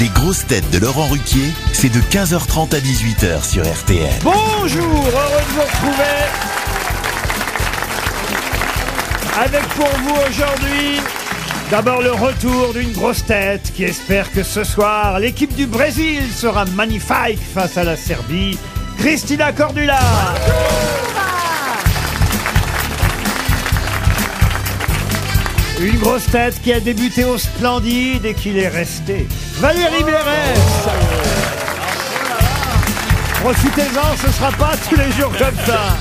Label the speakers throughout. Speaker 1: Les grosses têtes de Laurent Ruquier, c'est de 15h30 à 18h sur RTL.
Speaker 2: Bonjour, heureux de vous retrouver. Avec pour vous aujourd'hui, d'abord le retour d'une grosse tête qui espère que ce soir, l'équipe du Brésil sera magnifique face à la Serbie. Christina Cordula. Une grosse tête qui a débuté au Splendide et qu'il est resté. Valérie Mérès. Profitez-en, ce sera pas tous les jours comme ça.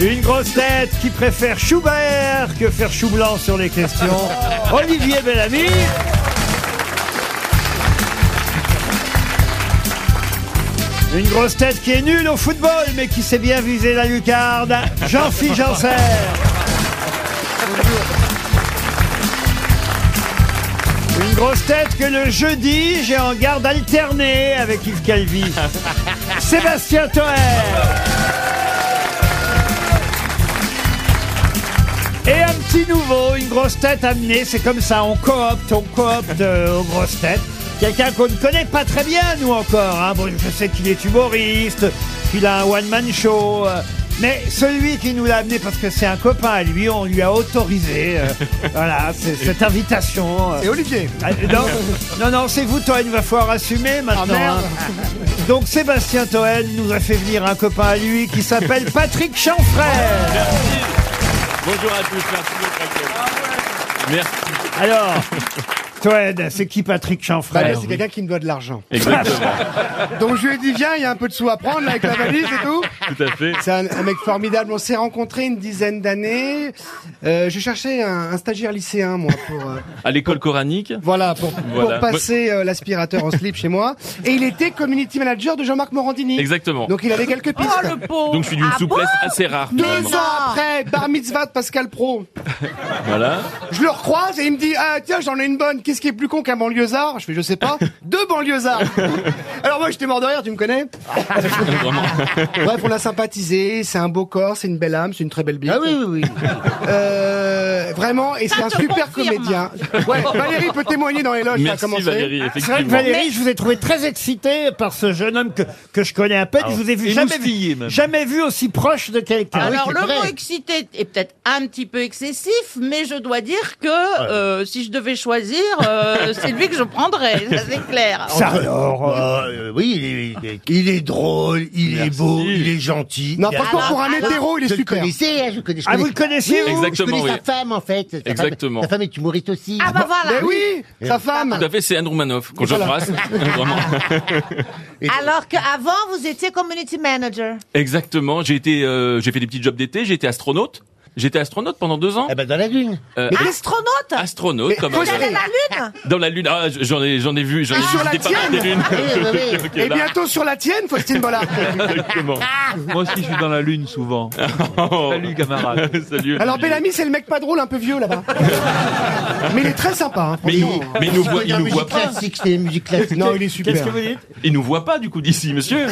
Speaker 2: Une grosse tête qui préfère Schubert que faire chou blanc sur les questions. Olivier Bellamy. Une grosse tête qui est nulle au football, mais qui sait bien viser la lucarne. Jean-Philippe Janser. Une grosse tête que le jeudi, j'ai en garde alternée avec Yves Calvi. Sébastien Toer. Et un petit nouveau, une grosse tête amenée, c'est comme ça, on coopte, on coopte euh, aux grosses têtes. Quelqu'un qu'on ne connaît pas très bien, nous encore. hein. Bon, je sais qu'il est humoriste, qu'il a un one-man show. euh, mais celui qui nous l'a amené, parce que c'est un copain à lui, on lui a autorisé euh, voilà, c'est- cette invitation. euh.
Speaker 3: Et Olivier Ah,
Speaker 2: Ah, non, non, non, c'est vous, Toen, il va falloir assumer maintenant.
Speaker 3: merde.
Speaker 2: hein. Donc Sébastien Toen nous a fait venir un copain à lui qui s'appelle Patrick Chanfray.
Speaker 4: Bonjour à tous, merci d'être accueillis. Merci.
Speaker 2: Alors, Toen, c'est qui Patrick
Speaker 3: Bah
Speaker 2: Chanfray
Speaker 3: là, c'est quelqu'un qui me doit de l'argent.
Speaker 4: Exactement,
Speaker 3: Donc je lui ai dit, viens, il y a un peu de sous à prendre là, avec la valise et tout.
Speaker 4: tout à fait.
Speaker 3: C'est un, un mec formidable. On s'est rencontrés une dizaine d'années. Euh, je cherchais un, un stagiaire lycéen, moi, pour, euh,
Speaker 4: À l'école coranique,
Speaker 3: voilà, pour, pour
Speaker 4: Voilà.
Speaker 3: passer euh, l'aspirateur en slip chez moi. Et il était community manager de Jean-Marc Morandini.
Speaker 4: exactement.
Speaker 3: Donc il avait
Speaker 4: Oh,
Speaker 5: Oh,
Speaker 3: quelques pistes.
Speaker 4: Donc je suis d'une
Speaker 5: Ah
Speaker 4: souplesse assez rare
Speaker 3: Deux
Speaker 4: finalement.
Speaker 3: ans après, bar mitzvah de Pascal Pro.
Speaker 4: Voilà.
Speaker 3: Je le recroise et il me dit Ah, tiens, j'en ai une bonne. Qu'est-ce qui est plus con qu'un banlieusard Je fais Je sais pas. Deux banlieusards. Alors moi, j'étais mort de rire, tu me connais
Speaker 4: Vraiment.
Speaker 3: Bref, on a sympathisé. C'est un beau corps, c'est une belle âme, c'est une très belle bite. Ah oui, oui, oui. vraiment, et c'est un super comédien. Ouais, Valérie peut témoigner dans les loges. ça a
Speaker 4: Merci
Speaker 3: commencé.
Speaker 4: Valérie,
Speaker 2: C'est vrai que
Speaker 4: effectivement.
Speaker 2: Valérie, je vous ai trouvé très excité par ce jeune homme que, que je connais à
Speaker 4: Ah,
Speaker 2: peine. je vous ai vu jamais vu, jamais vu aussi proche de quelqu'un.
Speaker 5: Alors le mot excité est peut-être un petit peu excessif, mais je dois dire que euh, si je devais choisir, euh, c'est lui que je prendrais, ça c'est clair.
Speaker 2: Ça, alors, euh,
Speaker 6: oui, il est, il est- il est drôle, il est
Speaker 4: Merci.
Speaker 6: beau, il est gentil. Ah,
Speaker 3: Non, franchement, pour un hétéro,
Speaker 6: Je
Speaker 3: il est
Speaker 6: le
Speaker 3: super.
Speaker 6: connaissais, hein, je connais. je
Speaker 2: ah, vous
Speaker 6: connais-
Speaker 2: le connaissez, vous
Speaker 6: Je
Speaker 4: Exactement,
Speaker 6: connais
Speaker 4: oui.
Speaker 6: sa femme, en fait. Sa femme-
Speaker 4: Exactement.
Speaker 6: Sa femme est humoriste aussi.
Speaker 5: Ah bah voilà.
Speaker 3: Mais oui, sa femme.
Speaker 4: Tout à fait, c'est Andrew Manoff qu'on j'embrasse. Vraiment.
Speaker 5: Alors qu'avant vous étiez community manager.
Speaker 4: Exactement. J'ai été, euh, j'ai fait des petits jobs d'été. J'ai été astronaute. J'étais astronaute pendant deux
Speaker 3: Eh
Speaker 4: ans.
Speaker 6: Ah bah
Speaker 3: ben,
Speaker 6: dans la lune.
Speaker 4: Euh,
Speaker 5: Astronaute.
Speaker 4: astronaute, comme
Speaker 3: Vous allez
Speaker 5: Allez la lune.
Speaker 4: dans la lune. Ah, j'en ai, j'en ai vu, j'en ai
Speaker 3: Ah,
Speaker 4: vu
Speaker 3: sur la
Speaker 4: des pas mal
Speaker 3: tienne.
Speaker 4: des lunes.
Speaker 6: Oui, oui, oui.
Speaker 4: Ok,
Speaker 3: Et
Speaker 4: là,
Speaker 3: bientôt sur la tienne, Faustine Bollard.
Speaker 4: Exactement.
Speaker 7: Moi aussi, je suis dans la lune souvent. Salut, camarade.
Speaker 4: Salut.
Speaker 3: Alors Bellamy, c'est le mec pas drôle, un peu vieux là-bas. Mais il est très sympa. hein,
Speaker 4: Mais il,
Speaker 3: franchement.
Speaker 4: mais il nous voit, il
Speaker 6: la
Speaker 4: nous voit
Speaker 6: musique
Speaker 4: pas.
Speaker 6: classique, c'était la musique classique.
Speaker 3: Non, il est super.
Speaker 2: Qu'est-ce que vous dites
Speaker 4: Il nous voit pas du coup d'ici, monsieur.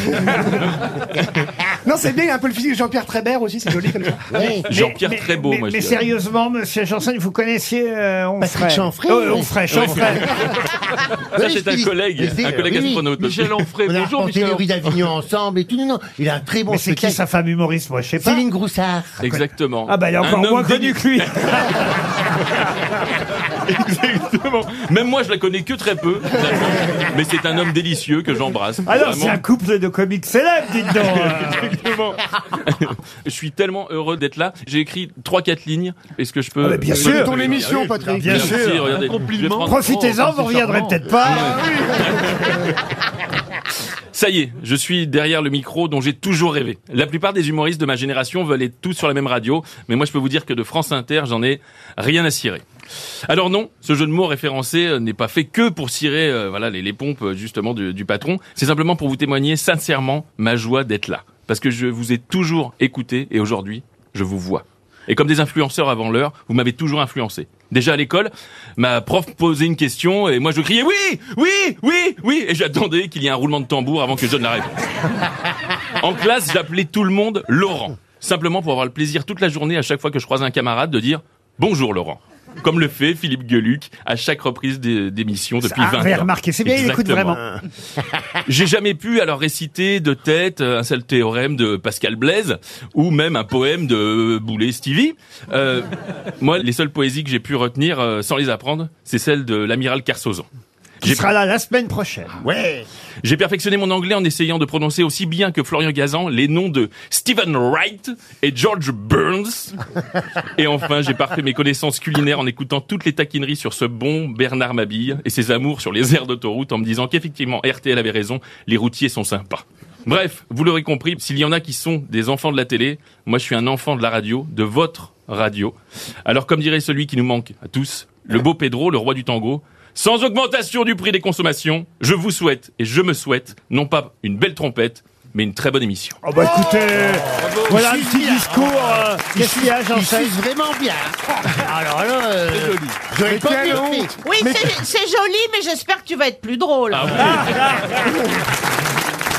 Speaker 3: Non, c'est bien, il a un peu le physique de Jean-Pierre Trébert aussi, c'est joli comme ça.
Speaker 6: Ouais.
Speaker 4: Jean-Pierre
Speaker 2: Mais-
Speaker 4: très beau,
Speaker 2: mais,
Speaker 4: moi. je
Speaker 2: mais
Speaker 4: dirais.
Speaker 2: sérieusement, monsieur Janssen, vous connaissiez euh, Onfray
Speaker 6: Patrick Chanfray,
Speaker 2: Euh,
Speaker 6: oui.
Speaker 2: Onfray, Chanfray.
Speaker 4: Ça,
Speaker 6: Oui,
Speaker 4: c'est
Speaker 6: je
Speaker 4: un
Speaker 6: dis-
Speaker 4: collègue,
Speaker 6: je dis-
Speaker 4: un collègue
Speaker 6: oui, oui.
Speaker 4: astronaute.
Speaker 7: Michel Onfray,
Speaker 6: On a
Speaker 7: bonjour
Speaker 6: arpenté
Speaker 7: Michel.
Speaker 6: les rues d'Avignon ensemble et tout. Non, non, il a un très bon
Speaker 2: Mais c'est qui
Speaker 6: spectacle.
Speaker 2: sa femme humoriste, moi, je sais pas.
Speaker 6: Céline Groussard.
Speaker 4: Exactement.
Speaker 2: Ah bah elle est
Speaker 4: Un
Speaker 2: encore
Speaker 4: homme
Speaker 2: moins
Speaker 4: délicat.
Speaker 2: connue que lui.
Speaker 4: Exactement. Même moi, je la connais que très peu, finalement. mais c'est un homme délicieux que j'embrasse.
Speaker 2: Alors
Speaker 4: Vraiment.
Speaker 2: c'est un couple de comiques célèbres, dites donc. euh.
Speaker 4: Exactement. Je suis tellement heureux d'être là. J'ai écrit trois, quatre lignes. Est-ce que je peux
Speaker 2: Ah bah, bien
Speaker 4: je
Speaker 2: sûr.
Speaker 4: peux
Speaker 3: C'est
Speaker 4: le
Speaker 3: ton
Speaker 4: lire
Speaker 3: émission, Patrick.
Speaker 2: Bien
Speaker 4: Merci,
Speaker 2: sûr.
Speaker 4: regardez.
Speaker 7: Un compliment.
Speaker 4: Je vais prendre-
Speaker 2: Profitez-en, vous reviendrez peut-être pas.
Speaker 4: Ça y est, je suis derrière le micro dont j'ai toujours rêvé. La plupart des humoristes de ma génération veulent être tous sur la même radio, mais moi je peux vous dire que de France Inter, j'en ai rien à cirer. Alors non, ce jeu de mots référencé euh, n'est pas fait que pour cirer euh, voilà les, les pompes euh, justement du, du patron. C'est simplement pour vous témoigner sincèrement ma joie d'être là, parce que je vous ai toujours écouté et aujourd'hui je vous vois. Et comme des influenceurs avant l'heure, vous m'avez toujours influencé. Déjà à l'école, ma prof posait une question et moi je criais oui, oui, oui, oui, et j'attendais qu'il y ait un roulement de tambour avant que je donne la réponse. En classe, j'appelais tout le monde Laurent, simplement pour avoir le plaisir toute la journée à chaque fois que je croise un camarade de dire bonjour Laurent. comme le fait Philippe Gueluc à chaque reprise des- d'émission depuis 20
Speaker 2: Ah, vous avez
Speaker 4: ans.
Speaker 2: remarqué, c'est bien, il écoute
Speaker 4: Exactement.
Speaker 2: vraiment.
Speaker 4: J'ai jamais pu alors réciter de tête euh, un seul théorème de Pascal Blaise ou même un poème de euh, Boulet Stevie. Euh, moi, les seules poésies que j'ai pu retenir euh, sans les apprendre, c'est celle de l'amiral Carsozon.
Speaker 2: Qui sera là la semaine prochaine.
Speaker 4: J'ai perfectionné mon anglais en essayant de prononcer aussi bien que Florian Gazan les noms de Stephen Wright et George Burns. Et enfin, j'ai parfait mes connaissances culinaires en écoutant toutes les taquineries sur ce bon Bernard Mabille et ses amours sur les aires d'autoroute en me disant qu'effectivement RTL avait raison, les routiers sont sympas. Bref, vous l'aurez compris, s'il y en a qui sont des enfants de la télé, moi je suis un enfant de la radio, de votre radio. Alors comme dirait celui qui nous manque à tous, le beau Pedro, le roi du tango, sans augmentation du prix des consommations, je vous souhaite et je me souhaite non pas une belle trompette, mais une très bonne émission.
Speaker 2: Oh bah écoutez, voilà un petit discours. euh, Qu'est-ce qu'il y a,
Speaker 6: Il
Speaker 2: Jean-Charles
Speaker 6: suce vraiment bien. Alors là, euh, j'aurais pas
Speaker 3: quelle
Speaker 6: mieux fait.
Speaker 5: Oui, c'est- c'est joli, mais j'espère que tu vas être plus drôle. ah.
Speaker 4: Ah oui.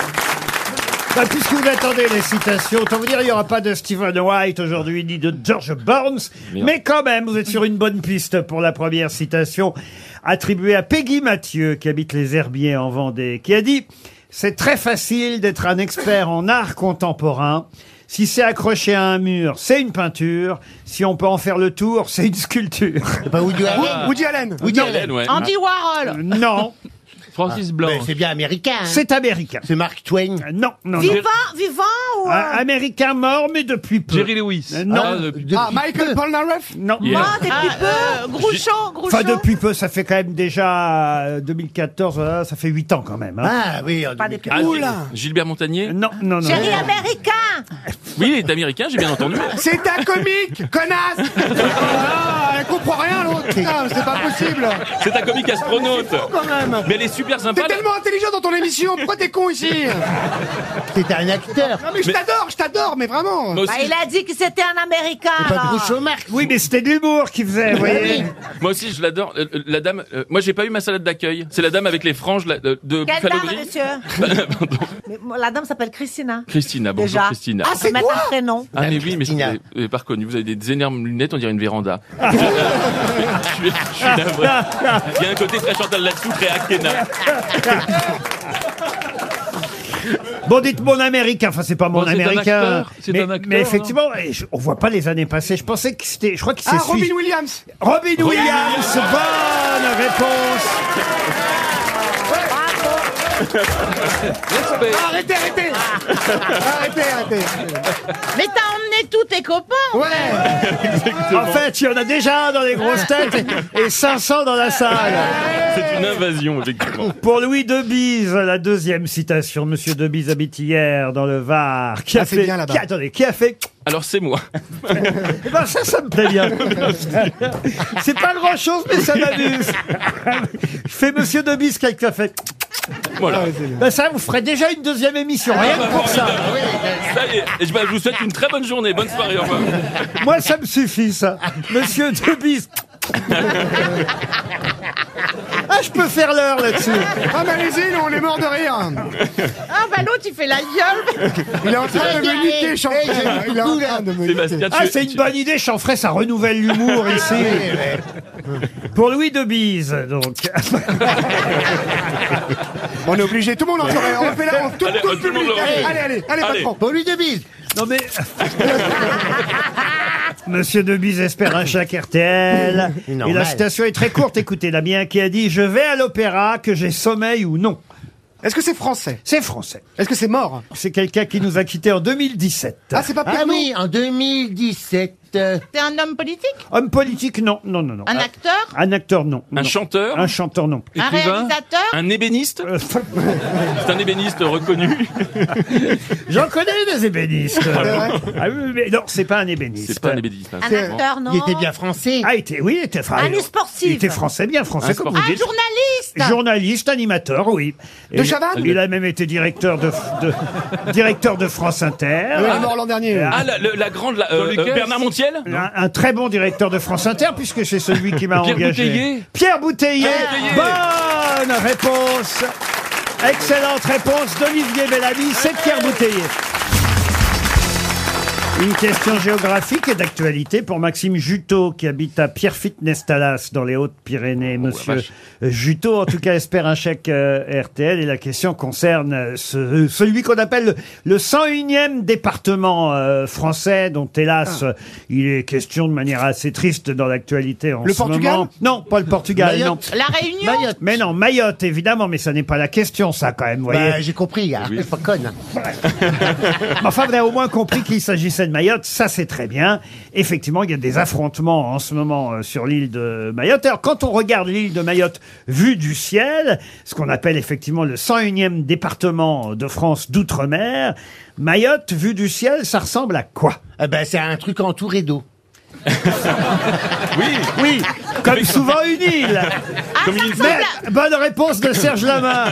Speaker 2: Bah, puisque vous attendez les citations, autant vous dire, il n'y aura pas de Stephen White aujourd'hui, ni de George Burns. Mais quand même, vous êtes sur une bonne piste pour la première citation attribuée à Peggy Mathieu, qui habite les Herbiers en Vendée, qui a dit C'est très facile d'être un expert en art contemporain. Si c'est accroché à un mur, c'est une peinture. Si on peut en faire le tour, c'est une sculpture.
Speaker 6: Bah, Woody Allen.
Speaker 3: Woody Allen.
Speaker 6: Woody Allen.
Speaker 4: Hélène, ouais.
Speaker 5: Andy Warhol.
Speaker 2: Non,
Speaker 7: Francis Blanc.
Speaker 6: Ben, C'est bien américain. hein.
Speaker 2: c'est américain.
Speaker 6: C'est Mark Twain.
Speaker 2: Non, non, non.
Speaker 5: Vivant, vivant ou... euh,
Speaker 2: Ah, américain mort, mais depuis peu.
Speaker 7: Jerry Lewis.
Speaker 2: Euh, non.
Speaker 7: Ah, depuis-
Speaker 6: Depuis
Speaker 3: Ah, Michael Polnareff.
Speaker 2: Non.
Speaker 4: Yeah.
Speaker 5: Ah, depuis
Speaker 2: euh,
Speaker 5: peu. Groucho, Groucho.
Speaker 2: Enfin, depuis peu, ça fait quand même déjà euh, 2014, euh, ça fait 8 ans quand même. hein.
Speaker 6: Ah oui, en
Speaker 5: Pas des
Speaker 6: 2004.
Speaker 4: Ah,
Speaker 3: Oula.
Speaker 4: Gilbert Montagnier
Speaker 2: Non, non, non.
Speaker 5: Jerry américain.
Speaker 4: Oui, il est américain, j'ai bien entendu.
Speaker 3: C'est un comique, connasse ah, Elle comprend rien, l'autre. Putain, c'est pas possible.
Speaker 4: C'est un comique astronaute.
Speaker 3: Quand même.
Speaker 4: Mais elle est super sympa.
Speaker 3: T'es tellement intelligent dans ton émission, pourquoi t'es con ici
Speaker 6: C'était un acteur.
Speaker 3: Non mais je
Speaker 4: Mais-
Speaker 3: t'adore, je t'adore, mais vraiment.
Speaker 4: Moi aussi,
Speaker 5: Bah, il a dit que c'était un américain.
Speaker 6: C'est pas
Speaker 5: alors.
Speaker 6: Groucho Marx.
Speaker 2: Oui, mais c'était de l'humour qu'il faisait, vous voyez.
Speaker 4: moi aussi, je l'adore. Euh, euh, La dame, euh, moi j'ai pas eu ma salade d'accueil. C'est la dame avec les franges là, de, de
Speaker 5: Quelle
Speaker 4: Buffalo
Speaker 5: dame,
Speaker 4: Grill.
Speaker 5: monsieur Mais moi, La dame s'appelle Christina.
Speaker 4: Christina, bonjour
Speaker 5: Déjà.
Speaker 4: Christina.
Speaker 5: Ah, c'est mettre un prénom.
Speaker 4: Ah, mais oui, mais je vous
Speaker 6: Christina.
Speaker 4: ai- vous avez pas reconnu. Vous avez des énormes lunettes, on dirait une véranda. je suis, je suis navré. Il y a un côté très Chantal Latsou, très Akena.
Speaker 2: Bon, dites mon américain. Enfin, c'est pas mon
Speaker 7: Bon, c'est un
Speaker 2: américain.
Speaker 7: acteur, c'est
Speaker 2: mais,
Speaker 7: un acteur, hein.
Speaker 2: mais effectivement, et je- on voit pas les années passées. Je pensais que c'était. Je crois qu'il s'est
Speaker 3: Ah, Robin Williams.
Speaker 2: Robin Williams, bonne réponse.
Speaker 3: Ah, Arrêtez, arrêtez. Arrêtez, arrêtez.
Speaker 5: Mais t'as emmené tous tes copains.
Speaker 3: Ouais.
Speaker 2: En fait, il y en a déjà un dans les grosses têtes et 500 dans la salle.
Speaker 4: C'est une invasion, effectivement.
Speaker 2: Pour Louis Debise, la deuxième citation. Monsieur Debise habite hier dans le Var. Qui a
Speaker 3: Ah, c'est
Speaker 2: fait,
Speaker 3: bien là-bas.
Speaker 2: qui, attendez, qui a fait
Speaker 4: Alors c'est moi.
Speaker 2: Eh ben ça, ça me plaît bien. C'est pas grand chose, mais ça m'amuse. Je fais Monsieur Debis qui a fait.
Speaker 4: Voilà. Ah,
Speaker 2: Ben ça, vous ferez déjà une deuxième émission, rien que pour ça.
Speaker 4: Ça y est. Et je bah, je vous souhaite une très bonne journée, bonne soirée. Au revoir.
Speaker 2: Moi, ça me suffit, ça. Monsieur Debis. Ah, je peux faire l'heure là-dessus.
Speaker 3: Ah, mais allez-y, nous, on est mort de rire.
Speaker 5: Ah, bah l'autre, il fait la gueule.
Speaker 3: Il est en train de me niquer, Chantal. Il est en train de me niquer.
Speaker 4: Sébastien,
Speaker 2: Ah,
Speaker 4: tu-
Speaker 2: c'est une
Speaker 4: tu-
Speaker 2: bonne idée, Chanfray, ça renouvelle l'humour
Speaker 3: Ah,
Speaker 2: ici. Pour Louis Debise, donc.
Speaker 3: On est obligé, tout le monde en ferait. On fait la on- tout,
Speaker 4: Allez,
Speaker 3: tout le
Speaker 4: tout le monde
Speaker 3: public.
Speaker 4: en
Speaker 3: Allez,
Speaker 4: fait.
Speaker 3: allez, allez, allez,
Speaker 4: Allez.
Speaker 3: patron.
Speaker 6: Paul Debise.
Speaker 2: Non mais... Monsieur Debise espère un chèque RTL. Et la
Speaker 6: normal.
Speaker 2: citation est très courte, écoutez-la bien, qui a dit « Je vais à l'opéra, que j'ai sommeil ou non
Speaker 3: Est-ce que c'est français ».
Speaker 2: C'est français.
Speaker 3: Est-ce que c'est mort
Speaker 2: C'est quelqu'un qui nous a quittés en 2017.
Speaker 3: Ah, c'est pas
Speaker 6: Ah
Speaker 3: Pierre
Speaker 6: oui, en 2017. euh,
Speaker 5: T'es un homme politique
Speaker 2: Homme politique, non. Non, non, non.
Speaker 5: Un acteur
Speaker 2: Un acteur, non.
Speaker 4: Un
Speaker 2: Non.
Speaker 4: chanteur
Speaker 2: Un chanteur, non. Euh,
Speaker 5: Un
Speaker 7: Écrivain
Speaker 5: réalisateur
Speaker 4: Un ébéniste C'est un ébéniste reconnu.
Speaker 2: J'en connais des ébénistes.
Speaker 3: vrai
Speaker 2: ah oui, mais non, c'est pas un ébéniste.
Speaker 4: C'est pas un ébéniste. hein,
Speaker 5: Un
Speaker 4: vraiment.
Speaker 5: acteur, non
Speaker 6: Il était bien français.
Speaker 2: Ah, il était, oui, il était enfin,
Speaker 5: Un
Speaker 2: il-
Speaker 5: sportif.
Speaker 2: Il était français, bien français,
Speaker 4: Un
Speaker 2: comme vous
Speaker 5: Un
Speaker 4: sportif.
Speaker 2: dites.
Speaker 5: journaliste
Speaker 2: Journaliste, animateur, oui.
Speaker 3: De
Speaker 2: Et-
Speaker 3: Chavannes
Speaker 2: Il a même été directeur de, de- directeur de France Inter.
Speaker 3: Il est mort l'an dernier.
Speaker 4: Ah, la, le- la grande. la- euh,
Speaker 7: Lucas
Speaker 4: euh, Bernard Montiel
Speaker 2: Un, un très bon directeur de France Inter, puisque c'est celui qui m'a
Speaker 7: Pierre
Speaker 2: engagé.
Speaker 7: Bouteiller
Speaker 2: Pierre Bouteiller. Bonne réponse. Excellente réponse d'Olivier Bellamy, c'est Pierre Bouteiller. Une question géographique et d'actualité pour Maxime Juteau qui habite à Pierrefitte-Nestalas dans les Hautes-Pyrénées.
Speaker 3: Oh,
Speaker 2: Monsieur euh, Juteau, en tout cas, espère un chèque euh, RTL et la question concerne euh, ce- celui qu'on appelle le 101e département euh, français dont,
Speaker 3: Ah.
Speaker 2: hélas, euh, il est question de manière assez triste dans l'actualité en
Speaker 3: Le
Speaker 2: ce
Speaker 3: Portugal
Speaker 2: moment. Non, pas le Portugal, non.
Speaker 3: Mayotte
Speaker 5: La Réunion
Speaker 2: Mais non, Mayotte, évidemment, mais ça n'est pas la question, ça, quand même, vous voyez.
Speaker 6: Bah, j'ai compris, hein, c'est pas conne.
Speaker 2: Mais Enfin, vous avez au moins compris qu'il s'agissait de Mayotte, ça c'est très bien. Effectivement, il y a des affrontements en ce moment euh, sur l'île de Mayotte. Alors, quand on regarde l'île de Mayotte vue du ciel, ce qu'on appelle effectivement le 101e département de France d'outre-mer, Mayotte vue du ciel, ça ressemble à quoi
Speaker 6: Eh ben, c'est un truc entouré d'eau.
Speaker 2: Oui, comme souvent une île.
Speaker 5: Ah, ça ressemble, à,
Speaker 2: Mais, bonne réponse de Serge Lama.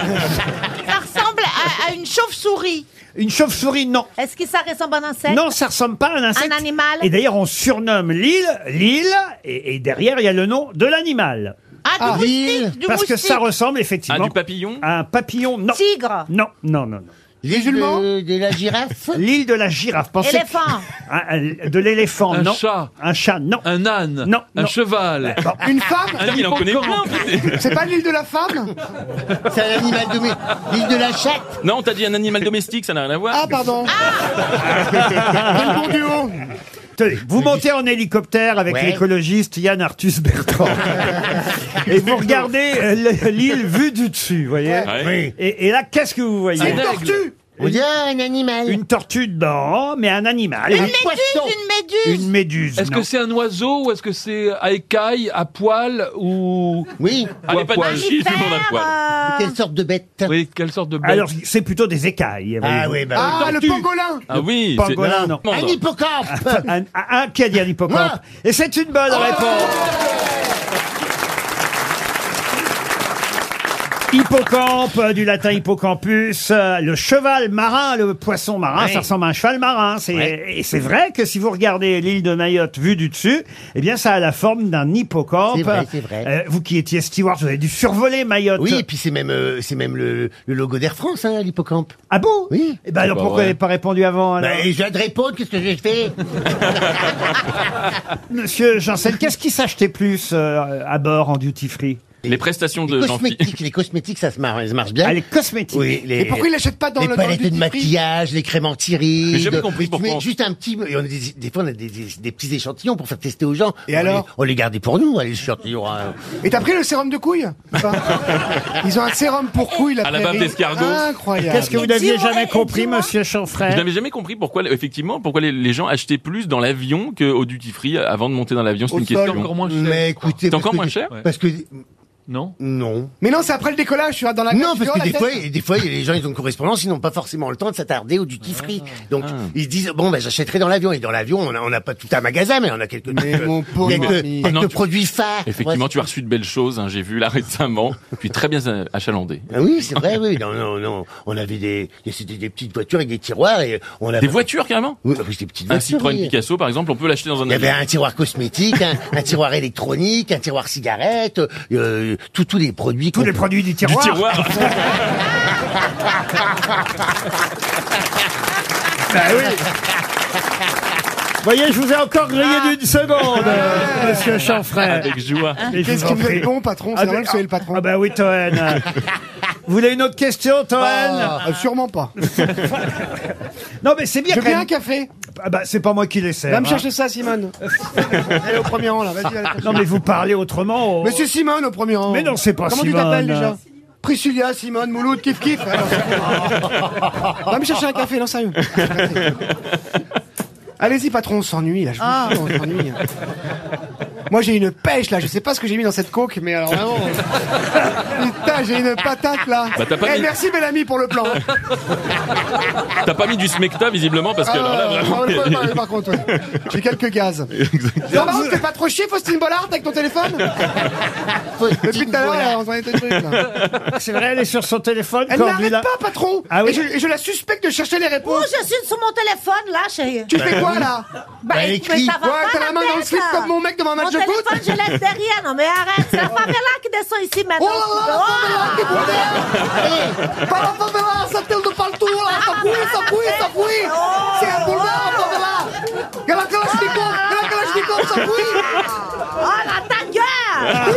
Speaker 5: ça ressemble à- à une chauve-souris.
Speaker 2: Une chauve-souris, non.
Speaker 8: Est-ce que ça ressemble à un insecte
Speaker 2: Non, ça ressemble pas à un insecte.
Speaker 8: Un animal
Speaker 2: Et d'ailleurs, on surnomme l'île, l'île, et, et derrière, il y a le nom de l'animal.
Speaker 5: Ah, du
Speaker 6: l'île.
Speaker 5: moustique, du
Speaker 2: Parce que
Speaker 5: moustique.
Speaker 2: ça ressemble
Speaker 4: Ah,
Speaker 2: effectivement
Speaker 4: du papillon
Speaker 2: à un papillon. Non.
Speaker 8: Tigre
Speaker 2: Non, non, non, non.
Speaker 6: L'île de, de la girafe
Speaker 2: L'île de la girafe. Pensez
Speaker 8: Éléphant
Speaker 2: Ah, euh, de l'éléphant,
Speaker 7: Un
Speaker 2: non.
Speaker 7: chat.
Speaker 2: Un chat, non.
Speaker 7: Un âne.
Speaker 2: Non,
Speaker 7: Un
Speaker 2: non.
Speaker 7: cheval.
Speaker 2: Bon,
Speaker 3: Une femme
Speaker 4: Ah non, mais il en connaît plein en fait.
Speaker 3: C'est pas l'île de la femme
Speaker 6: C'est un animal domestique. L'île de la chatte
Speaker 4: Non, t'as dit un animal domestique, ça n'a rien à voir.
Speaker 3: Ah, pardon
Speaker 7: Ah
Speaker 3: Quel bon duo
Speaker 2: tenez, vous montez en hélicoptère avec
Speaker 6: Ouais.
Speaker 2: l'écologiste Yann Arthus Bertrand. et vous regardez euh, le- l'île vue du dessus, vous voyez.
Speaker 4: Ouais.
Speaker 2: Et, et là, qu'est-ce que vous voyez
Speaker 3: Une tortue
Speaker 6: On dirait un animal.
Speaker 2: Une tortue, non, mais un animal.
Speaker 5: Une
Speaker 2: Un-
Speaker 5: méduse, une méduse.
Speaker 2: Une méduse.
Speaker 7: Est-ce
Speaker 2: non.
Speaker 7: que c'est un oiseau ou est-ce que c'est à écaille, à poil ou.
Speaker 6: Oui.
Speaker 4: Allez, Ah, pas de
Speaker 7: poil.
Speaker 4: chiffres, tout le monde a poil.
Speaker 6: Quelle sorte de bête
Speaker 7: Oui, quelle sorte de bête
Speaker 2: Alors, c'est plutôt des écailles.
Speaker 6: Ah
Speaker 2: voyez-vous.
Speaker 6: oui, bah oui.
Speaker 3: Ah, le
Speaker 7: tortue.
Speaker 3: pangolin
Speaker 4: Ah oui, c'est-
Speaker 2: Pangolin, non.
Speaker 4: Monde.
Speaker 6: Un hippocampe Ah,
Speaker 2: Un, un- un qui a dit un hippocampe.
Speaker 6: Moi.
Speaker 2: Et c'est une bonne
Speaker 3: Oh,
Speaker 2: réponse. Hippocampe, euh, du latin hippocampus, euh, le cheval marin, le poisson marin,
Speaker 6: Ouais.
Speaker 2: ça ressemble à un cheval marin. C'est-
Speaker 6: Ouais.
Speaker 2: Et c'est vrai que si vous regardez l'île de Mayotte vue du dessus, eh bien ça a la forme d'un hippocampe.
Speaker 6: C'est vrai, c'est vrai.
Speaker 2: Euh, vous qui étiez steward, vous avez dû survoler Mayotte.
Speaker 6: Oui, et puis c'est même, euh, c'est même le, le logo d'Air France, hein, l'hippocampe.
Speaker 2: Ah bon
Speaker 6: Oui.
Speaker 2: Eh ben alors
Speaker 4: Bah
Speaker 2: pourquoi
Speaker 4: ouais.
Speaker 2: vous n'avez pas répondu avant alors
Speaker 6: Bah, et je viens de répondre, qu'est-ce que j'ai fait
Speaker 2: Monsieur Janssen, qu'est-ce qui s'achetait plus euh, à bord en duty free
Speaker 4: Les prestations de
Speaker 6: Les
Speaker 4: Jean-Philippe.
Speaker 6: cosmétiques, les cosmétiques, ça se marche, ça marche bien.
Speaker 2: Ah, les cosmétiques.
Speaker 6: Oui, les,
Speaker 3: Et pourquoi il l'achète pas dans
Speaker 6: les
Speaker 3: le dans le
Speaker 6: palettes de
Speaker 3: duty free
Speaker 6: maquillage, les crèmes anti-rides.
Speaker 4: Mais j'ai jamais compris
Speaker 6: Tu mets
Speaker 4: pourquoi.
Speaker 6: juste un petit, et on a des, des fois on a des, des- des petits échantillons pour faire tester aux gens.
Speaker 3: Et
Speaker 6: on
Speaker 3: alors
Speaker 6: les, On les gardait pour nous, hein, les échantillons. hein.
Speaker 3: Et t'as pris le sérum de couille Enfin, Ils ont un sérum pour couille, la
Speaker 4: À la
Speaker 3: prairie.
Speaker 4: bave d'escargot.
Speaker 3: Incroyable.
Speaker 2: Qu'est-ce que vous
Speaker 8: Et
Speaker 2: n'aviez
Speaker 8: dis-moi,
Speaker 2: jamais
Speaker 8: et- et
Speaker 2: compris,
Speaker 8: dis-moi.
Speaker 2: monsieur
Speaker 4: Je
Speaker 2: Chanfray
Speaker 4: n'avais jamais compris pourquoi, effectivement, pourquoi les, les gens achetaient plus dans l'avion qu'au duty free avant de monter dans l'avion. C'est
Speaker 6: Au
Speaker 4: une
Speaker 6: sol,
Speaker 4: question.
Speaker 7: encore moins cher.
Speaker 6: Mais écoutez,
Speaker 4: C'est
Speaker 6: parce
Speaker 4: encore
Speaker 6: que-
Speaker 4: moins cher
Speaker 6: Parce que
Speaker 7: Non
Speaker 6: non.
Speaker 3: Mais non, c'est après le décollage, tu vois, dans la
Speaker 6: Non,
Speaker 3: tu
Speaker 6: parce
Speaker 3: vois,
Speaker 6: que
Speaker 3: la
Speaker 6: des
Speaker 3: tête.
Speaker 6: fois, des fois, les gens, ils ont une correspondance, ils n'ont pas forcément le temps de s'attarder au duty free.
Speaker 3: Ah.
Speaker 6: Donc, ils se disent, bon, ben, j'achèterai dans l'avion. Et dans l'avion, on a- on n'a pas tout un magasin, mais on a quelques,
Speaker 3: Mais mon pauvre
Speaker 6: quelques,
Speaker 3: ami.
Speaker 6: quelques
Speaker 4: Non, tu-
Speaker 6: produits phares.
Speaker 4: Effectivement,
Speaker 6: Ouais.
Speaker 4: tu as reçu de belles choses, hein, j'ai vu là récemment, puis très bien euh, achalandé.
Speaker 6: Ah oui, c'est vrai, oui. Non, non, non. On avait des, des- c'était des petites voitures avec des tiroirs et on avait.
Speaker 4: Des voitures, carrément
Speaker 6: Oui, ah oui, des petites
Speaker 4: Un
Speaker 6: voitures.
Speaker 4: Citroën
Speaker 6: oui.
Speaker 4: Picasso, par exemple, on peut l'acheter dans un
Speaker 6: Il y avait
Speaker 4: avion.
Speaker 6: un tiroir cosmétique, un, un tiroir électronique, un tiroir cigarette, euh, tout- tous les produits.
Speaker 2: Tous
Speaker 6: qu'on-
Speaker 2: les produits du
Speaker 4: Du
Speaker 2: tiroir.
Speaker 4: tiroir
Speaker 2: Bah oui. Voyez, je vous ai encore grillé
Speaker 3: Ah.
Speaker 2: d'une seconde, euh, monsieur Chanfray.
Speaker 4: avec joie.
Speaker 2: Et je
Speaker 3: Qu'est-ce
Speaker 2: vous
Speaker 3: qui
Speaker 2: en
Speaker 3: vous
Speaker 2: prie.
Speaker 3: êtes bon, patron
Speaker 2: Ah,
Speaker 3: C'est vrai
Speaker 2: mais-
Speaker 3: que c'est le patron.
Speaker 2: Ah bah oui, Toen. Vous voulez une autre question, Toen
Speaker 3: Ah, Sûrement pas.
Speaker 2: Non, mais c'est bien
Speaker 3: Je
Speaker 2: quand
Speaker 3: veux bien un
Speaker 2: même.
Speaker 3: café.
Speaker 2: Ah bah, c'est pas moi qui les
Speaker 3: Va
Speaker 2: sers.
Speaker 3: me
Speaker 2: hein.
Speaker 3: chercher ça, Simone. Elle est au premier rang, là. Vas-y, allez.
Speaker 2: Non, mais vous parlez autrement. oh.
Speaker 3: Monsieur Simone au premier rang.
Speaker 2: Mais non, c'est pas
Speaker 3: Comment
Speaker 2: Simone.
Speaker 3: tu t'appelles déjà Priscilla, Simone, Mouloud, Ah, kiff kiff. Alors, Va me chercher un café, non sérieux. Allez-y patron, on s'ennuie là, je vous
Speaker 5: Ah.
Speaker 3: jure, on s'ennuie. Moi j'ai une pêche là, je sais pas ce que j'ai mis dans cette coke, mais alors vraiment. Putain, j'ai une patate là.
Speaker 4: Bah, t'as pas
Speaker 3: Eh,
Speaker 4: mis-
Speaker 3: Merci bel ami pour le plan.
Speaker 4: T'as pas mis du smecta, visiblement, parce que alors là,
Speaker 3: Ah,
Speaker 4: vraiment...
Speaker 3: on peut parler, par contre, ouais. j'ai quelques gaz. Non, par contre, t'es pas trop chier, Faustine Bollard, avec ton téléphone Depuis tout à l'heure, là, on s'en est des trucs, là.
Speaker 2: C'est vrai, elle est sur son téléphone.
Speaker 3: Elle n'arrête
Speaker 2: Cordula.
Speaker 3: pas, patron
Speaker 2: Ah oui
Speaker 3: et, je, et je la suspecte de chercher les
Speaker 8: Oh,
Speaker 3: réponses
Speaker 8: je suis sur mon téléphone, là, chérie.
Speaker 3: Tu fais quoi, là
Speaker 8: Bah,
Speaker 6: elle
Speaker 8: écoute, mais
Speaker 6: écrit.
Speaker 8: ça va
Speaker 3: Ouais,
Speaker 8: pas,
Speaker 3: t'as la main dans le
Speaker 8: tête.
Speaker 3: slip comme mon mec devant un match
Speaker 8: Mon
Speaker 3: de foot
Speaker 8: téléphone, je laisse derrière. Non, mais arrête, c'est la favela qui descend ici
Speaker 3: Oh
Speaker 8: maintenant. Oh.
Speaker 3: là là, Pamela, que problème Para Pamela, ça telle de partout, là Ça fouille, ça fouille, ça fouille C'est un boulevard, Pamela
Speaker 8: que oui Oh la ta gueule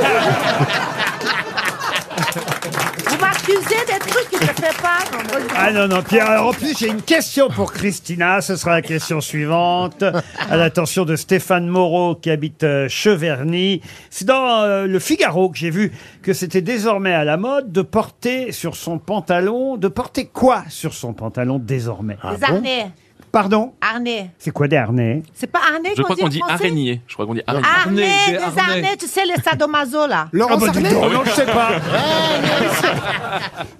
Speaker 8: Vous m'accusez des trucs que je ne fais pas, non, moi, je-
Speaker 2: Ah non, non, Pierre, alors en plus, j'ai une question pour Christina. Ce sera la question suivante. À l'attention de Stéphane Moreau, qui habite euh, Cheverny. C'est dans euh, le Figaro que j'ai vu que c'était désormais à la mode de porter sur son pantalon. De porter quoi sur son pantalon désormais
Speaker 3: Ah
Speaker 8: Des harnais.
Speaker 2: Pardon
Speaker 8: Harnais.
Speaker 2: C'est quoi des harnais
Speaker 8: C'est pas harnais
Speaker 4: Je
Speaker 8: qu'on
Speaker 4: crois
Speaker 8: dit en
Speaker 4: qu'on dit
Speaker 8: français
Speaker 4: araignée. Je crois qu'on dit araignée.
Speaker 8: Harnais,
Speaker 7: Harnais, des
Speaker 8: des harnais,
Speaker 7: harnais.
Speaker 8: tu sais, les sadomaso, là.
Speaker 2: Ah
Speaker 3: Laurent
Speaker 2: bah, dis
Speaker 3: Sarnet
Speaker 2: donc, non, je sais pas.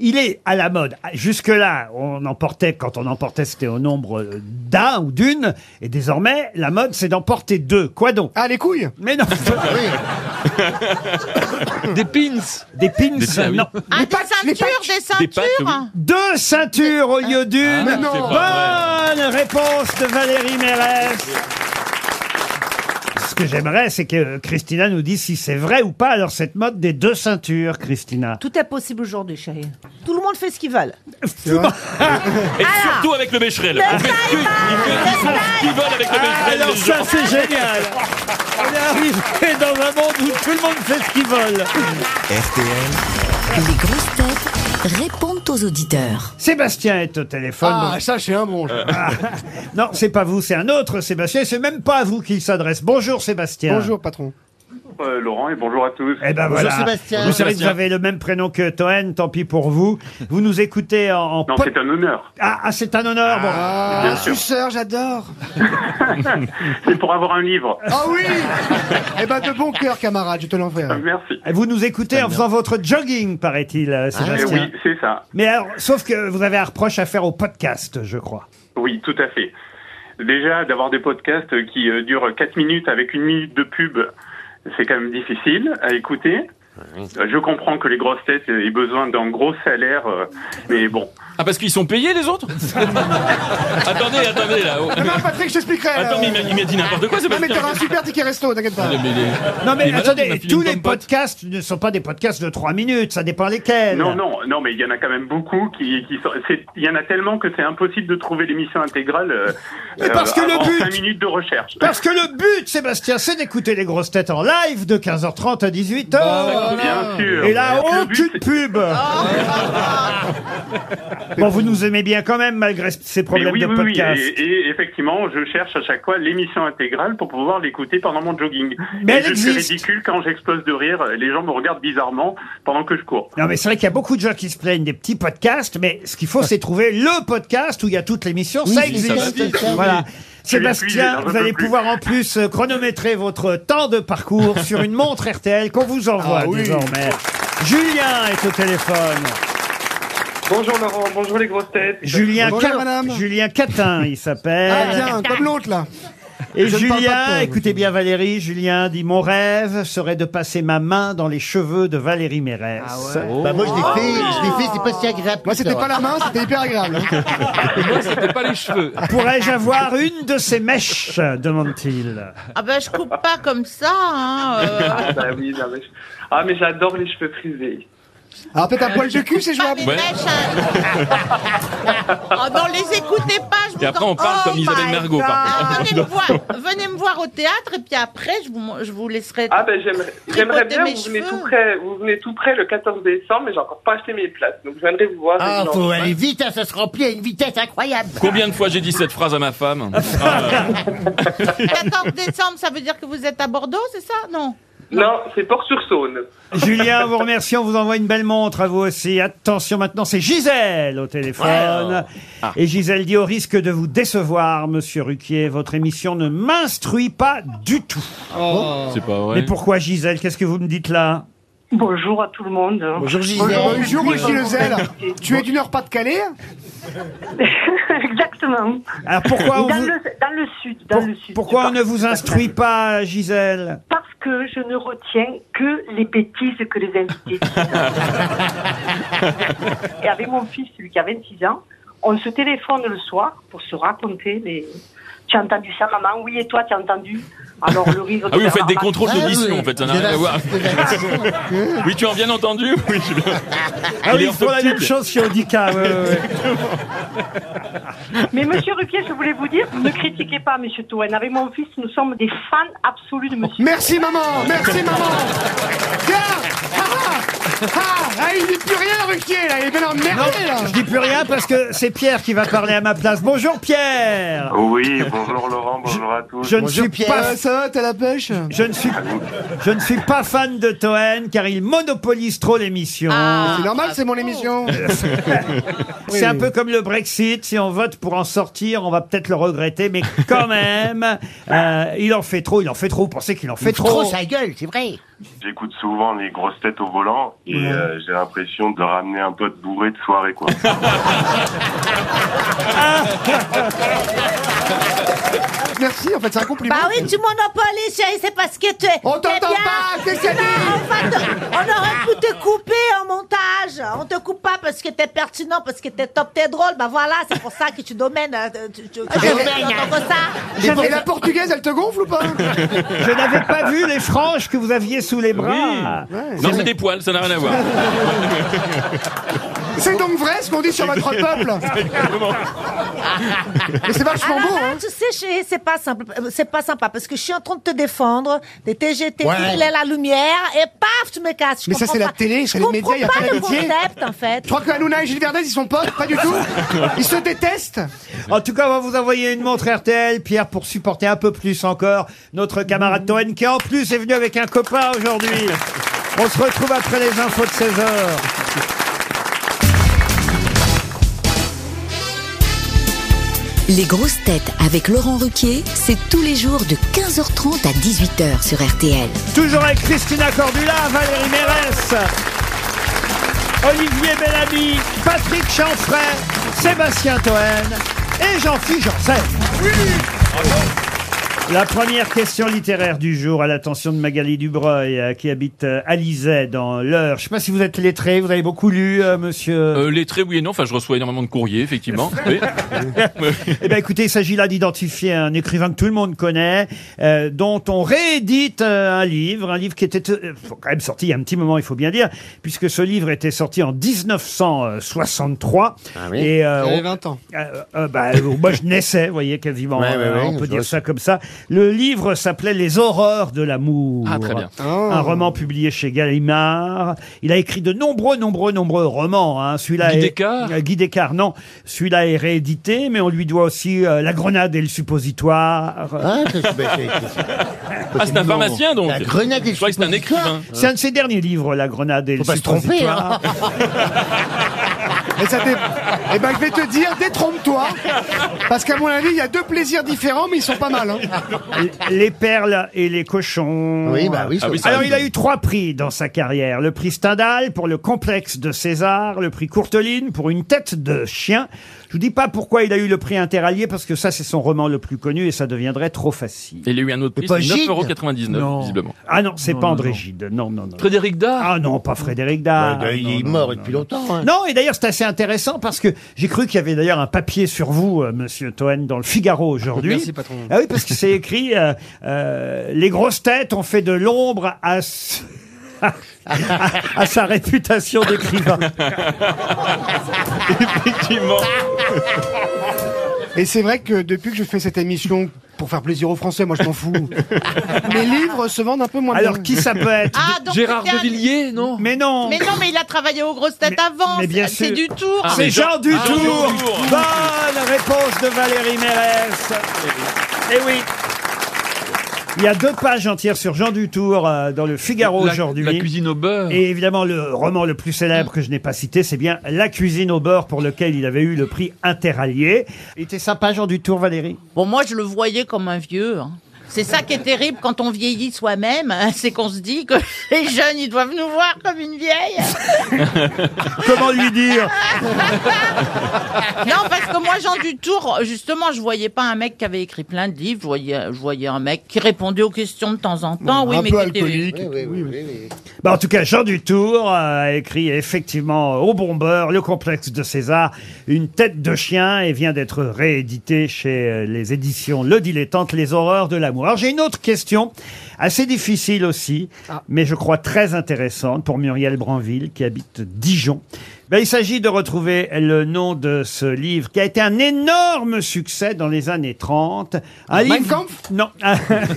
Speaker 2: Il est à la mode. Ah, Jusque-là, on en portait, quand on en portait, c'était au nombre euh, d'un ou d'une. Et désormais, la mode, c'est d'en porter deux. Quoi donc
Speaker 3: Ah, les couilles
Speaker 2: Mais non
Speaker 7: Des pins
Speaker 2: Des pins,
Speaker 4: Des pins, oui.
Speaker 2: non.
Speaker 5: Ah, des
Speaker 3: patchs, les Ah.
Speaker 5: ceintures, des
Speaker 4: Des patchs,
Speaker 5: ceintures
Speaker 2: Deux ceintures au lieu d'une.
Speaker 3: Mais non.
Speaker 4: c'est pas
Speaker 2: Bonne réponse de Valérie Mérès. Ce que j'aimerais, c'est que euh, Christina nous dise si c'est vrai ou pas, alors cette mode des deux ceintures, Christina.
Speaker 8: Tout est possible aujourd'hui, chérie. Tout le monde fait ce qu'il veut.
Speaker 4: vrai. Et surtout avec le Becherel. On fait ce qu'ils qu'ils veulent avec le Becherel.
Speaker 2: Alors
Speaker 4: les
Speaker 2: ça,
Speaker 4: gens.
Speaker 2: c'est génial. On est arrivé dans un monde où tout le monde fait ce qu'il veut.
Speaker 1: RTL,
Speaker 9: Les grosses têtes répondent aux auditeurs.
Speaker 2: Sébastien est au téléphone. Euh,
Speaker 3: Ah, ça, c'est un bon.
Speaker 2: Non, c'est pas vous, c'est un autre Sébastien. C'est même pas à vous qu'il s'adresse. Bonjour Sébastien.
Speaker 3: Bonjour, patron.
Speaker 10: Euh, Laurent et bonjour à tous.
Speaker 2: Eh ben voilà.
Speaker 6: Sébastien.
Speaker 2: Vous savez que vous avez le même prénom que Toen, tant pis pour vous. Vous nous écoutez en. en
Speaker 10: Non,
Speaker 2: pod-
Speaker 10: c'est un honneur.
Speaker 2: ah, ah, c'est un honneur. bon.
Speaker 3: Ah,
Speaker 10: Bien sûr.
Speaker 3: suceur, j'adore.
Speaker 10: C'est pour avoir un livre.
Speaker 3: Ah oui Eh ben, de bon cœur, camarade, je te l'enverrai.
Speaker 10: Ah, Merci.
Speaker 2: Vous nous écoutez en faisant votre jogging, paraît-il,
Speaker 6: Ah,
Speaker 2: euh,
Speaker 10: Eh
Speaker 2: Sébastien.
Speaker 10: oui, c'est ça.
Speaker 2: Mais alors, sauf que vous avez un reproche à faire au podcast, je crois.
Speaker 10: Oui, tout à fait. Déjà, d'avoir des podcasts qui euh, durent 4 minutes avec une minute de pub, c'est quand même difficile à écouter. Euh, Je comprends que les grosses têtes aient besoin d'un gros salaire, euh, mais bon.
Speaker 4: Ah, parce qu'ils sont payés, les autres Attendez, attendez, là.
Speaker 3: Non, non, Patrick, je t'expliquerai.
Speaker 4: Attends,
Speaker 3: euh.
Speaker 4: mais il m'a- il m'a dit n'importe quoi,
Speaker 3: Non, mais
Speaker 4: Sébastien.
Speaker 3: t'auras un super ticket resto, t'inquiète pas.
Speaker 4: Mais il est-
Speaker 2: Non,
Speaker 4: Il
Speaker 2: mais
Speaker 4: est malade, il m'a
Speaker 2: attendez,
Speaker 4: filé
Speaker 2: tous
Speaker 4: une
Speaker 2: les
Speaker 4: pomme pote.
Speaker 2: podcasts ne sont pas des podcasts de 3 minutes, ça dépend lesquels.
Speaker 10: Non, non, non, mais il y en a quand même beaucoup qui, qui sont. c'est- Il y en a tellement que c'est impossible de trouver l'émission intégrale. Euh,
Speaker 2: Mais parce que le
Speaker 10: avant
Speaker 2: but-
Speaker 10: 5 minutes de recherche.
Speaker 2: Parce que le but, Sébastien, c'est d'écouter les grosses têtes en live de 15h30 à 18h.
Speaker 4: Bah
Speaker 10: Bien sûr.
Speaker 2: Et là,
Speaker 10: Le but, Ah.
Speaker 2: aucune pub Bon, vous nous aimez bien quand même, malgré ces
Speaker 10: Mais
Speaker 2: problèmes
Speaker 10: oui,
Speaker 2: de
Speaker 10: oui, oui.
Speaker 2: podcast.
Speaker 10: Et, et effectivement, je cherche à chaque fois l'émission intégrale pour pouvoir l'écouter pendant mon jogging.
Speaker 2: Mais
Speaker 10: et
Speaker 2: elle
Speaker 10: je
Speaker 2: existe.
Speaker 10: suis ridicule quand j'explose de rire. Les gens me regardent bizarrement pendant que je cours.
Speaker 2: Non, mais c'est vrai qu'il y a beaucoup de gens qui se plaignent des petits podcasts, mais ce qu'il faut, c'est trouver le podcast où il y a toute l'émission. ça existe. voilà.
Speaker 10: épuisé, j'en
Speaker 2: Sébastien,
Speaker 10: peux
Speaker 2: vous allez
Speaker 10: plus.
Speaker 2: pouvoir en plus euh, chronométrer votre temps de parcours sur une montre RTL qu'on vous envoie
Speaker 3: Ah oui.
Speaker 2: désormais. Julien est au téléphone.
Speaker 10: Bonjour Laurent, bonjour les grosses têtes.
Speaker 2: Julien,
Speaker 3: Bonjour,
Speaker 2: Ca-
Speaker 3: madame.
Speaker 2: Julien Catin, il
Speaker 3: Ah,
Speaker 2: s'appelle.
Speaker 3: bien, comme l'autre, là.
Speaker 2: Et
Speaker 3: Je ne parle pas de
Speaker 2: Julien,
Speaker 3: toi,
Speaker 2: écoutez bien Valérie, Julien dit Mon rêve serait de passer ma main dans les cheveux de Valérie Mérès.
Speaker 3: Ah
Speaker 2: Ah
Speaker 6: Bah, moi, je
Speaker 4: Ah
Speaker 6: l'ai fait, je l'ai fait, c'est pas si agréable. Ah,
Speaker 3: Moi, c'était
Speaker 6: Laurent.
Speaker 3: pas la main, c'était hyper agréable. hein.
Speaker 7: C'était pas les cheveux.
Speaker 2: Pourrais-je avoir une de ces mèches demande-t-il.
Speaker 5: Ah ben, je coupe pas comme ça, hein. euh.
Speaker 10: Ah, oui, non, mais je- ah, mais j'adore les cheveux frisés.
Speaker 3: Alors, Ah, peut-être un poil de cul, c'est
Speaker 5: Pas
Speaker 3: jouable.
Speaker 5: les
Speaker 4: Ouais.
Speaker 5: mèches, hein. Ah ben, on les écoutez pas, je vous
Speaker 4: Et après, on parle
Speaker 5: en- Oh
Speaker 4: comme Isabelle
Speaker 5: my
Speaker 4: Mergo,
Speaker 5: God.
Speaker 4: par
Speaker 5: venez, me voir, venez me voir au théâtre, et puis après, je vous, je vous laisserai...
Speaker 10: Ah ben j'aimerais- j'aimerais
Speaker 5: Tricoter
Speaker 10: bien,
Speaker 5: mes
Speaker 10: vous venez,
Speaker 5: cheveux.
Speaker 10: tout près, vous venez tout près le 14 décembre, mais j'ai encore pas acheté mes places, donc je viendrai vous voir.
Speaker 6: Ah,
Speaker 10: évidemment.
Speaker 6: faut aller vite, hein, ça se remplit à une vitesse incroyable.
Speaker 4: Combien de fois j'ai dit cette phrase à ma femme Ah, euh,
Speaker 5: 14 décembre, ça veut dire que vous êtes à Bordeaux, c'est ça Non
Speaker 10: Non, c'est Port-sur-Saône.
Speaker 2: Julien, on vous remercie, on vous envoie une belle montre à vous aussi. Attention maintenant, c'est Gisèle au téléphone. Et Gisèle dit au risque de vous décevoir, monsieur Ruquier, votre émission ne m'instruit pas du tout.
Speaker 10: Oh.
Speaker 4: C'est pas vrai.
Speaker 2: Mais pourquoi Gisèle Qu'est-ce que vous me dites là
Speaker 10: Bonjour à tout le monde.
Speaker 6: Bonjour
Speaker 3: Bonjour,
Speaker 6: Gisèle.
Speaker 3: Bonjour, Lucie Lezel. Tu es d'une heure pas de Calais
Speaker 10: Exactement.
Speaker 2: Alors pourquoi on vous-
Speaker 10: dans le sud,
Speaker 2: pour- pourquoi on ne vous instruit pas, Gisèle
Speaker 10: Parce que je ne retiens que les bêtises que les invités disent. Et avec mon fils, celui qui a 26 ans, on se téléphone le soir pour se raconter les...
Speaker 11: Tu as entendu ça, maman Oui, et toi, tu as entendu Alors, le rire de
Speaker 4: Ah oui, vous faites
Speaker 11: Bernard
Speaker 4: des contrôles
Speaker 11: Marie-
Speaker 4: d'audition, en fait, ça n'a rien à voir. oui, tu as bien entendu Oui, je...
Speaker 2: Ah
Speaker 4: Il
Speaker 2: oui,
Speaker 4: est
Speaker 2: ils font la même
Speaker 4: orthoptique.
Speaker 2: chose chez Audica. ouais, ouais, ouais.
Speaker 11: Mais monsieur Ruquier, je voulais vous dire, ne critiquez pas monsieur Toen. Avec mon fils, nous sommes des fans absolus de monsieur.
Speaker 3: Merci maman, merci maman. Tiens, ah, ah, ah, ah, il dit plus rien Ruquier là, il est bien emmerdé là.
Speaker 2: Non, je dis plus rien parce que c'est Pierre qui va parler à ma place. Bonjour Pierre
Speaker 10: Oui, bonjour Laurent, bonjour à tous.
Speaker 2: je ne suis pas-
Speaker 3: Euh, ça va, t'as la pêche
Speaker 2: Je ne suis, je ne suis pas fan de Toen car il monopolise trop l'émission.
Speaker 6: Ah.
Speaker 3: C'est normal, c'est mon émission.
Speaker 2: C'est un peu comme le Brexit. Si on vote pour en sortir, on va peut-être le regretter, mais quand même, euh, il en fait trop. Il en fait trop. Vous pensez qu'il en fait trop,
Speaker 6: trop sa gueule, c'est vrai.
Speaker 10: J'écoute souvent les grosses têtes au volant et euh, j'ai l'impression de ramener un pote bourré de soirée, quoi.
Speaker 4: Ah,
Speaker 3: Merci, en fait, c'est un compliment.
Speaker 8: Bah oui, tu monopolises, chérie, c'est parce que tu es.
Speaker 3: On t'entend
Speaker 8: t'es bien.
Speaker 3: pas, qu'est-ce qu'elle
Speaker 8: Non,
Speaker 3: dit
Speaker 8: on, va te- on aurait pu te couper en montage. On te coupe pas parce que t'es pertinent, parce que t'es top, t'es drôle. Bah voilà, c'est pour ça que tu domènes. euh, Tu, tu, tu- tu-
Speaker 6: domènes.
Speaker 8: comme ça.
Speaker 3: Et, et la portugaise, elle te gonfle ou pas
Speaker 2: Je n'avais pas vu les franges que vous aviez sous les bras.
Speaker 4: Non, c'est des poils, ça n'a rien à voir.
Speaker 3: C'est donc vrai ce qu'on dit sur votre peuple Mais c'est
Speaker 8: Ah
Speaker 3: vachement
Speaker 8: là
Speaker 3: beau,
Speaker 8: là,
Speaker 3: hein
Speaker 8: tu sais, chérie, c'est pas simple, euh, c'est pas sympa parce que je suis en train de te défendre, de te jeter
Speaker 6: Ouais.
Speaker 8: tout la lumière et paf, tu me casses. Je
Speaker 3: Mais ça,
Speaker 8: comprends
Speaker 3: c'est la
Speaker 8: pas.
Speaker 3: télé,
Speaker 8: je
Speaker 3: c'est les médias, y a
Speaker 8: comprends
Speaker 3: pas
Speaker 8: pas le
Speaker 3: d'amitié.
Speaker 8: concept en fait.
Speaker 3: Tu crois que Hanouna et Gilles Verdez, ils sont potes Pas du tout Ils se détestent
Speaker 2: En tout cas, on va vous envoyer une montre RTL, Pierre, pour supporter un peu plus encore notre camarade Toen, qui en plus est venu avec un copain aujourd'hui. On se retrouve après les infos de 16h.
Speaker 9: Les grosses têtes avec Laurent Ruquier, c'est tous les jours de 15h30 à 18h sur RTL.
Speaker 2: Toujours avec Christina Cordula, Valérie Mérès, Olivier Bellamy, Patrick Chanfray, Sébastien Toen et Jean-Philippe Janssen. La première question littéraire du jour à l'attention de Magali Dubreuil, euh, qui habite euh, à Lisay, dans l'Eure. Je ne sais pas si vous êtes lettré, vous avez beaucoup lu, euh, monsieur.
Speaker 4: Euh, les traits, oui et non, enfin, je reçois énormément de courriers, effectivement. Oui.
Speaker 2: Eh bien, écoutez, il s'agit là d'identifier un écrivain que tout le monde connaît, euh, dont on réédite euh, un livre, un livre qui était euh, quand même sorti il y a un petit moment, il faut bien dire, puisque ce livre était sorti en 1963.
Speaker 6: Ah oui.
Speaker 2: Et euh,
Speaker 3: J'avais
Speaker 2: on-
Speaker 3: 20 ans.
Speaker 2: euh, euh, bah, euh, moi, je naissais, vous voyez, quasiment.
Speaker 6: Ouais, ouais,
Speaker 2: euh,
Speaker 6: ouais,
Speaker 2: on peut
Speaker 6: je
Speaker 2: dire
Speaker 6: vois
Speaker 2: ça comme ça. Le livre s'appelait Les horreurs de l'amour.
Speaker 4: Ah, très bien.
Speaker 2: Un roman publié chez Gallimard. Il a écrit de nombreux, nombreux, nombreux romans. hein. Celui-là
Speaker 4: Guy
Speaker 2: est-
Speaker 4: Descartes
Speaker 2: Euh, Guy Descartes, non. Celui-là est réédité, mais on lui doit aussi euh, La grenade et le suppositoire.
Speaker 6: Hein, qu'est-ce que- bah, c'est-
Speaker 4: Ah, c'est un pharmacien, donc
Speaker 6: La grenade et
Speaker 4: Je crois que c'est un écrivain.
Speaker 2: C'est un de ses derniers livres, La grenade et
Speaker 6: Faut
Speaker 2: le
Speaker 6: pas se tromper,
Speaker 2: suppositoire.
Speaker 6: hein.
Speaker 3: Et ça t'est- Eh ben, je vais te dire, détrompe-toi Parce qu'à mon avis, il y a deux plaisirs différents, mais ils sont pas mal, hein
Speaker 2: les perles et les cochons.
Speaker 6: Oui, bah oui,
Speaker 4: Ah oui, ça
Speaker 2: Alors,
Speaker 4: arrive.
Speaker 2: il a eu trois prix dans sa carrière. Le prix Stendhal pour le complexe de César, le prix Courteline pour une tête de chien. Je vous dis pas pourquoi il a eu le prix Interallié, parce que ça, c'est son roman le plus connu et ça deviendrait trop facile.
Speaker 4: Et Il y a eu un autre prix,
Speaker 6: pas Gide
Speaker 4: 9,99€,
Speaker 7: Non.
Speaker 4: visiblement.
Speaker 2: Ah non, c'est
Speaker 7: Non,
Speaker 2: pas
Speaker 7: non,
Speaker 2: André
Speaker 7: non.
Speaker 2: Gide. Non, non, non.
Speaker 4: Frédéric Dard
Speaker 2: Ah non, pas Frédéric Dard.
Speaker 6: Bah, il
Speaker 2: Non,
Speaker 6: est
Speaker 2: non,
Speaker 6: mort
Speaker 2: non,
Speaker 6: depuis
Speaker 2: non.
Speaker 6: longtemps. hein.
Speaker 2: Non, et d'ailleurs, c'est assez intéressant parce que j'ai cru qu'il y avait d'ailleurs un papier sur vous, euh, monsieur Toen, dans le Figaro aujourd'hui.
Speaker 3: Merci, patron.
Speaker 2: Ah oui, parce que c'est écrit euh, euh, Les grosses têtes ont fait de l'ombre à. s- à- à sa réputation d'écrivain.
Speaker 4: Effectivement.
Speaker 3: Et c'est vrai que depuis que je fais cette émission, pour faire plaisir aux Français, moi je m'en fous, mes livres se vendent un peu moins
Speaker 2: Alors
Speaker 3: bien.
Speaker 2: qui ça peut être
Speaker 5: Ah, donc
Speaker 7: Gérard
Speaker 5: c'était un-
Speaker 7: de Villiers, non
Speaker 2: Mais non
Speaker 5: Mais non, mais il a travaillé aux grosses têtes
Speaker 2: Mais-
Speaker 5: avant.
Speaker 2: mais bien
Speaker 5: c'est- C'est
Speaker 2: sûr.
Speaker 5: du tour.
Speaker 4: Ah,
Speaker 2: C'est
Speaker 4: mais
Speaker 2: Jean
Speaker 4: Jean-
Speaker 2: Dutour
Speaker 4: Ah, Jean Dutour.
Speaker 2: Bonne réponse de Valérie Mérès Eh oui Il y a deux pages entières sur Jean Dutour euh, dans le Figaro
Speaker 7: La-
Speaker 2: aujourd'hui.
Speaker 7: La cuisine au beurre.
Speaker 2: Et évidemment, le roman le plus célèbre que je n'ai pas cité, c'est bien La cuisine au beurre, pour lequel il avait eu le prix Interallié. Il était sympa, Jean Dutour, Valérie
Speaker 5: Bon, moi, je le voyais comme un vieux. hein. C'est ça qui est terrible quand on vieillit soi-même, hein, c'est qu'on se dit que les jeunes, ils doivent nous voir comme une vieille.
Speaker 2: Comment lui dire
Speaker 5: Non, parce que moi, Jean Dutour, justement, je voyais pas un mec qui avait écrit plein de livres, je voyais, je voyais un mec qui répondait aux questions de temps en temps. oui, mais qui était-
Speaker 2: Bah, en tout cas, Jean Dutour euh, a écrit effectivement euh, Au bon beurre, le complexe de César, une tête de chien et vient d'être réédité chez euh, les éditions Le Dilettante, Les Horreurs de l'amour. Alors j'ai une autre question, assez difficile aussi, mais je crois très intéressante pour Muriel Branville qui habite Dijon. Ben, il s'agit de retrouver le nom de ce livre qui a été un énorme succès dans les années 30. Un
Speaker 3: Mein
Speaker 2: livre- Non.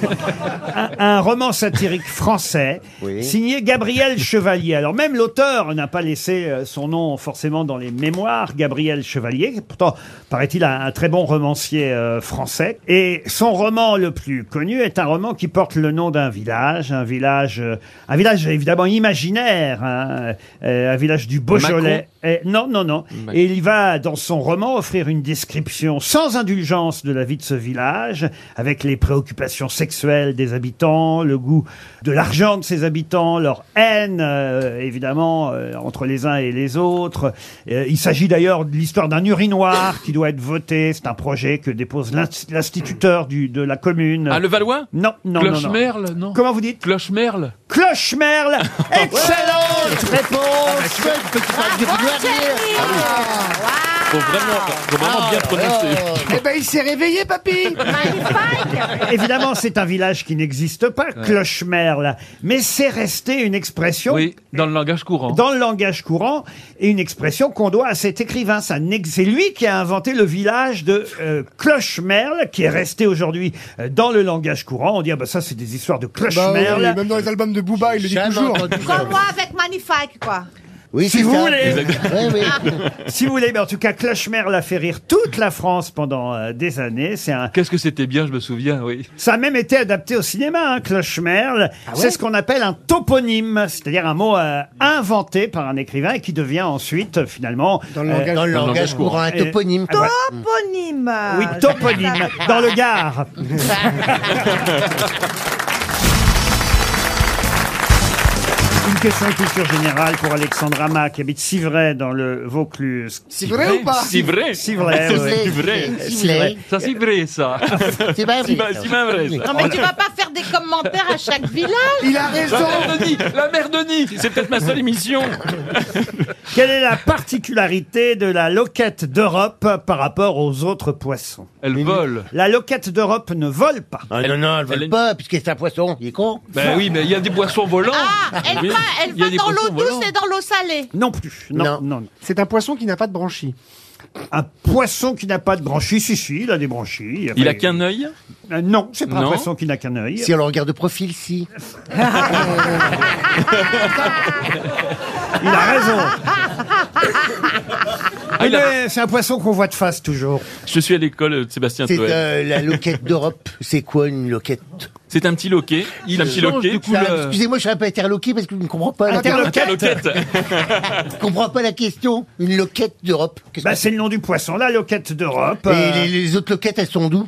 Speaker 2: un, un roman satirique français signé Gabriel Chevalier. Alors même l'auteur n'a pas laissé euh, son nom forcément dans les mémoires. Gabriel Chevalier, qui est pourtant paraît-il un, un très bon romancier euh, français. Et son roman le plus connu est un roman qui porte le nom d'un village, un village, euh, un village évidemment imaginaire, hein, euh, un village du Beaujolais.
Speaker 12: Mâcon
Speaker 2: Eh, non, non, non.
Speaker 12: D'accord.
Speaker 2: Et il va, dans son roman, offrir une description sans indulgence de la vie de ce village, avec les préoccupations sexuelles des habitants, le goût de l'argent de ses habitants, leur haine, euh, évidemment, euh, entre les uns et les autres. Euh, il s'agit d'ailleurs de l'histoire d'un urinoir qui doit être voté. C'est un projet que dépose l'inst- l'instituteur du- de la commune.
Speaker 4: Ah, le Valois
Speaker 2: Non, non, non, non.
Speaker 7: Cloche-merle, non
Speaker 2: Comment vous dites
Speaker 7: Cloche-merle
Speaker 2: Cloche-merle
Speaker 13: Ah,
Speaker 2: Excellente
Speaker 13: bah,
Speaker 2: réponse
Speaker 4: Faut vraiment, faut vraiment
Speaker 6: Ah,
Speaker 4: bien
Speaker 6: oh.
Speaker 4: prononcer.
Speaker 3: Eh ben, il s'est réveillé, Bah papy
Speaker 2: Évidemment, c'est un village qui n'existe pas, Clochemerle, mais c'est resté une expression.
Speaker 7: Oui, dans le langage courant.
Speaker 2: Dans le langage courant, et une expression qu'on doit à cet écrivain. Ça n'ex- C'est lui qui a inventé le village de euh, Clochemerle, qui est resté aujourd'hui euh, dans le langage courant. On dit, ah bah ça, c'est des histoires de
Speaker 3: Bah oui,
Speaker 2: Clochemerle.
Speaker 3: Même dans les albums de Booba, il le dit toujours. Bah
Speaker 8: Comme moi avec Magnifique, quoi.
Speaker 6: Oui,
Speaker 2: si
Speaker 6: c'est
Speaker 2: vous
Speaker 6: ça.
Speaker 2: voulez.
Speaker 6: Ouais, oui.
Speaker 2: si vous voulez, mais en tout cas, Clochemerle a fait rire toute la France pendant euh, des années. C'est un
Speaker 7: Qu'est-ce que c'était bien, je me souviens, oui.
Speaker 2: Ça a même été adapté au cinéma, hein,
Speaker 6: Ah
Speaker 2: Clochemerle.
Speaker 7: ouais
Speaker 2: c'est ce qu'on appelle un toponyme, c'est-à-dire un mot euh, inventé par un écrivain et qui devient ensuite, euh, finalement...
Speaker 6: Dans le langage- dans le langage courant, un
Speaker 2: Et-
Speaker 6: toponyme.
Speaker 2: Ah ouais.
Speaker 8: Toponyme.
Speaker 2: Oui, toponyme, dans le Gard. Une question de culture générale pour Alexandra Ma, qui habite Civray, dans le Vaucluse.
Speaker 3: Civray ou pas
Speaker 4: Civray
Speaker 2: Civray, oui.
Speaker 4: C'est vrai.
Speaker 2: Civray.
Speaker 7: Ça, c'est vrai, ça.
Speaker 6: C'est pas
Speaker 4: C'est pas- c'est pas vrai. ça.
Speaker 5: Non, mais tu vas pas faire des commentaires à chaque village.
Speaker 3: Il a raison
Speaker 4: La mère Denis La mère Denis C'est peut-être ma seule émission
Speaker 2: Quelle est la particularité de la loquette d'Europe par rapport aux autres poissons
Speaker 7: Elle vole.
Speaker 2: La loquette d'Europe ne vole pas.
Speaker 6: Ah, non, non, elle vole pas, puisque c'est un poisson, il est con.
Speaker 7: Ben oui, mais il y a des poissons volants.
Speaker 5: Ah, elle
Speaker 7: Oui,
Speaker 5: va, elle
Speaker 7: il y a
Speaker 5: va
Speaker 7: des
Speaker 5: dans l'eau
Speaker 7: poissons volants.
Speaker 5: douce et dans l'eau salée.
Speaker 2: Non plus. Non, non.
Speaker 6: Non.
Speaker 2: non.
Speaker 3: C'est un poisson qui n'a pas de branchies.
Speaker 2: Un poisson qui n'a pas de branchies, si, si, il a des branchies.
Speaker 4: Il a
Speaker 2: Enfin,
Speaker 4: qu'un œil
Speaker 2: euh, Non, c'est pas un
Speaker 4: Non.
Speaker 2: poisson qui n'a qu'un œil.
Speaker 6: Si on le regarde de profil, si.
Speaker 2: Il a raison.
Speaker 13: Ah,
Speaker 2: Mais C'est un poisson qu'on voit de face toujours.
Speaker 4: Ah, Je suis à l'école de Sébastien
Speaker 6: C'est
Speaker 4: Toel.
Speaker 6: euh, la loquette d'Europe. C'est quoi une loquette
Speaker 4: C'est un petit loquet. Il a un petit
Speaker 7: change
Speaker 4: loquet.
Speaker 7: de couleur.
Speaker 6: Ça, Excusez-moi, je serais pas interloqué parce que je ne comprends pas la,
Speaker 2: Interloqué.
Speaker 4: Un loquette
Speaker 6: je comprends pas la question. Une loquette d'Europe. Qu'est-ce
Speaker 2: Bah,
Speaker 6: que
Speaker 2: c'est le nom du poisson, la loquette d'Europe.
Speaker 6: Et
Speaker 2: euh,
Speaker 6: les, les autres loquettes, elles sont d'où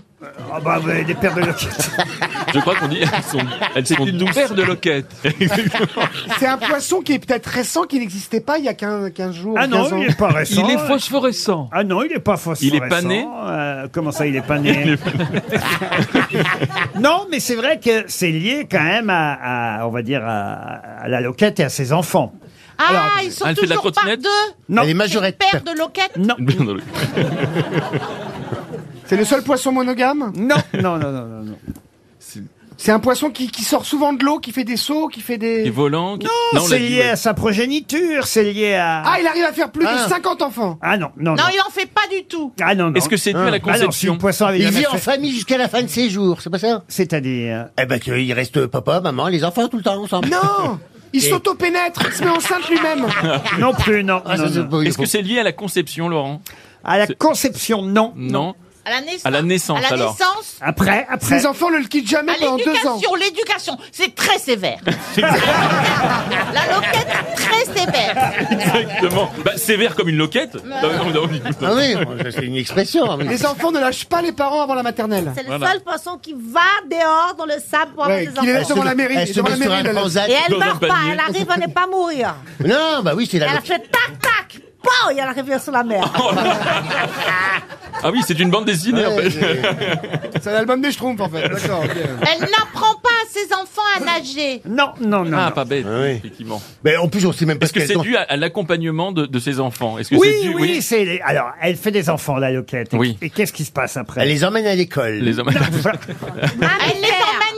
Speaker 2: ah bah, ouais, des paires de loquettes.
Speaker 4: Je crois qu'on dit elles sont, elles sont
Speaker 7: Une
Speaker 4: douces.
Speaker 7: paire de loquettes.
Speaker 3: C'est un poisson qui est peut-être récent, qui n'existait pas il y a 15, 15 jours.
Speaker 2: Ah non,
Speaker 3: 15 ans.
Speaker 2: il est pas récent.
Speaker 7: Il est phosphorescent.
Speaker 2: Ah non, il est pas
Speaker 4: Il est
Speaker 2: phosphorescent.
Speaker 4: pas né
Speaker 2: Euh, Comment ça, il est pas né Non, mais c'est vrai que c'est lié quand même à, à, on va dire, à, à la loquette et à ses enfants.
Speaker 5: Ah, ils sont
Speaker 4: elle fait de la
Speaker 5: toujours par
Speaker 4: trottinette
Speaker 5: deux.
Speaker 2: Non,
Speaker 6: Elle est majorette.
Speaker 5: Paire de loquettes.
Speaker 2: non,
Speaker 4: Bien dans le-
Speaker 3: C'est le seul poisson monogame
Speaker 2: non, non, non, non, non, non.
Speaker 3: C'est un poisson qui, qui sort souvent de l'eau, qui fait des sauts, qui fait
Speaker 4: Et
Speaker 3: des...
Speaker 4: volant. qui-
Speaker 2: Non,
Speaker 4: on l'a
Speaker 2: c'est
Speaker 4: dit,
Speaker 2: lié
Speaker 4: ouais.
Speaker 2: à sa progéniture, c'est lié à...
Speaker 3: Ah, il arrive à faire plus
Speaker 6: Ah.
Speaker 3: de 50 enfants
Speaker 2: Ah non, non, non.
Speaker 5: Non, Oh, il en fait pas du tout.
Speaker 2: Ah non, non.
Speaker 4: Est-ce que c'est dû à la
Speaker 2: Ah non, si
Speaker 4: conception
Speaker 2: le poisson avait
Speaker 6: Il
Speaker 2: jamais
Speaker 6: vit en
Speaker 2: fait-
Speaker 6: famille jusqu'à la fin de ses jours, c'est pas ça
Speaker 2: C'est-à-dire...
Speaker 6: Eh ben, qu'il reste papa, maman, les enfants tout le temps ensemble.
Speaker 3: Non Il s'auto-pénètre, il se met enceinte lui-même
Speaker 2: Non plus, non.
Speaker 6: Ah, ça,
Speaker 2: non,
Speaker 6: c'est
Speaker 2: non.
Speaker 6: pas- il
Speaker 4: Est-ce
Speaker 6: faut-
Speaker 4: que c'est lié à la conception, Laurent
Speaker 2: À la conception, non.
Speaker 4: Non.
Speaker 5: À la naissance.
Speaker 4: À la naissance,
Speaker 5: À la
Speaker 4: alors.
Speaker 5: naissance.
Speaker 2: Après, après...
Speaker 3: Ses enfants ne le quittent jamais
Speaker 5: À
Speaker 3: pendant deux ans.
Speaker 5: l'éducation, l'éducation, c'est très sévère. la loquette, très sévère.
Speaker 4: Exactement. Bah, sévère comme une loquette. Non, non, non.
Speaker 6: Ah oui, c'est une expression. hein,
Speaker 3: Les enfants ne lâchent pas les parents avant la maternelle.
Speaker 8: C'est le seul poisson qui va dehors dans le sable pour avoir
Speaker 3: Ouais,
Speaker 8: des
Speaker 3: qu'il est
Speaker 8: enfants.
Speaker 3: devant la mairie,
Speaker 6: Elle se
Speaker 3: devant
Speaker 6: met
Speaker 3: la
Speaker 6: sur
Speaker 3: mairie,
Speaker 6: un
Speaker 3: la-
Speaker 6: transat.
Speaker 8: Et elle
Speaker 6: dans un
Speaker 8: meurt pas,
Speaker 6: panier.
Speaker 8: elle arrive à ne pas mourir.
Speaker 6: Non, bah oui, c'est la
Speaker 8: Elle a fait tac tac, pow, et elle arrive sur la mer.
Speaker 2: Oh,
Speaker 4: Ah oui, c'est une bande dessinée en fait.
Speaker 3: C'est l'album des Schtroumpfs, en fait. D'accord. ok.
Speaker 5: Elle n'apprend pas à ses enfants à nager.
Speaker 2: Non, non, non.
Speaker 4: Ah, pas bête, effectivement.
Speaker 6: Mais en plus, on sait même pas
Speaker 4: Est-ce que
Speaker 6: qu'elles
Speaker 4: c'est
Speaker 6: ont-
Speaker 4: dû à, à l'accompagnement de, de ses enfants Est-ce que
Speaker 2: Oui,
Speaker 4: c'est
Speaker 2: oui,
Speaker 4: dû
Speaker 2: c'est. les- Alors, elle fait des enfants, la loquette. Et-
Speaker 4: Oui.
Speaker 2: Et qu'est-ce qui se passe après
Speaker 6: Elle les emmène à l'école.
Speaker 4: Les hommes.
Speaker 5: Elle les emmène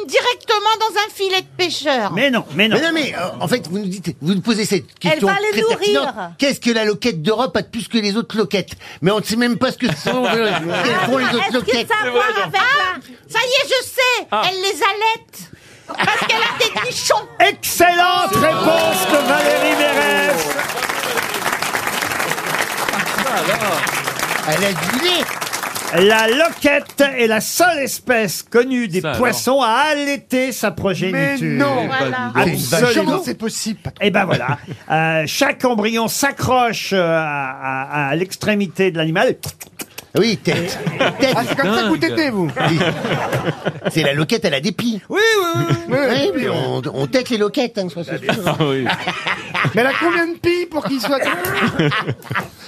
Speaker 5: directement dans un filet de pêcheur.
Speaker 2: Mais non, mais non.
Speaker 6: Mais non, mais euh, en fait, vous nous dites, vous nous posez cette question.
Speaker 8: va les
Speaker 6: très
Speaker 8: nourrir.
Speaker 6: pertinente. Qu'est-ce que la loquette d'Europe a de plus que les autres loquettes Mais on ne sait même pas ce que
Speaker 13: Oh,
Speaker 6: sont euh, qu'elles font les
Speaker 3: Ah,
Speaker 6: autres
Speaker 8: Est-ce que
Speaker 6: loquettes.
Speaker 8: ça a à voir avec la...
Speaker 5: Ah, Ça y est, je sais.
Speaker 13: Ah.
Speaker 5: Elle les allaite. Parce qu'elle a des nichons.
Speaker 2: Excellente réponse de Valérie Mérès.
Speaker 6: Elle a du lait.
Speaker 2: La loquette est la seule espèce connue des
Speaker 4: Ça, alors.
Speaker 2: poissons à allaiter sa
Speaker 3: Mais
Speaker 2: progéniture.
Speaker 3: non
Speaker 8: Voilà.
Speaker 4: Bah,
Speaker 6: C'est une vache.
Speaker 2: Absolument.
Speaker 3: Comment c'est possible, Patrick
Speaker 2: Et ben voilà, Euh, chaque embryon s'accroche euh, à, à- à l'extrémité de l'animal.
Speaker 6: Oui, tête. tête.
Speaker 3: Ah, c'est comme ça que vous tétez, vous
Speaker 6: C'est la loquette, elle a des pieds.
Speaker 2: Oui, oui, oui.
Speaker 3: Oui,
Speaker 6: Oui,
Speaker 3: oui.
Speaker 6: mais on, on tête les loquettes. Hein, soit c'est sûr.
Speaker 4: Ah oui.
Speaker 3: Mais elle a combien de pis pour qu'il soit...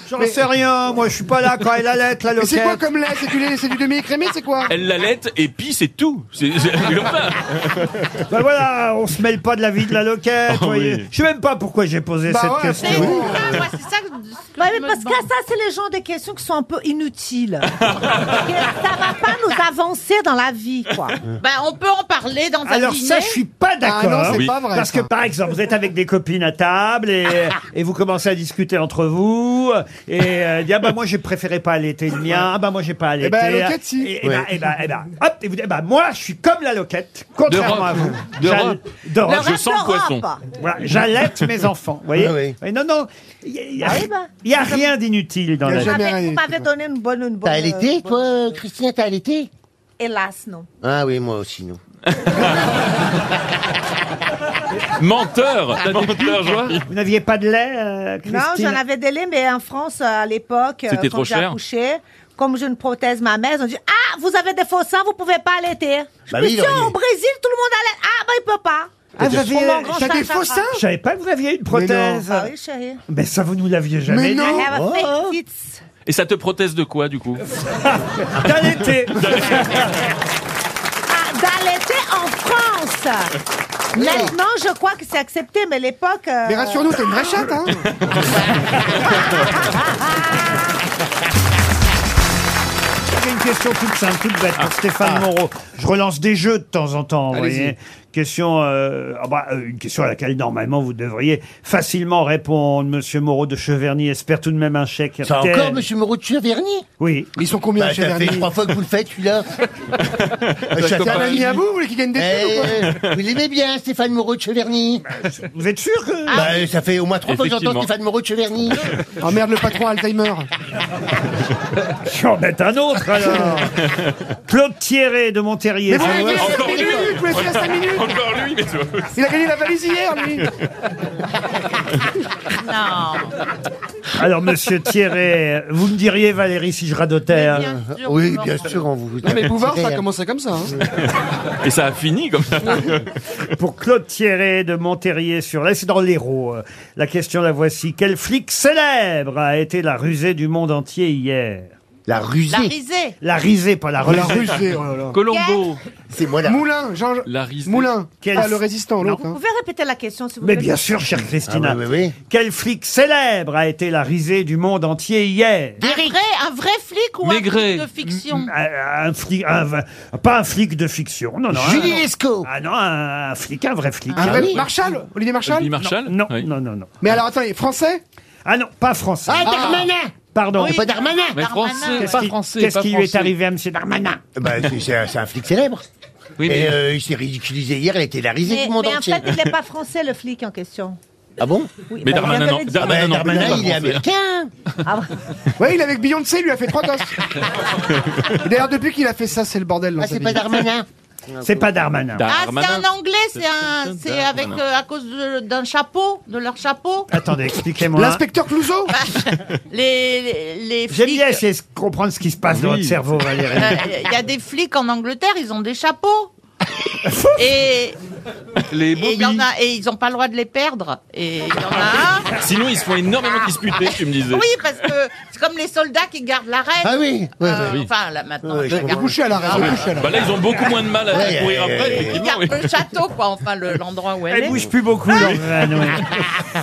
Speaker 2: J'en sais rien, moi je suis pas là quand elle allait la
Speaker 3: Mais
Speaker 2: loquette.
Speaker 3: c'est quoi comme lait C'est du lait, c'est du demi-écrémé, c'est quoi
Speaker 4: Elle l'allait et puis c'est tout. C'est c'est comme ça.
Speaker 2: Ben voilà, on se mêle pas de la vie de la loquette.
Speaker 4: Oh
Speaker 2: voyez.
Speaker 4: oui.
Speaker 2: Je sais même pas pourquoi j'ai posé
Speaker 3: Bah
Speaker 2: cette
Speaker 3: ouais,
Speaker 5: Mais
Speaker 2: question.
Speaker 5: ça, moi, Ah, c'est ça que- ce que
Speaker 8: Ouais,
Speaker 5: je
Speaker 8: mais
Speaker 5: me
Speaker 8: Bah parce que
Speaker 5: demande.
Speaker 8: ça, c'est les gens des questions qui sont un peu inutiles. Et ça va pas nous avancer dans la vie, quoi.
Speaker 5: Bah, on peut en parler dans un
Speaker 2: Alors
Speaker 5: dîner.
Speaker 2: ça, je suis pas
Speaker 3: Ah
Speaker 2: d'accord. hein.
Speaker 3: non, c'est
Speaker 4: Oui.
Speaker 3: pas vrai.
Speaker 2: Parce que
Speaker 3: ça.
Speaker 2: par exemple, vous êtes avec des copines à table et, et vous commencez à discuter entre vous et euh, dire, ah bah moi j'ai préféré pas allaiter le mien, ah bah moi j'ai pas allaité.
Speaker 3: Eh ben, la loquette, si.
Speaker 2: Et, et bah, et bah, et bah, hop, et vous dites, bah moi je suis comme la loquette, contrairement à vous.
Speaker 4: D'Europe.
Speaker 2: J'al- d'Europe.
Speaker 8: Le
Speaker 4: je
Speaker 8: rap
Speaker 4: sens le
Speaker 8: d'Europe.
Speaker 4: poisson.
Speaker 2: Voilà, J'allaite mes enfants, vous voyez.
Speaker 6: Ah oui.
Speaker 2: Et Non, non, il n'y a,
Speaker 8: Ah oui, bah.
Speaker 2: y a rien d'inutile dans
Speaker 3: eh ben. Y a
Speaker 2: la vie.
Speaker 8: Vous
Speaker 3: Jamais
Speaker 8: m'avez-
Speaker 3: rien
Speaker 8: vous m'avez donné une bonne, une bonne.
Speaker 6: T'as
Speaker 8: euh,
Speaker 6: allaité,
Speaker 8: bonne-
Speaker 6: toi, euh, Christina, t'as allaité
Speaker 8: Hélas, non.
Speaker 6: Ah oui, moi aussi, non.
Speaker 4: Menteur. Menteur, joie.
Speaker 2: Vous n'aviez pas de lait, euh,
Speaker 8: Non,
Speaker 2: Christine
Speaker 8: j'en avais des laits, mais en France, euh, à l'époque, euh,
Speaker 4: C'était trop
Speaker 8: quand j'ai
Speaker 4: cher.
Speaker 8: accouché, comme j'ai une prothèse ma mère, ils ont dit Ah, vous avez des faux seins, vous pouvez pas allaiter.
Speaker 6: Bah
Speaker 8: Mais
Speaker 6: oui,
Speaker 8: si,
Speaker 6: il aurait-
Speaker 8: oh, au Brésil, tout le monde allait. Ah, bah, il peut pas.
Speaker 2: Ah, vous aviez-
Speaker 8: On m'engrange
Speaker 3: euh, T'as
Speaker 8: ça,
Speaker 3: des
Speaker 8: ça,
Speaker 3: faux
Speaker 8: ça.
Speaker 3: seins
Speaker 2: Je savais pas que vous aviez une prothèse.
Speaker 8: Ah oui, chérie.
Speaker 2: Mais ça, vous nous l'aviez jamais
Speaker 3: Mais
Speaker 2: dit.
Speaker 3: non.
Speaker 8: I have a
Speaker 6: Oh.
Speaker 8: fake tits.
Speaker 4: Et ça te proteste de quoi, du coup
Speaker 2: D'allaiter.
Speaker 8: Ah, d'allaiter en France. Maintenant, je crois que c'est accepté, mais à l'époque. euh,
Speaker 3: Mais rassure-nous, t'es une vraie chatte, hein
Speaker 2: J'avais une question toute simple, toute bête pour Stéphane Moreau. Je relance des jeux de temps en temps, vous
Speaker 3: Allez-y.
Speaker 2: voyez. Question, euh, ah bah, euh, une question à laquelle normalement vous devriez facilement répondre. Monsieur Moreau de Cheverny espère tout de même un chèque.
Speaker 6: Ça
Speaker 2: RTL.
Speaker 6: encore, monsieur Moreau de Cheverny
Speaker 2: Oui.
Speaker 3: Ils sont combien
Speaker 6: Bah,
Speaker 3: chez
Speaker 6: ça fait
Speaker 3: Vernier
Speaker 6: trois fois que vous le faites, celui-là. Euh, Je suis
Speaker 3: C'est un ami à vous, vous voulez qu'il gagne des sous ou quoi
Speaker 6: vous l'aimez bien, Stéphane Moreau de Cheverny
Speaker 2: Vous êtes sûr que
Speaker 6: Bah, euh, ça fait au moins trois fois que j'entends
Speaker 4: Effectivement.
Speaker 6: Stéphane Moreau de Cheverny.
Speaker 3: Oh merde, le patron a Alzheimer.
Speaker 2: j'en mette un autre alors Claude Thierry de Monterrier.
Speaker 3: Mais vous l'avez vu
Speaker 4: Encore
Speaker 3: à 5 minutes, vous l'avez vu à 5 minutes
Speaker 4: Encore lui, mais tu vois.
Speaker 3: Il a gagné la valise hier, lui
Speaker 2: Alors Monsieur Thierry, vous me diriez Valérie si je radotais. hein.
Speaker 5: Bien sûr,
Speaker 6: Oui,
Speaker 5: non.
Speaker 6: bien sûr, on vous.
Speaker 3: Non, mais Bouvard,
Speaker 6: C'est
Speaker 3: ça a
Speaker 6: vrai,
Speaker 3: commencé comme ça. hein.
Speaker 4: Et ça a fini comme ça.
Speaker 2: Pour Claude Thierry de Monterrier sur l'Est, dans l'Hérault. Euh, La question la voici. Quel flic célèbre a été la rusée du monde entier hier
Speaker 6: hein. La
Speaker 5: La
Speaker 6: rusée.
Speaker 5: risée.
Speaker 2: La risée, pas la
Speaker 3: Oh la
Speaker 2: rusée.
Speaker 3: rusée, oh là là.
Speaker 4: Colombo.
Speaker 6: C'est moi la.
Speaker 3: Moulin, Jean.
Speaker 4: La risée.
Speaker 3: Moulin.
Speaker 2: Quel-
Speaker 3: Ah, le résistant, l'autre.
Speaker 8: Vous
Speaker 3: hein.
Speaker 8: pouvez répéter la question, si vous
Speaker 2: Mais
Speaker 8: voulez.
Speaker 2: bien sûr, chère
Speaker 6: Ah,
Speaker 2: Christina.
Speaker 6: oui, oui, oui.
Speaker 2: Quel flic célèbre a été la risée du monde entier hier
Speaker 5: Un vrai, un vrai flic ou
Speaker 7: Maigret.
Speaker 5: un flic de
Speaker 2: Mm,
Speaker 5: fiction
Speaker 2: un, un flic, un- pas un flic de fiction, non, non. un-
Speaker 6: Julie Lescaut.
Speaker 2: ah non, un, un flic, un vrai flic.
Speaker 3: Un vrai-
Speaker 6: oui.
Speaker 3: Ah Marshall Olivier Marshall
Speaker 4: Lee Marshall
Speaker 2: Non,
Speaker 4: Oui.
Speaker 2: non, non, non.
Speaker 3: Mais alors, attendez, français
Speaker 2: Ah non, pas français.
Speaker 6: Ah, Darmanin
Speaker 2: Pardon.
Speaker 6: C'est pas Darmanin
Speaker 7: Mais
Speaker 5: Darmanin.
Speaker 7: français,
Speaker 2: Qu'est-ce
Speaker 7: pas
Speaker 2: qui-
Speaker 7: français.
Speaker 2: Qu'est-ce
Speaker 7: pas
Speaker 2: qui lui est
Speaker 7: français.
Speaker 2: arrivé à M. Darmanin
Speaker 6: Bah, c'est- c'est un, c'est un flic célèbre.
Speaker 7: Oui,
Speaker 6: Et
Speaker 7: mais
Speaker 6: euh, il s'est ridiculisé hier, il a été la risée
Speaker 8: Mais,
Speaker 6: du monde
Speaker 8: mais en
Speaker 6: entier.
Speaker 8: fait, il n'est pas français, le flic en question.
Speaker 6: Ah bon
Speaker 8: Oui,
Speaker 4: Mais
Speaker 8: bah, vous
Speaker 4: Darmanin,
Speaker 8: l'avez
Speaker 4: non.
Speaker 8: dit.
Speaker 4: Darmanin, non.
Speaker 6: Darmanin,
Speaker 4: non,
Speaker 6: il est
Speaker 4: non,
Speaker 6: américain.
Speaker 8: Ah, ouais.
Speaker 3: Ouais, il est avec Beyoncé, il lui a fait trois gosses. Et D'ailleurs, depuis qu'il a fait ça, c'est le bordel. dans
Speaker 6: Ah,
Speaker 3: sa
Speaker 6: c'est
Speaker 3: vie.
Speaker 6: pas Darmanin.
Speaker 2: C'est pas Darmanin.
Speaker 5: Ah, c'est un anglais, c'est un, c'est avec euh, à cause de- d'un chapeau, de leur chapeau.
Speaker 2: Attendez, expliquez-moi.
Speaker 3: L'inspecteur Clouseau
Speaker 5: Les, les, les
Speaker 2: J'aime
Speaker 5: flics.
Speaker 2: bien essayer de comprendre ce qui se passe dans
Speaker 7: Oui.
Speaker 2: votre cerveau,
Speaker 5: Euh,
Speaker 2: Valérie.
Speaker 5: Il y a des flics en Angleterre, ils ont des chapeaux. et
Speaker 7: Les
Speaker 5: et il y en a et ils n'ont pas le droit de les perdre. Et il y en a un.
Speaker 4: Sinon, ils se font énormément disputer, tu me disais.
Speaker 5: Oui, parce que c'est comme les soldats qui gardent la reine. Euh,
Speaker 4: Ah oui, ouais, ouais, oui.
Speaker 5: Enfin, là maintenant.
Speaker 4: Ouais, je
Speaker 5: ils
Speaker 4: comprends.
Speaker 5: gardent-
Speaker 3: Couché à la
Speaker 4: Ah
Speaker 3: reine,
Speaker 4: oui.
Speaker 3: couché à la
Speaker 4: Bah là, ils ont beaucoup moins de mal à
Speaker 3: Ouais,
Speaker 4: courir
Speaker 3: ouais,
Speaker 4: après,
Speaker 3: ouais,
Speaker 5: Ils
Speaker 4: effectivement.
Speaker 5: gardent
Speaker 4: oui.
Speaker 5: le château, quoi, enfin le- l'endroit où elle,
Speaker 2: Elle
Speaker 5: est.
Speaker 2: bouge plus beaucoup, Laurent Vanne, oui.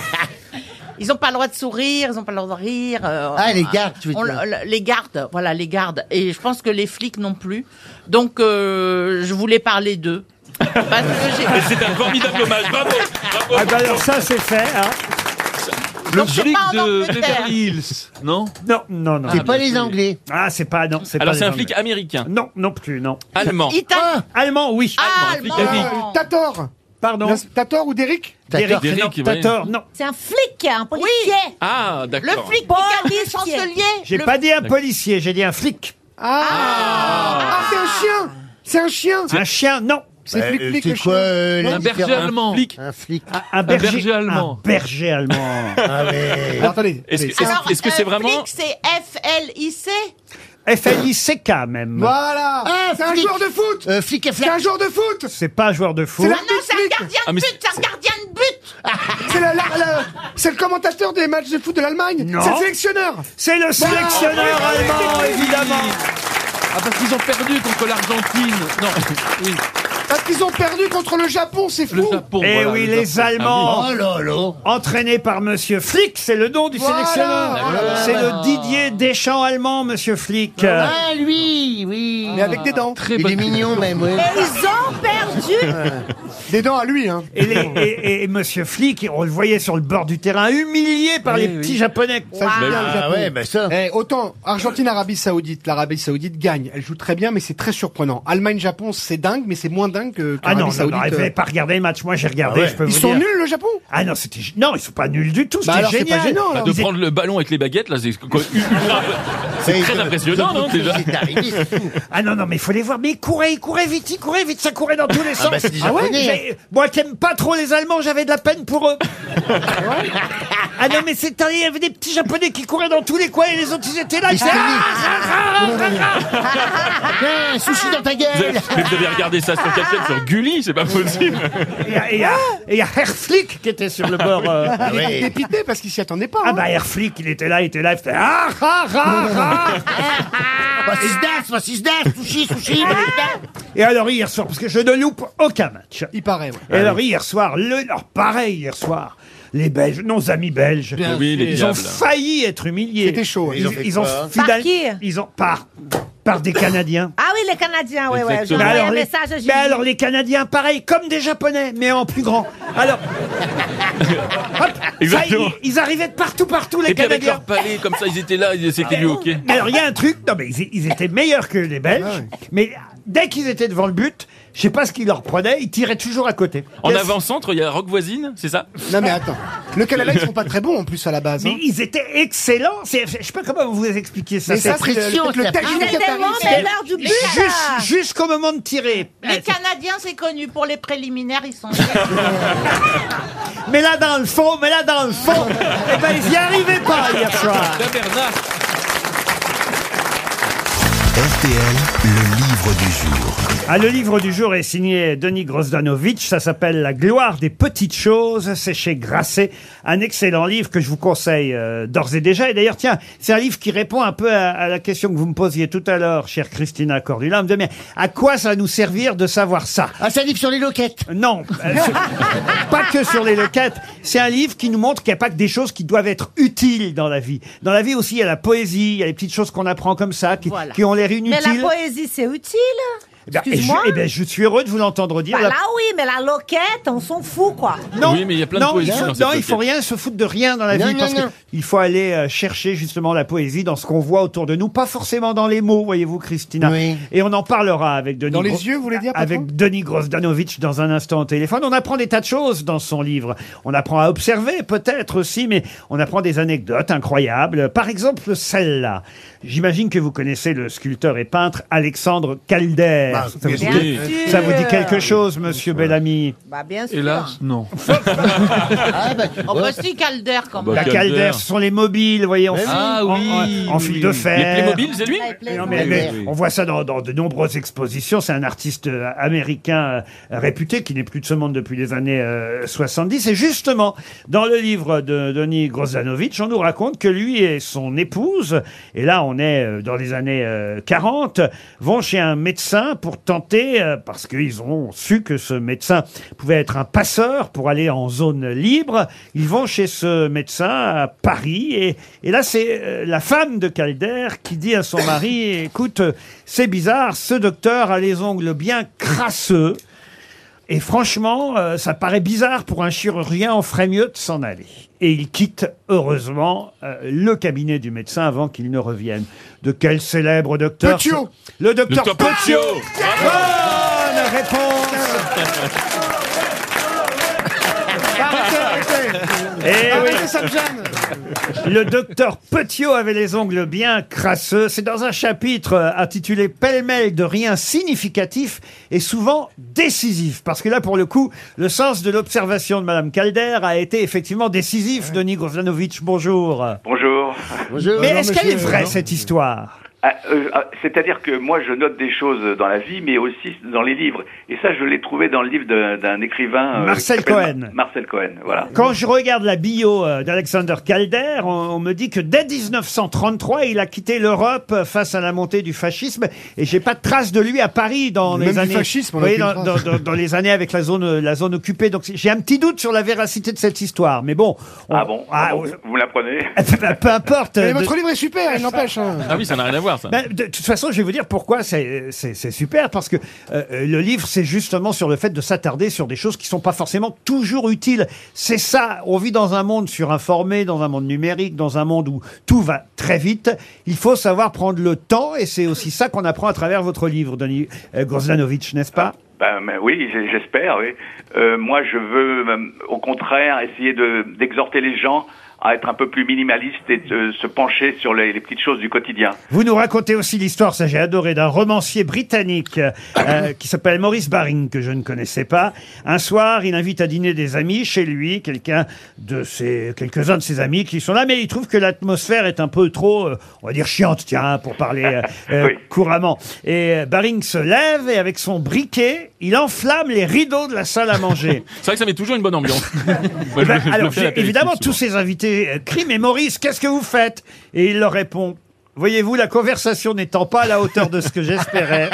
Speaker 5: Ils n'ont pas le droit de sourire, ils n'ont pas le droit de rire. euh,
Speaker 6: Ah,
Speaker 5: on-
Speaker 6: les gardes, tu veux
Speaker 5: on-
Speaker 6: dire.
Speaker 5: le- Les gardes, voilà, les gardes. Et je pense que les flics non plus. Donc, euh, je voulais parler d'eux. Parce que j'ai-
Speaker 4: Mais c'est un formidable hommage, bravo, bravo.
Speaker 2: Ah bah alors ça, c'est fait. hein.
Speaker 7: Le
Speaker 5: c'est
Speaker 7: flic
Speaker 5: pas en
Speaker 7: de
Speaker 5: Angleterre.
Speaker 7: Beverly Hills, non
Speaker 2: Non, non, non.
Speaker 6: C'est pas les Anglais.
Speaker 2: Ah, c'est pas... Non, c'est
Speaker 4: Alors,
Speaker 2: pas
Speaker 4: c'est
Speaker 2: les
Speaker 4: un flic
Speaker 2: Anglais.
Speaker 4: américain,
Speaker 2: Non, non plus, non.
Speaker 4: allemand,
Speaker 5: Italien.
Speaker 2: Allemand, oui.
Speaker 5: Ah,
Speaker 4: flic
Speaker 5: allemand.
Speaker 3: Euh, T'as tort
Speaker 2: Pardon.
Speaker 3: L'ins- T'as tort ou Derrick
Speaker 2: Derrick,
Speaker 4: Derrick,
Speaker 2: non.
Speaker 4: oui.
Speaker 2: T'as tort, non.
Speaker 8: C'est un flic,
Speaker 5: hein.
Speaker 8: un policier.
Speaker 4: Ah,
Speaker 5: Le
Speaker 4: d'accord.
Speaker 5: flic qui
Speaker 8: Bon,
Speaker 5: garde les
Speaker 8: policier.
Speaker 5: chanceliers.
Speaker 2: J'ai
Speaker 5: Le-
Speaker 2: pas dit un policier, j'ai dit un flic.
Speaker 3: Ah Ah, c'est un chien C'est un chien
Speaker 2: Un chien, non.
Speaker 3: C'est
Speaker 6: Bah,
Speaker 3: flic,
Speaker 6: euh,
Speaker 3: flic,
Speaker 6: Bah, c'est
Speaker 3: le
Speaker 6: quoi
Speaker 3: chien.
Speaker 6: euh, les
Speaker 7: Un berger
Speaker 6: différents-
Speaker 7: allemand.
Speaker 4: flic.
Speaker 6: Un flic.
Speaker 2: Un berger,
Speaker 7: berger allemand.
Speaker 2: Un berger allemand.
Speaker 6: Ah ouais.
Speaker 3: Alors, attendez.
Speaker 4: Est-ce que-
Speaker 3: attendez, c'est un-
Speaker 4: alors- est-ce que c'est
Speaker 5: euh,
Speaker 4: vraiment-
Speaker 5: Flic, c'est F-L-I-C.
Speaker 2: FLICK même.
Speaker 3: Voilà
Speaker 6: Ah,
Speaker 3: C'est un
Speaker 6: flic.
Speaker 3: joueur de foot
Speaker 6: Euh, flic et
Speaker 3: C'est
Speaker 6: flac.
Speaker 3: un joueur de foot
Speaker 2: C'est pas un joueur de foot.
Speaker 3: C'est la-
Speaker 5: Ah non, c'est un
Speaker 3: Flic.
Speaker 5: gardien
Speaker 4: Ah,
Speaker 5: de
Speaker 4: mais
Speaker 5: but, c'est un gardien de but.
Speaker 3: C'est la- la- la- c'est le commentateur des matchs de foot de l'Allemagne
Speaker 2: Non.
Speaker 3: C'est le sélectionneur Bah,
Speaker 2: C'est le sélectionneur allemand, évidemment.
Speaker 7: Ah, parce qu'ils ont perdu contre l'Argentine. Non, oui,
Speaker 3: Parce qu'ils ont perdu contre le Japon, c'est
Speaker 7: le
Speaker 3: fou
Speaker 7: Japon.
Speaker 2: Eh
Speaker 7: voilà,
Speaker 2: oui,
Speaker 7: le
Speaker 2: les
Speaker 7: Japon. Ah
Speaker 2: Allemands,
Speaker 6: Oh là là.
Speaker 2: entraînés par Monsieur Flick, c'est le nom du
Speaker 3: Voilà.
Speaker 2: sélectionneur.
Speaker 3: Voilà.
Speaker 2: C'est le Didier Deschamps allemand, Monsieur Flick. Euh,
Speaker 6: Ah lui, oui.
Speaker 3: Mais avec des dents
Speaker 7: Très
Speaker 6: Il
Speaker 7: bonne
Speaker 6: est mignon même, ouais.
Speaker 8: Et ils ont perdu.
Speaker 3: Des dents à lui, hein
Speaker 2: Et, les- et- et Monsieur Flick, on le voyait sur le bord du terrain, humilié par
Speaker 7: Oui,
Speaker 2: les
Speaker 7: oui.
Speaker 2: petits Japonais.
Speaker 3: Ça, je veux bien le
Speaker 6: Ah
Speaker 3: Japon.
Speaker 2: ben
Speaker 6: ouais, bah ça.
Speaker 3: Eh, autant Argentine-Arabie Saoudite, l'Arabie Saoudite gagne. Elle joue très bien, mais c'est très surprenant. Allemagne-Japon, c'est dingue, mais c'est moins dingue que
Speaker 2: Ah
Speaker 3: qu'Arabie
Speaker 2: non, non,
Speaker 3: Saoudite.
Speaker 2: non, il fallait
Speaker 3: euh.
Speaker 2: pas regarder le match. Moi, j'ai regardé.
Speaker 6: Ah ouais.
Speaker 2: Je peux
Speaker 3: Ils
Speaker 2: vous
Speaker 3: sont
Speaker 2: dire.
Speaker 3: nuls, le Japon
Speaker 2: Ah non, c'était gé- non, ils sont pas nuls du tout.
Speaker 3: Bah
Speaker 2: C'était
Speaker 3: alors, c'est
Speaker 2: génial.
Speaker 3: pas gênant, alors.
Speaker 4: De
Speaker 2: Ils-
Speaker 4: prendre le ballon avec les baguettes, là, c'est quoi, ultra- c'est très impressionnant, non, déjà
Speaker 6: C'est arrivé, c'est fou.
Speaker 2: Ah non, non, mais il faut les voir. Mais ils couraient, ils couraient vite, ils couraient vite. Ça courait dans tous les sens. Ah
Speaker 6: bah, c'est des Japonais.
Speaker 2: j'ai- Moi qui aime pas trop les Allemands, j'avais de la peine pour eux. ah non, mais c'est il y avait des petits Japonais qui couraient dans tous les coins et les autres, ils étaient là. ils faisaient, Ah, ah, ah, ah, ah.
Speaker 6: Tiens, un sushi dans ta
Speaker 4: Vous
Speaker 6: gueule.
Speaker 4: avez- Mais vous avez regardé ça sur quelqu'un sur Gulli, c'est pas possible.
Speaker 2: Et il y a- et il y a- et il y a Herr Flick qui était sur le bord. euh.
Speaker 6: Ah
Speaker 3: Il est
Speaker 6: ouais.
Speaker 3: dépité parce qu'ils s'y attendaient pas.
Speaker 2: Ah
Speaker 3: hein.
Speaker 2: bah Herr Flick, il était là, il était là, il faisait ah ah ah ah.
Speaker 6: Was ist das? Was ist das? Sushi, sushi.
Speaker 8: Ah.
Speaker 6: was ist das
Speaker 2: Et alors hier soir, parce que je ne loupe aucun match.
Speaker 3: Il paraît, ouais.
Speaker 2: Et
Speaker 4: Ah
Speaker 2: alors hier soir, le, alors pareil hier soir, les Belges, nos amis belges,
Speaker 4: oui, les
Speaker 2: ils ont
Speaker 4: diables.
Speaker 2: failli être humiliés.
Speaker 3: C'était chaud, hein.
Speaker 2: Ils,
Speaker 6: Ils ont fait
Speaker 2: ils ont
Speaker 6: quoi
Speaker 2: final-
Speaker 8: Par qui
Speaker 2: ils ont par par des Canadiens.
Speaker 8: Ah oui, les Canadiens, oui, oui. J'ai
Speaker 2: Mais
Speaker 8: envoyé un
Speaker 2: alors, les,
Speaker 8: message à
Speaker 2: mais
Speaker 8: Julie.
Speaker 2: alors les Canadiens, pareil, comme des Japonais, mais en plus grand. Alors, hop, ça,
Speaker 4: Exactement.
Speaker 2: ils, ils arrivaient de partout, partout les
Speaker 4: Et puis avec
Speaker 2: Canadiens.
Speaker 4: leur palais, comme ça, ils étaient là, ils- c'était du hockey.
Speaker 2: Mais alors, il y a un truc, non, mais ils, ils étaient meilleurs que les Belges, mais dès qu'ils étaient devant le but, je sais pas ce qu'ils leur prenaient, ils tiraient toujours à côté.
Speaker 4: En
Speaker 2: Qu'est-ce-
Speaker 4: avant-centre, il y a Rock Voisine, c'est ça
Speaker 3: Non, mais attends. Le Canada, ils sont pas très bons en plus à la base.
Speaker 2: Mais
Speaker 3: hein.
Speaker 2: ils étaient excellents. C'est- Je sais pas comment vous vous expliquez ça. euh,
Speaker 3: Mais ça,
Speaker 2: C'est-
Speaker 3: c'est
Speaker 6: pression,
Speaker 3: le, peut-être le
Speaker 6: c'est
Speaker 3: tactique
Speaker 8: Ah, mais
Speaker 3: qatari,
Speaker 8: tellement,
Speaker 3: c'est-
Speaker 8: mais l'heure du but.
Speaker 2: Juste- Jusqu'au moment de tirer.
Speaker 4: Ah,
Speaker 5: Les Canadiens, c'est connu. Pour les préliminaires, ils sont.
Speaker 2: Mais là dans le fond, mais là dans le fond, eh ben ils n'y arrivaient pas hier soir.
Speaker 4: La Bernard
Speaker 1: RTL, le livre du jour.
Speaker 2: Ah, le livre du jour est signé Denis Grosdanovitch. Ça s'appelle La gloire des petites choses. C'est chez Grasset. Un excellent livre que je vous conseille euh, d'ores et déjà. Et d'ailleurs, tiens, c'est un livre qui répond un peu à, à la question que vous me posiez tout à l'heure, chère Christina Cordula. Elle Me dit, mais à quoi ça va nous servir de savoir ça
Speaker 6: Ah, ça livre sur les loquettes.
Speaker 2: Non, euh, c'est- pas que sur les loquettes. C'est un livre qui nous montre qu'il n'y a pas que des choses qui doivent être utiles dans la vie. Dans la vie aussi, il y a la poésie, il y a les petites choses qu'on apprend comme ça, qui,
Speaker 5: Voilà.
Speaker 2: qui ont l'air
Speaker 8: Mais la
Speaker 2: inutiles.
Speaker 8: poésie, c'est utile.
Speaker 2: Eh ben, et je-
Speaker 8: excuse-moi.
Speaker 2: eh ben, je suis heureux de vous l'entendre dire.
Speaker 8: Bah
Speaker 2: La-
Speaker 8: là, oui, mais la loquette, on s'en fout, quoi.
Speaker 2: Non,
Speaker 4: Oui, mais il y a plein de
Speaker 2: non,
Speaker 4: poésie
Speaker 2: il faut-
Speaker 4: dans cette
Speaker 2: non, il faut
Speaker 4: pochette.
Speaker 2: rien se foutre de rien dans la
Speaker 6: Non,
Speaker 2: vie
Speaker 6: non,
Speaker 2: parce que
Speaker 6: non.
Speaker 2: il faut aller euh, chercher justement la poésie dans ce qu'on voit autour de nous, pas forcément dans les mots, voyez-vous, Christina.
Speaker 6: Oui.
Speaker 2: Et on en parlera avec Denis.
Speaker 3: Dans les
Speaker 2: Gros-
Speaker 3: yeux, vous voulez dire, patron
Speaker 2: Avec Denis Grosdanovic dans un instant au téléphone. On apprend des tas de choses dans son livre. On apprend à observer, peut-être aussi, mais on apprend des anecdotes incroyables. Par exemple, celle-là. J'imagine que vous connaissez le sculpteur et peintre Alexandre Calder. carrière.
Speaker 3: Bah,
Speaker 6: Ah,
Speaker 2: ça, vous
Speaker 6: bien
Speaker 2: dit,
Speaker 6: sûr.
Speaker 2: ça vous dit quelque chose, monsieur Bellamy
Speaker 5: Bah, bien sûr.
Speaker 2: Hélas, non.
Speaker 5: Ah,
Speaker 6: bah,
Speaker 5: On peut aussi Calder quand
Speaker 4: Bah,
Speaker 5: même.
Speaker 2: la Calder, ce sont les mobiles, vous voyez, en,
Speaker 5: Mais
Speaker 2: fil-
Speaker 5: oui.
Speaker 2: en- en- en fil de fer.
Speaker 4: c'est
Speaker 5: Ah,
Speaker 4: lui
Speaker 2: Non, mais- mais on voit ça dans, dans de nombreuses expositions. C'est un artiste euh, américain euh, réputé qui n'est plus de ce monde depuis les années euh, 70. Et justement, dans le livre de Denis Grozanovic, on nous raconte que lui et son épouse, et là on est euh, dans les années euh, 40, vont chez un médecin pour tenter, euh, parce qu'ils ont su que ce médecin pouvait être un passeur pour aller en zone libre, ils vont chez ce médecin à Paris. Et, et là c'est euh, la femme de Calder qui dit à son mari, écoute, euh, c'est bizarre, ce docteur a les ongles bien crasseux. Et franchement, euh, ça paraît bizarre pour un chirurgien, on ferait mieux de s'en aller. Et il quitte, heureusement, euh, le cabinet du médecin avant qu'il ne revienne. De quel célèbre docteur
Speaker 3: Petiot.
Speaker 2: Le docteur
Speaker 3: Docteur
Speaker 2: Potio
Speaker 3: Petiot.
Speaker 2: Bonne réponse
Speaker 3: Arrêtez, arrêtez.
Speaker 2: Eh
Speaker 13: Ah,
Speaker 2: oui.
Speaker 3: Arrêtez, ça me gêne.
Speaker 2: Le docteur Petiot avait les ongles bien crasseux. C'est dans un chapitre euh, intitulé Pêle-mêle de rien significatif et souvent décisif. Parce que là, pour le coup, le sens de l'observation de Madame Calder a été effectivement décisif. Denis Grozanovic, bonjour.
Speaker 12: Bonjour.
Speaker 2: Mais est-ce qu'elle est vraie, cette histoire
Speaker 12: Ah, euh, ah, C'est-à-dire que moi, je note des choses dans la vie, mais aussi dans les livres. Et ça, je l'ai trouvé dans le livre d'un d'un écrivain. euh,
Speaker 2: Marcel
Speaker 12: qui s'appelle
Speaker 2: Cohen.
Speaker 12: Ma- Marcel Cohen, voilà.
Speaker 2: Quand je regarde la bio euh, d'Alexander Calder, on, on me dit que dès 1933, il a quitté l'Europe euh, face à la montée du fascisme, et j'ai pas de trace de lui à Paris dans
Speaker 3: Même
Speaker 2: les
Speaker 3: du
Speaker 2: années.
Speaker 3: fascisme, on
Speaker 2: vous voyez, dans,
Speaker 3: n'a aucune
Speaker 2: dans-
Speaker 3: trace.
Speaker 2: dans- dans les années avec la zone, euh, la zone occupée. Donc c'est- j'ai un petit doute sur la véracité de cette histoire, mais bon.
Speaker 12: Ah bon, Ah bon, Vous l'apprenez
Speaker 2: on- peu importe. euh,
Speaker 3: Mais
Speaker 2: de-
Speaker 3: votre livre est super, il n'empêche. hein.
Speaker 4: Ah oui, ça n'a rien à voir, ça.
Speaker 2: ben, de toute façon, je vais vous dire pourquoi c'est c'est- c'est super, parce que euh, euh, le livre, c'est justement sur le fait de s'attarder sur des choses qui sont pas forcément toujours utiles. C'est ça, on vit dans un monde surinformé, dans un monde numérique, dans un monde où tout va très vite. Il faut savoir prendre le temps, et c'est aussi ça qu'on apprend à travers votre livre, Denis euh, Grozlanovic, n'est-ce pas
Speaker 12: Ben, mais oui, j'ai- j'espère. Oui. Euh, moi, je veux, euh, au contraire, essayer de d'exhorter les gens à être un peu plus minimalistes et de se pencher sur les, les petites choses du quotidien.
Speaker 2: Vous nous racontez aussi l'histoire, ça j'ai adoré, d'un romancier britannique euh, qui s'appelle Maurice Baring, que je ne connaissais pas. Un soir, il invite à dîner des amis chez lui, quelqu'un de ses, quelques-uns de ses amis qui sont là, mais il trouve que l'atmosphère est un peu trop, euh, on va dire chiante, tiens, pour parler euh, euh, couramment. Et euh, Baring se lève et avec son briquet, il enflamme les rideaux de la salle à manger.
Speaker 4: C'est vrai que ça met toujours une bonne ambiance. Moi,
Speaker 2: Eh
Speaker 4: je
Speaker 2: ben,
Speaker 4: le- je le fais à
Speaker 2: alors, j'ai-
Speaker 4: l'apéritif,
Speaker 2: évidemment,
Speaker 4: souvent.
Speaker 2: tous ces invités euh, crient, mais Maurice, qu'est-ce que vous faites Et il leur répond, voyez-vous, la conversation n'étant pas à la hauteur de ce que j'espérais,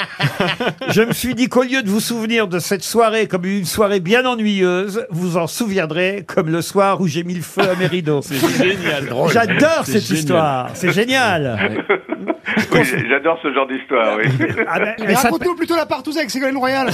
Speaker 2: je me suis dit qu'au lieu de vous souvenir de cette soirée comme une soirée bien ennuyeuse, vous en souviendrez comme le soir où j'ai mis le feu à mes rideaux.
Speaker 4: génial, drôle.
Speaker 2: J'adore
Speaker 4: C'est
Speaker 2: cette
Speaker 4: génial.
Speaker 2: histoire, c'est génial.
Speaker 12: Oui, j'ai- j'adore ce genre d'histoire. Oui.
Speaker 2: Ah, Mais Eh, ça-
Speaker 3: Raconte-nous plutôt la partouze avec Ségolène Royal.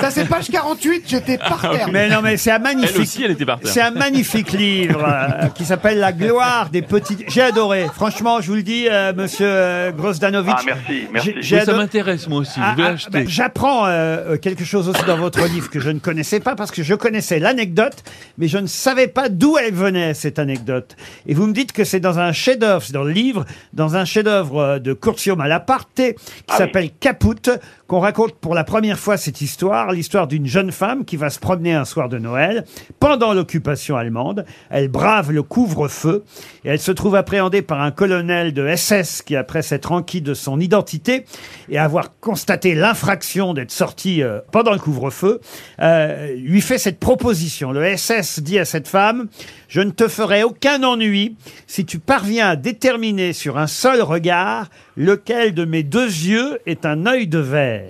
Speaker 3: ça, c'est page 48, j'étais par terre.
Speaker 2: Ah Mais non, mais c'est un magnifique.
Speaker 4: Ah, Elle aussi, elle était par terre.
Speaker 2: C'est un magnifique livre euh, qui s'appelle La gloire des petites. J'ai adoré. Franchement, je vous le dis, euh, monsieur euh, Grosdanovic.
Speaker 12: Ah, merci, merci.
Speaker 2: J'ai- j'ai
Speaker 7: Oui, ça
Speaker 2: ado-
Speaker 7: m'intéresse, moi aussi.
Speaker 2: Ah,
Speaker 7: je vais
Speaker 2: ah,
Speaker 7: acheter.
Speaker 2: ben, J'apprends euh, quelque chose aussi dans votre livre que je ne connaissais pas parce que je connaissais l'anecdote, mais je ne savais pas d'où elle venait cette anecdote. Et vous me dites que c'est dans un chef-d'œuvre, c'est dans le livre, dans un chef-d'œuvre euh, de Curzio Malaparte qui s'appelle Caput, qu'on raconte pour la première fois cette histoire, l'histoire d'une jeune femme qui va se promener un soir de Noël pendant l'occupation allemande. Elle brave le couvre-feu et elle se trouve appréhendée par un colonel de SS qui, après s'être enquis de son identité et avoir constaté l'infraction d'être sorti euh, pendant le couvre-feu, euh, lui fait cette proposition. Le SS dit à cette femme Je ne te ferai aucun ennui si tu parviens à déterminer sur un seul regard lequel de mes deux yeux est un œil de verre.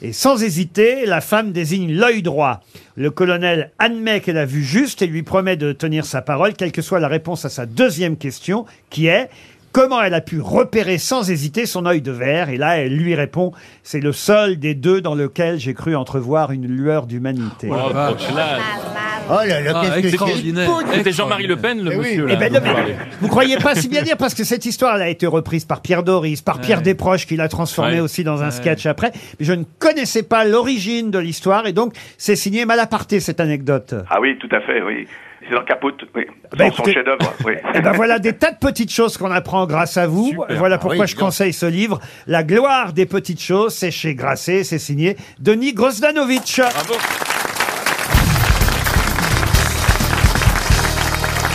Speaker 2: Et sans hésiter, la femme désigne l'œil droit. Le colonel admet qu'elle a vu juste et lui promet de tenir sa parole, quelle que soit la réponse à sa deuxième question, qui est comment elle a pu repérer sans hésiter son œil de verre. Et là, elle lui répond, c'est le seul des deux dans lequel j'ai cru entrevoir une lueur d'humanité.
Speaker 4: Oh, trop classe.
Speaker 6: Oh là là,
Speaker 4: Ah,
Speaker 6: qu'est-ce que
Speaker 4: extraordinaire.
Speaker 6: c'est
Speaker 4: C'était Jean-Marie Le Pen, le monsieur, là,
Speaker 2: Eh ben,
Speaker 4: dont
Speaker 2: non,
Speaker 4: vous
Speaker 2: mais
Speaker 4: parlez.
Speaker 2: vous croyez pas si bien dire parce que cette histoire elle a été reprise par Pierre Doris, par Pierre
Speaker 4: Ouais.
Speaker 2: Desproges qui l'a transformée
Speaker 4: Ouais.
Speaker 2: aussi dans un
Speaker 4: Ouais.
Speaker 2: sketch après. Mais je ne connaissais pas l'origine de l'histoire et donc c'est signé Malaparté cette anecdote.
Speaker 12: Ah oui, tout à fait, oui. C'est dans Capote, oui.
Speaker 2: Bah,
Speaker 12: Son- son
Speaker 2: écoutez-
Speaker 12: chef-d'œuvre, oui.
Speaker 2: Eh ben voilà des tas de petites choses qu'on apprend grâce à vous. Voilà pourquoi
Speaker 12: Ah oui,
Speaker 2: je
Speaker 12: bien.
Speaker 2: conseille ce livre, La gloire des petites choses. C'est chez Grasset, c'est signé Denis Grosdanovic.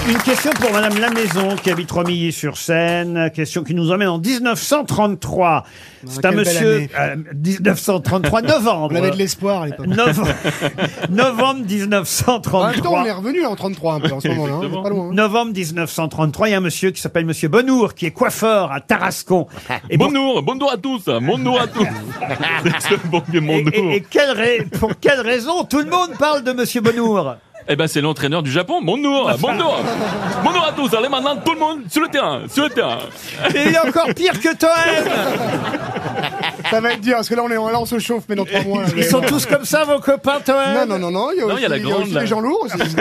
Speaker 2: Une question pour Madame Lamaison qui habite Romilly-sur-Seine. Question qui nous emmène en 1933. C'est un
Speaker 3: Ah, quelle belle
Speaker 2: monsieur
Speaker 3: année.
Speaker 2: euh, 1933 novembre.
Speaker 3: On avait de l'espoir à l'époque.
Speaker 2: Novembre, novembre
Speaker 3: En même Bah, temps,
Speaker 2: 1933.
Speaker 3: on est revenu en 33 un peu en ce moment-là. hein, on est pas loin.
Speaker 2: Novembre 1933, il y a un monsieur qui s'appelle Monsieur Bonnour, qui est coiffeur à Tarascon. Et pour-
Speaker 4: Bonjour, bonjour à tous, bonjour à tous. C'est bon, bonjour.
Speaker 2: Et, et- et quelle rai- pour quelle raison tout le monde parle de Monsieur Bonnour
Speaker 3: Ah,
Speaker 4: Eh ben, c'est l'entraîneur du Japon. Bonjour, bonjour. Bonjour à tous. Allez, maintenant, tout le monde sur le terrain, sur le terrain.
Speaker 2: Et il est encore pire que hein. Toen
Speaker 3: Ça va être dur, parce que là on, est, là, on se chauffe, mais dans trois mois. là,
Speaker 2: Ils
Speaker 3: mais-
Speaker 2: sont tous comme ça, vos copains, Toen
Speaker 3: Non, non, non, non, Oh, il y a
Speaker 4: Non, il y
Speaker 3: aussi,
Speaker 4: a la
Speaker 3: il y a
Speaker 4: grande,
Speaker 3: aussi
Speaker 4: là.
Speaker 3: les gens lourds. aussi.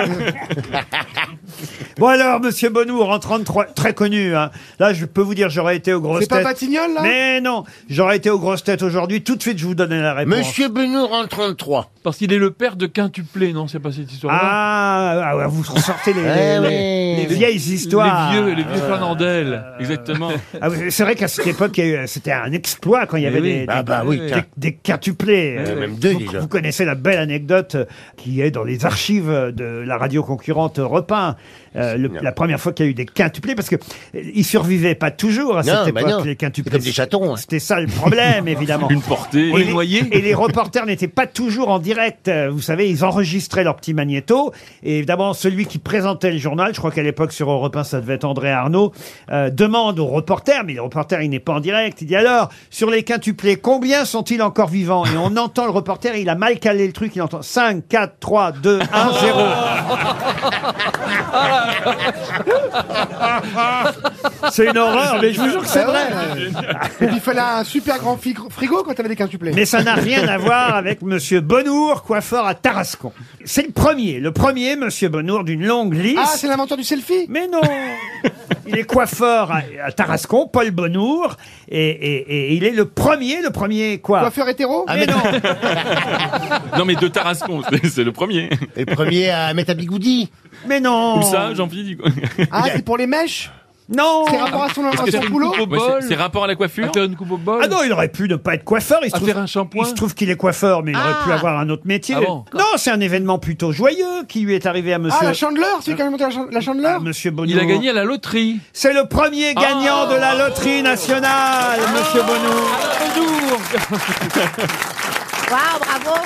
Speaker 2: Bon alors, Monsieur Bonnour, en 33, très connu. hein. Là, je peux vous dire, j'aurais été aux grosses
Speaker 3: C'est pas
Speaker 2: têtes.
Speaker 3: Batignolles, là
Speaker 2: Mais non, j'aurais été aux grosses têtes aujourd'hui. Tout de suite, je vous donnais
Speaker 4: Eh,
Speaker 2: la réponse.
Speaker 6: Monsieur Benour en 33.
Speaker 7: Parce qu'il est le père de quintuplé, non C'est pas cette histoire-là
Speaker 2: Ah, ah ouais, vous ressortez les,
Speaker 6: Eh
Speaker 2: les-
Speaker 6: oui.
Speaker 2: les vieilles histoires. Euh,
Speaker 7: Les vieux, les vieux Fernandel.
Speaker 4: Exactement.
Speaker 2: Ah oui, c'est vrai qu'à cette époque, il y a eu- c'était un exploit quand il y avait
Speaker 7: Eh oui.
Speaker 2: des,
Speaker 6: Ah
Speaker 2: des-
Speaker 6: bah oui,
Speaker 2: des-
Speaker 6: tiens.
Speaker 2: des quintuplés.
Speaker 6: Euh,
Speaker 2: Euh,
Speaker 6: même deux,
Speaker 2: vous,
Speaker 6: déjà.
Speaker 2: vous connaissez la belle anecdote euh, qui est dans les archives de la radio concurrente Europe 1. Euh, le- la première fois qu'il y a eu des quintuplés, parce que euh, ils survivaient pas toujours à
Speaker 6: Non,
Speaker 2: cette
Speaker 6: bah
Speaker 2: époque,
Speaker 6: non.
Speaker 2: les
Speaker 6: C'est
Speaker 2: quintuplés.
Speaker 6: comme des chatons. hein.
Speaker 2: C'était ça le problème, évidemment.
Speaker 4: Une portée.
Speaker 2: Et les,
Speaker 7: noyés.
Speaker 2: et les reporters n'étaient pas toujours en direct. Euh, Vous savez, ils enregistraient leur petit magnéto. Et évidemment, celui qui présentait le journal, je crois qu'à l'époque sur Europe 1, ça devait être André Arnaud, euh, demande au reporter, mais le reporter, il n'est pas en direct. Il dit alors, sur les quintuplés, combien sont-ils encore vivants Et on entend le reporter, il a mal calé le truc, il entend 5, 4, 3, 2,
Speaker 13: Oh.
Speaker 2: 1, 0. C'est une horreur, mais je vous jure que c'est
Speaker 3: Ah
Speaker 2: vrai.
Speaker 3: ouais. Il fallait un super grand frigo- frigo quand t'avais des quintuplés.
Speaker 2: Mais ça n'a rien à voir avec Monsieur Bonnour, coiffeur à Tarascon. C'est le premier, le premier Monsieur Bonnour d'une longue liste.
Speaker 3: Ah, c'est l'inventeur du selfie
Speaker 2: mais non Il est coiffeur à, à Tarascon, Paul Bonnour, et, et- et il est le premier, le premier quoi Ah,
Speaker 3: Coiffeur hétéro Ah,
Speaker 7: Ah,
Speaker 2: Mais non
Speaker 4: Non, mais de Tarascon, c'est- c'est le premier.
Speaker 6: Et premier à mettre un bigoudi.
Speaker 2: Mais non
Speaker 4: Comme ça, Jean-Philippe. Ouais,
Speaker 3: Ah, c'est pour les mèches
Speaker 2: Non
Speaker 3: C'est rapport à son, à son boulot
Speaker 7: coupe au
Speaker 4: c'est-
Speaker 7: bol
Speaker 4: C'est rapport à la
Speaker 7: À
Speaker 4: coiffure
Speaker 7: faire une coupe au bol
Speaker 2: Ah non, il aurait pu ne pas être coiffeur. Il se
Speaker 7: À
Speaker 2: trouve,
Speaker 7: faire un shampoing
Speaker 2: il se trouve qu'il est coiffeur, mais il aurait pu avoir un autre métier.
Speaker 7: Ah bon
Speaker 2: non, c'est un événement plutôt joyeux qui lui est arrivé à Monsieur.
Speaker 3: Ah, la chandeleur Celui qui a inventé la chan- la
Speaker 2: à
Speaker 3: chandeleur
Speaker 2: Monsieur Bonnour.
Speaker 7: Il a gagné à la loterie. Ah.
Speaker 2: C'est le premier gagnant de la loterie nationale, Monsieur Bonnour.
Speaker 8: Waouh, bravo.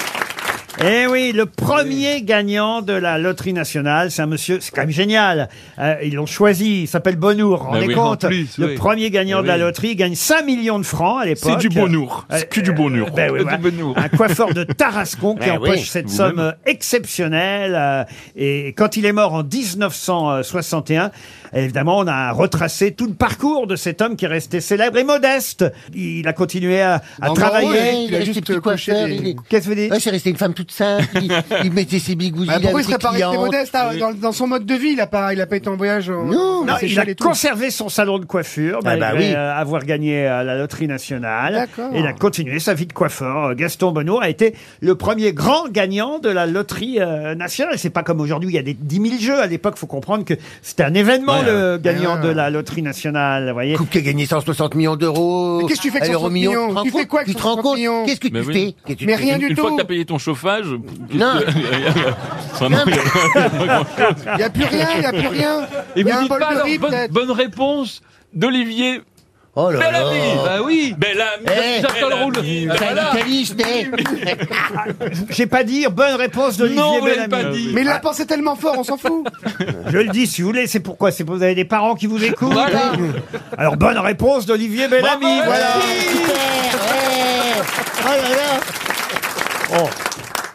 Speaker 2: Eh oui, le premier gagnant de la loterie nationale, c'est un monsieur, c'est quand même génial. Euh, ils l'ont choisi, il s'appelle Bonour, vous vous
Speaker 4: Bah
Speaker 2: rendez
Speaker 4: oui,
Speaker 2: compte
Speaker 7: en plus,
Speaker 2: Le
Speaker 7: oui.
Speaker 2: premier gagnant
Speaker 7: Eh
Speaker 2: de la
Speaker 7: oui.
Speaker 2: loterie il gagne 5 millions de francs à l'époque.
Speaker 4: C'est du Bonnour.
Speaker 3: Euh,
Speaker 4: C'est que du Bonnour.
Speaker 2: Ben oui,
Speaker 7: Du
Speaker 2: voilà.
Speaker 7: Bonnour.
Speaker 2: Un coiffeur de Tarascon qui
Speaker 6: Eh oui,
Speaker 2: empoche cette somme euh, exceptionnelle. euh, et quand il est mort en 1961, évidemment, on a retracé tout le parcours de cet homme qui est resté célèbre et modeste. Il a continué à, à
Speaker 3: Encore
Speaker 2: travailler.
Speaker 3: heureux. il a juste coiffé des-
Speaker 6: il est-
Speaker 2: Qu'est-ce que vous dites
Speaker 6: Ouais, c'est resté une femme toute simple. Il, il mettait ses bigoudis.
Speaker 3: Ah, Pourquoi il
Speaker 6: avec
Speaker 3: serait
Speaker 6: ses
Speaker 3: pas resté
Speaker 6: clientes.
Speaker 3: modeste ah, dans, dans son mode de vie, il a pas, il a pas été en voyage en,
Speaker 6: Non,
Speaker 2: Non,
Speaker 3: en
Speaker 2: il
Speaker 3: Seychelles
Speaker 2: a
Speaker 3: et tout.
Speaker 2: conservé son salon de coiffure
Speaker 6: Ah bah
Speaker 2: malgré
Speaker 6: oui.
Speaker 2: euh, avoir gagné euh, la loterie nationale.
Speaker 3: D'accord.
Speaker 2: Et il a continué sa vie de coiffeur. Euh, Gaston Bonnour a été le premier grand gagnant de la loterie euh, nationale. C'est pas comme aujourd'hui, il y a des 10 000 jeux. À l'époque, faut comprendre que c'était un événement le gagnant de la loterie nationale. Vous voyez.
Speaker 6: Coupe qui a gagné 160 millions d'euros.
Speaker 3: Mais qu'est-ce que tu fais avec
Speaker 6: Alors,
Speaker 3: 160
Speaker 6: au million,
Speaker 3: millions
Speaker 6: te rends
Speaker 3: Tu fais
Speaker 6: compte
Speaker 3: quoi avec
Speaker 6: Tu te rends
Speaker 3: 160
Speaker 6: compte
Speaker 3: millions
Speaker 6: Qu'est-ce que tu
Speaker 4: Mais
Speaker 6: fais
Speaker 4: oui.
Speaker 6: Qu'est-ce que tu
Speaker 3: Mais
Speaker 6: fais
Speaker 3: rien du
Speaker 4: Une fois
Speaker 3: tout
Speaker 4: que t'as payé ton chauffage.
Speaker 6: Non.
Speaker 4: Vraiment, il y a-
Speaker 3: Il n'y a plus rien, il n'y a plus rien
Speaker 7: Et
Speaker 3: Il
Speaker 7: vous
Speaker 3: y a un
Speaker 7: dites
Speaker 3: bol
Speaker 7: pas
Speaker 3: de
Speaker 7: alors,
Speaker 3: riz
Speaker 7: bonne,
Speaker 3: peut-être
Speaker 7: bonne réponse d'Olivier
Speaker 6: Oh là
Speaker 7: Bellamy.
Speaker 6: là
Speaker 7: Bah oui.
Speaker 4: Bellamy.
Speaker 6: Eh,
Speaker 7: Jean-Paul Roule.
Speaker 4: Bellamy.
Speaker 6: C'est un
Speaker 7: Voilà.
Speaker 6: italiste, eh.
Speaker 2: J'ai pas dit bonne réponse de
Speaker 7: Non, vous l'avez pas dit.
Speaker 3: Mais il l'a pensé tellement fort, on s'en fout
Speaker 2: Je le dis si vous voulez, c'est pourquoi c'est pour vous avez des parents qui vous écoutent.
Speaker 7: Voilà.
Speaker 2: Alors bonne réponse d'Olivier Bellamy, voilà.
Speaker 6: Oh là là
Speaker 2: Oh.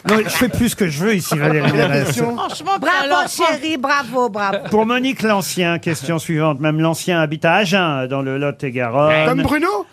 Speaker 2: Non, je fais plus ce que je veux ici Valérie Mérès.
Speaker 5: Franchement,
Speaker 8: Bravo,
Speaker 5: alors,
Speaker 8: chérie, bravo, bravo.
Speaker 2: Pour Monique L'Ancien, Euh, question suivante. Même L'Ancien habite à Agen, dans le Lot-et-Garonne.
Speaker 3: Comme Bruno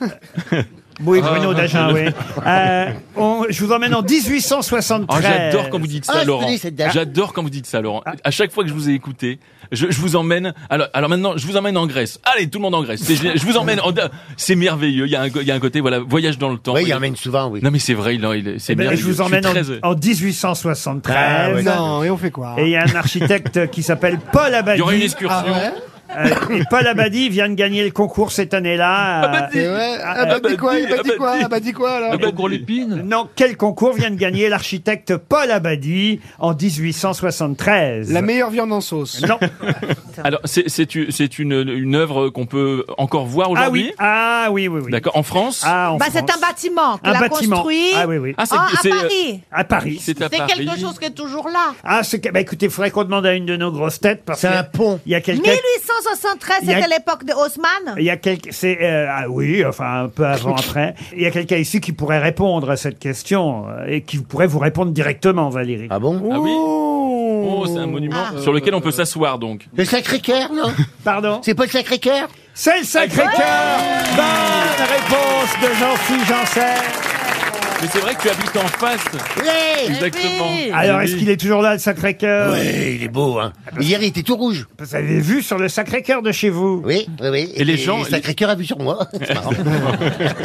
Speaker 2: Oui, Bruno Dagen, oui. Euh, on- je vous emmène en 1873.
Speaker 4: Oh, j'adore quand vous dites
Speaker 2: Ah,
Speaker 4: ça, Laurent. J'adore quand vous dites ça, Laurent. À chaque fois que je vous ai écouté, je, je vous emmène. Alors, alors maintenant, je vous emmène en Grèce. Allez, tout le monde en Grèce. C'est génial. Je vous emmène. en- C'est merveilleux. Il y, a un, il y a un côté, voilà, voyage dans le temps.
Speaker 6: Oui, il emmène souvent, oui.
Speaker 4: Non, mais c'est vrai, il, il- c'est
Speaker 2: Eh ben,
Speaker 4: merveilleux.
Speaker 2: je vous
Speaker 4: suis
Speaker 2: emmène en,
Speaker 4: très-
Speaker 2: en 1873.
Speaker 4: Ah ouais.
Speaker 3: Non, et on fait quoi Ah
Speaker 2: Et il y a un architecte qui s'appelle Paul Abadie.
Speaker 4: Il y aura une excursion.
Speaker 2: Euh, et Paul Abadie vient de gagner le concours cette année-là. Euh,
Speaker 3: Abadi. Eh ouais, Abadi quoi Abadi quoi Abadi quoi alors
Speaker 2: Lupine Non, quel concours vient de gagner l'architecte Paul Abadie en 1873
Speaker 3: La meilleure viande en sauce.
Speaker 2: Non.
Speaker 4: Alors, c'est- c'est une- c'est une, une œuvre qu'on peut encore voir
Speaker 2: Ah
Speaker 4: aujourd'hui.
Speaker 2: oui, ah oui, oui, oui.
Speaker 4: D'accord. En France.
Speaker 2: Ah, en
Speaker 8: Bah, c'est un
Speaker 2: France.
Speaker 8: bâtiment
Speaker 2: Un
Speaker 8: qu'elle a
Speaker 2: bâtiment.
Speaker 8: construit
Speaker 2: Ah oui, oui.
Speaker 8: en- à Paris.
Speaker 2: À Paris.
Speaker 4: C'est à
Speaker 8: C'est
Speaker 4: Paris.
Speaker 8: quelque chose qui est toujours là.
Speaker 2: Ah, c'est que- bah, écoutez, il faudrait qu'on demande à une de nos grosses têtes parce que. C'est un pont. Il y a quelqu'un.
Speaker 8: 1873,
Speaker 2: Il y a-
Speaker 8: c'était l'époque de Haussmann.
Speaker 2: Il y a quelqu'un. C'est euh, ah oui, enfin un peu avant après. Il y a quelqu'un ici qui pourrait répondre à cette question euh, et qui pourrait vous répondre directement, Valérie.
Speaker 6: Ah bon
Speaker 4: Ah oui. Oh, c'est un monument
Speaker 2: Ah.
Speaker 4: sur lequel on peut s'asseoir donc.
Speaker 6: Le Sacré-Cœur, non
Speaker 2: Pardon
Speaker 6: C'est pas le Sacré-Cœur Ah,
Speaker 2: C'est le Sacré-Cœur Bonne réponse de Jean-Philippe Janssen
Speaker 4: Mais c'est vrai que tu habites en face.
Speaker 3: Eh
Speaker 4: Exactement.
Speaker 2: Ah, Alors, est-ce qu'il est toujours là, le Sacré-Cœur Ah,
Speaker 6: Ouais, il est beau, hein. Hier, il était tout rouge.
Speaker 2: Vous avez vu sur le Sacré-Cœur de chez vous
Speaker 6: Oui, oui, oui.
Speaker 4: Et les gens-
Speaker 6: Le Sacré-Cœur a vu sur moi. C'est marrant.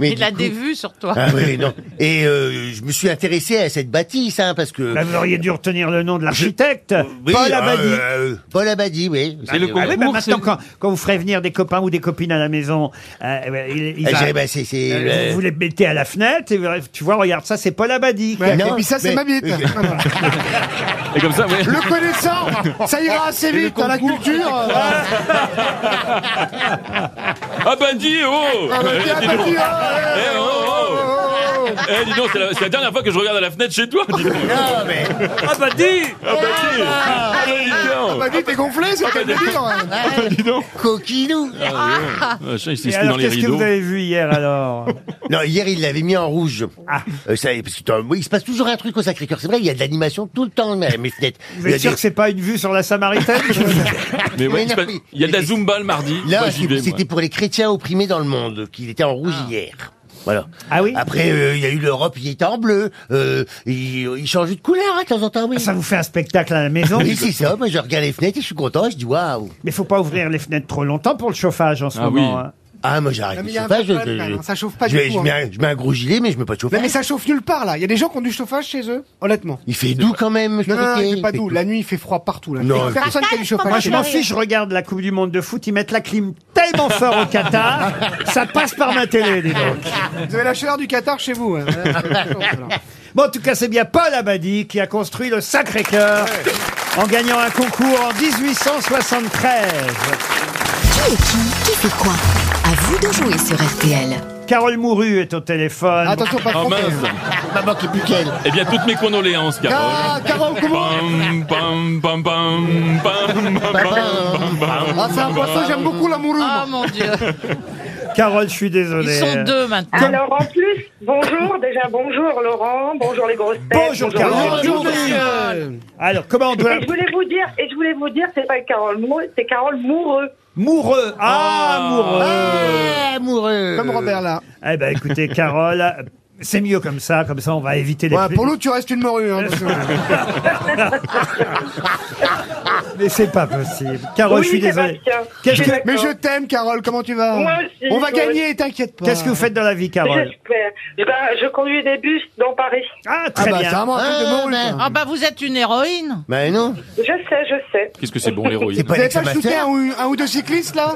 Speaker 6: Mais
Speaker 5: Il
Speaker 6: du
Speaker 5: a
Speaker 6: coup-
Speaker 5: des vues sur toi.
Speaker 6: Ah oui, non. Et euh, je me suis intéressé à cette bâtisse, hein, parce que...
Speaker 2: Bah, Vous auriez dû retenir le nom de l'architecte,
Speaker 6: Oui,
Speaker 2: Paul
Speaker 6: euh,
Speaker 2: Abadie.
Speaker 6: euh, Paul Abadi, oui.
Speaker 4: C'est le
Speaker 2: Ah oui, bah
Speaker 4: concours,
Speaker 2: maintenant,
Speaker 4: c'est-
Speaker 2: quand, quand vous ferez venir des copains ou des copines à la maison, euh, ouais, il- il
Speaker 6: Ah, je
Speaker 2: va-
Speaker 6: dirais, bah, c'est- c'est
Speaker 2: euh,
Speaker 6: le-
Speaker 2: vous les mettez à la fenêtre et vous- tu vois, regarde ça, c'est Paul Abadi.
Speaker 3: Ouais,
Speaker 6: Non,
Speaker 3: et puis ça, c'est
Speaker 6: mais-
Speaker 3: ma bite.
Speaker 4: Et comme ça, ouais.
Speaker 3: Le connaissant, ça ira assez vite dans la culture.
Speaker 4: Ah bah dis oh
Speaker 3: Ah, bah, dis, ah,
Speaker 4: Eh, dis
Speaker 3: bah,
Speaker 4: donc.
Speaker 3: dis,
Speaker 4: Eh, oh, oh, oh. Eh, dis donc, c'est la, c'est la dernière fois que je regarde à la fenêtre chez toi. dis donc.
Speaker 6: Non, mais...
Speaker 2: Ah bah dis
Speaker 4: Ah bah dis Ah bah, dis
Speaker 3: Eh, Ah,
Speaker 4: donc
Speaker 3: ma bite est gonflée, c'est le cas de le dire.
Speaker 4: Ah bah, dis donc
Speaker 6: Coquinou
Speaker 4: Ah, ouais. Machin, il s'est mis
Speaker 2: Et
Speaker 4: dans
Speaker 2: alors,
Speaker 4: les
Speaker 2: qu'est-ce que
Speaker 4: rideaux.
Speaker 2: vous avez vu hier alors
Speaker 6: Non, hier, il l'avait mis en rouge.
Speaker 2: Ah.
Speaker 6: Euh, ça, parce que, euh, oui, il se passe toujours un truc au Sacré-Cœur. C'est vrai, il y a de l'animation tout le temps, mais- mes fenêtres.
Speaker 2: Vous
Speaker 6: Il y a
Speaker 2: êtes sûr
Speaker 6: des-
Speaker 2: que c'est pas une vue sur la Samaritaine
Speaker 4: Mais ouais,
Speaker 6: Mais
Speaker 4: il se passe-
Speaker 6: non,
Speaker 4: il y a de la Zumba le mardi. Moi,
Speaker 6: Là,
Speaker 4: j'y vais,
Speaker 6: c'est-
Speaker 4: moi.
Speaker 6: c'était pour les chrétiens opprimés dans le monde, qu'il était en rouge hier. Voilà.
Speaker 2: Ah oui
Speaker 6: Après, euh, il y a eu l'Europe, il était en bleu. Euh, il, il changeait de couleur hein, de temps en temps, oui.
Speaker 2: Ah, Ça vous fait un spectacle à la maison
Speaker 6: Oui, c'est ça. Moi, je regarde les fenêtres et je suis content. Je dis waouh.
Speaker 2: Mais faut pas ouvrir les fenêtres trop longtemps pour le chauffage en ce
Speaker 4: Ah oui.
Speaker 2: moment. hein.
Speaker 6: Ah, moi, j'arrête.
Speaker 3: Non,
Speaker 6: le
Speaker 3: mais il y a un
Speaker 6: chauffage,
Speaker 3: problème,
Speaker 6: je-
Speaker 3: là,
Speaker 6: je-
Speaker 3: non, ça chauffe pas
Speaker 6: je,
Speaker 3: du
Speaker 6: je
Speaker 3: tout, hein.
Speaker 6: mets un- je mets un gros gilet, mais je mets pas de
Speaker 3: Non, mais
Speaker 6: chauffage.
Speaker 3: ça chauffe nulle part là. Il y a des gens qui ont du chauffage chez eux, honnêtement.
Speaker 6: Il fait doux quand même. je
Speaker 3: Non, non, non,
Speaker 6: crois
Speaker 3: il
Speaker 6: qu'il
Speaker 3: fait pas
Speaker 6: fait
Speaker 3: doux.
Speaker 6: doux.
Speaker 3: La nuit, il fait froid partout. Là.
Speaker 6: Non,
Speaker 3: Il y a Bah, personne qui a du chauffage
Speaker 2: Moi,
Speaker 3: chez
Speaker 2: je
Speaker 3: eux.
Speaker 2: m'en fiche, je regarde la Coupe du Monde de foot, ils mettent la clim tellement fort au Qatar, ça passe par ma télé, dis donc.
Speaker 3: Vous avez la chaleur du Qatar chez vous. hein.
Speaker 2: Bon, en tout cas, c'est bien Paul Abadi qui a construit le Sacré-Cœur en gagnant un concours en 1873.
Speaker 9: Qui est qui Qui fait quoi À vous de jouer sur RTL.
Speaker 2: Carole Mouru est au téléphone.
Speaker 3: Attention, pas de
Speaker 4: Oh
Speaker 3: tromper.
Speaker 4: mince
Speaker 6: Maman qui pue qu'elle.
Speaker 4: Eh bien, toutes mes condoléances, Carole.
Speaker 3: Ah, Carole, comment
Speaker 4: Pam, pam, pam, pam, pam, pam, pam, pam.
Speaker 3: Ah, c'est un poisson, j'aime beaucoup la mouroune.
Speaker 5: Oh mon Dieu.
Speaker 2: Carole, je suis désolé.
Speaker 5: Ils sont deux maintenant.
Speaker 11: Alors en plus, bonjour déjà, bonjour Laurent, bonjour les grosses têtes.
Speaker 2: Bonjour,
Speaker 11: Laurent.
Speaker 2: Carole. Alors, comment on doit...
Speaker 11: Et je voulais vous dire, et je voulais vous dire, c'est pas Carole Moureux, c'est Carole Moureux.
Speaker 2: Moureux. Ah,
Speaker 4: Ah.
Speaker 2: Moureux.
Speaker 6: Ah, amoureux.
Speaker 3: Comme Robert là.
Speaker 2: Eh ben, écoutez, Carole, c'est mieux comme ça. Comme ça, on va éviter les...
Speaker 3: Ouais, pour l'autre, tu restes une morue. hein, parce que-
Speaker 2: Mais c'est pas possible. Carole,
Speaker 11: Oui,
Speaker 2: je suis désolé.
Speaker 11: Sébastien,
Speaker 2: Qu'est-ce
Speaker 11: je suis
Speaker 2: que...
Speaker 3: Mais
Speaker 11: D'accord.
Speaker 3: je t'aime, Carole. Comment tu vas
Speaker 11: Moi aussi,
Speaker 3: On
Speaker 11: moi
Speaker 3: va gagner, t'inquiète pas.
Speaker 2: Qu'est-ce que vous faites dans la vie, Carole
Speaker 11: J'espère. Je, ben, je conduis des bus dans Paris.
Speaker 2: Ah,
Speaker 3: Ah
Speaker 2: très
Speaker 3: bah,
Speaker 2: bien.
Speaker 3: c'est vraiment un truc de
Speaker 6: Ah,
Speaker 3: morue.
Speaker 6: ben,
Speaker 3: ça.
Speaker 5: Ah bah vous êtes une héroïne.
Speaker 6: Mais Bah, non.
Speaker 11: Je sais, je sais.
Speaker 4: Qu'est-ce que c'est bon, l'héroïne
Speaker 6: C'est
Speaker 3: Vous
Speaker 6: pas
Speaker 3: n'avez pas shooté
Speaker 6: l'ex-amateur.
Speaker 3: un ou, un ou deux cyclistes là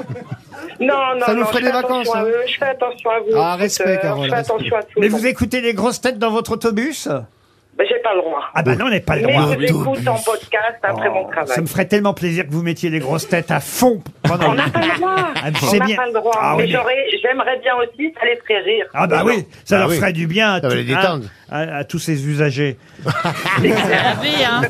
Speaker 11: Non, non,
Speaker 3: Ça nous
Speaker 11: non,
Speaker 3: ferait
Speaker 11: je
Speaker 3: des
Speaker 11: fais attention
Speaker 3: vacances,
Speaker 11: à
Speaker 3: hein.
Speaker 11: eux, Je fais attention à vous.
Speaker 3: Ah, respect,
Speaker 11: écoute,
Speaker 3: Carole,
Speaker 11: Je fais
Speaker 3: respect.
Speaker 11: attention à tout.
Speaker 2: Mais
Speaker 11: le monde.
Speaker 2: vous écoutez les grosses têtes dans votre autobus
Speaker 11: Ben, J'ai pas le droit.
Speaker 2: Ah bah non, on n'est pas le
Speaker 11: Mais
Speaker 2: droit. Oh,
Speaker 11: je vous écoute en podcast après mon
Speaker 2: Ça
Speaker 11: travail.
Speaker 2: me ferait tellement plaisir que vous mettiez les grosses têtes à fond pendant
Speaker 11: On n'a pas le droit.
Speaker 2: Oh, Ah, mais
Speaker 11: On
Speaker 2: c'est
Speaker 11: n'a
Speaker 2: bien.
Speaker 11: pas le droit.
Speaker 2: Ah,
Speaker 11: mais
Speaker 2: oui.
Speaker 11: j'aurais, j'aimerais bien aussi, ça les ferait rire.
Speaker 2: Ah bah oui, ça
Speaker 6: Ah
Speaker 2: leur
Speaker 6: oui.
Speaker 2: ferait du bien à,
Speaker 6: Ça va
Speaker 2: tout-
Speaker 6: les détendre.
Speaker 2: à- à- à tous ces usagers.
Speaker 5: C'est la vie, hein.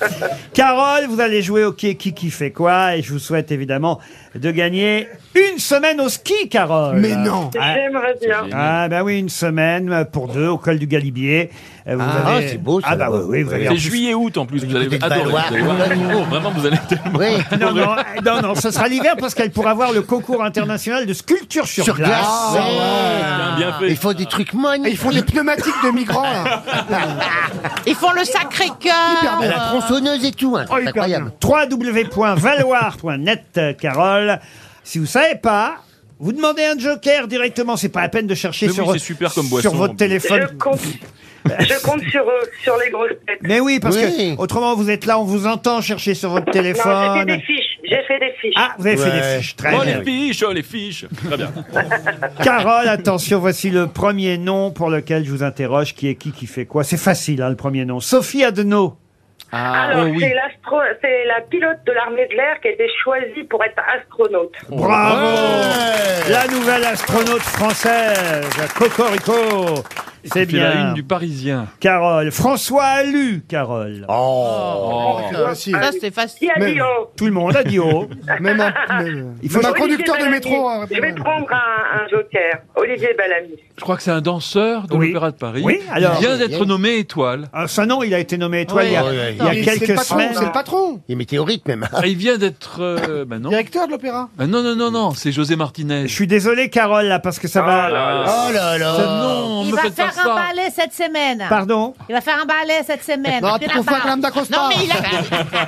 Speaker 2: Carole, vous allez jouer au qui est qui qui fait quoi et je vous souhaite évidemment de gagner une semaine au ski, Carole.
Speaker 3: Mais non.
Speaker 2: Ah,
Speaker 11: hein. J'aimerais bien.
Speaker 2: ah bah oui, une semaine pour deux au col du Galibier. Euh, Vous
Speaker 6: Ah,
Speaker 2: avez,
Speaker 6: c'est beau, ça.
Speaker 2: Ah bah oui, oui, vous allez en
Speaker 4: C'est
Speaker 2: plus-
Speaker 4: juillet-août en plus, vous allez
Speaker 2: peut-être
Speaker 4: adorer.
Speaker 2: Valois.
Speaker 4: vous allez voir.
Speaker 2: Oui. Ah,
Speaker 4: Oh, Vraiment, vous allez tellement.
Speaker 2: Non, non, eh, non, non, ce sera l'hiver parce qu'elle pourra voir le concours international de sculpture sur,
Speaker 6: Sur glace.
Speaker 2: glace.
Speaker 6: ouais. Il faut des trucs magnifiques.
Speaker 3: Ils font des pneumatiques de migrants. là.
Speaker 5: Ils font le sacré cœur.
Speaker 6: Ah, La tronçonneuse et tout, hein,
Speaker 2: Oh,
Speaker 6: c'est incroyable.
Speaker 2: www.valoir.net, euh, Carole. Si vous savez pas, vous demandez un joker directement. C'est pas la peine de chercher
Speaker 4: Mais
Speaker 2: sur,
Speaker 4: oui, c'est super comme boisson,
Speaker 2: sur
Speaker 4: en
Speaker 2: votre
Speaker 4: plus.
Speaker 2: téléphone.
Speaker 4: Je
Speaker 11: compte- Je compte sur, euh, sur les grosses têtes.
Speaker 2: Mais oui, parce
Speaker 11: Oui.
Speaker 2: que autrement vous êtes là, on vous entend chercher sur votre
Speaker 11: Non, j'ai fait
Speaker 2: téléphone.
Speaker 11: des fiches. J'ai fait des fiches.
Speaker 2: Ah, vous avez fait des fiches, très
Speaker 4: Oh,
Speaker 2: bien.
Speaker 4: les fiches, oh, les fiches. Très bien.
Speaker 2: Carole, attention, voici le premier nom pour lequel je vous interroge. Qui est qui, qui fait quoi C'est facile, hein, le premier nom. Sophie Adenau. Ah,
Speaker 5: Ah,
Speaker 11: Alors,
Speaker 2: oh
Speaker 5: oh
Speaker 11: c'est l'astro, c'est la pilote de l'armée de l'air qui a été choisie pour être astronaute.
Speaker 2: Bravo La nouvelle astronaute française, Cocorico C'est
Speaker 7: qui fait la
Speaker 2: bien.
Speaker 7: une du Parisien.
Speaker 2: Carole. François Alu, Carole.
Speaker 7: Oh.
Speaker 5: Ah, Ça, c'est facile.
Speaker 2: Même- Tout le monde a dit oh.
Speaker 3: Même un,
Speaker 2: Il faut
Speaker 3: même un
Speaker 11: Olivier
Speaker 3: conducteur de
Speaker 11: Bellamy.
Speaker 3: métro. hein,
Speaker 11: Je vais prendre un, un joker. Olivier Bellamy.
Speaker 7: Je crois que c'est un danseur de l'Opéra de Paris.
Speaker 2: Oui, alors-
Speaker 7: Il vient d'être nommé étoile.
Speaker 2: Ah, ça non, il a été nommé étoile
Speaker 7: Ouais,
Speaker 2: il y a,
Speaker 7: ouais,
Speaker 2: il y a
Speaker 7: il- c'est le
Speaker 2: quelques
Speaker 7: patron,
Speaker 2: semaines.
Speaker 7: c'est le
Speaker 3: patron.
Speaker 6: Il est météorite même.
Speaker 7: Ah, Il vient d'être. euh, bah non.
Speaker 3: Directeur de l'opéra.
Speaker 7: Ah, non, non, non, non, c'est José Martinez.
Speaker 2: Je suis désolé, Carole, là, parce que ça va.
Speaker 7: Ah là là. Oh là là. Ça, non,
Speaker 8: Il
Speaker 7: me
Speaker 8: va
Speaker 7: faites
Speaker 8: faire
Speaker 7: pas
Speaker 8: un
Speaker 7: ça.
Speaker 8: ballet cette semaine.
Speaker 2: Pardon
Speaker 8: Il va faire un ballet cette semaine.
Speaker 3: Non,
Speaker 8: Puis
Speaker 3: tu
Speaker 8: la
Speaker 3: confonds
Speaker 8: barre.
Speaker 3: avec Madame d'Acosta. Non, mais il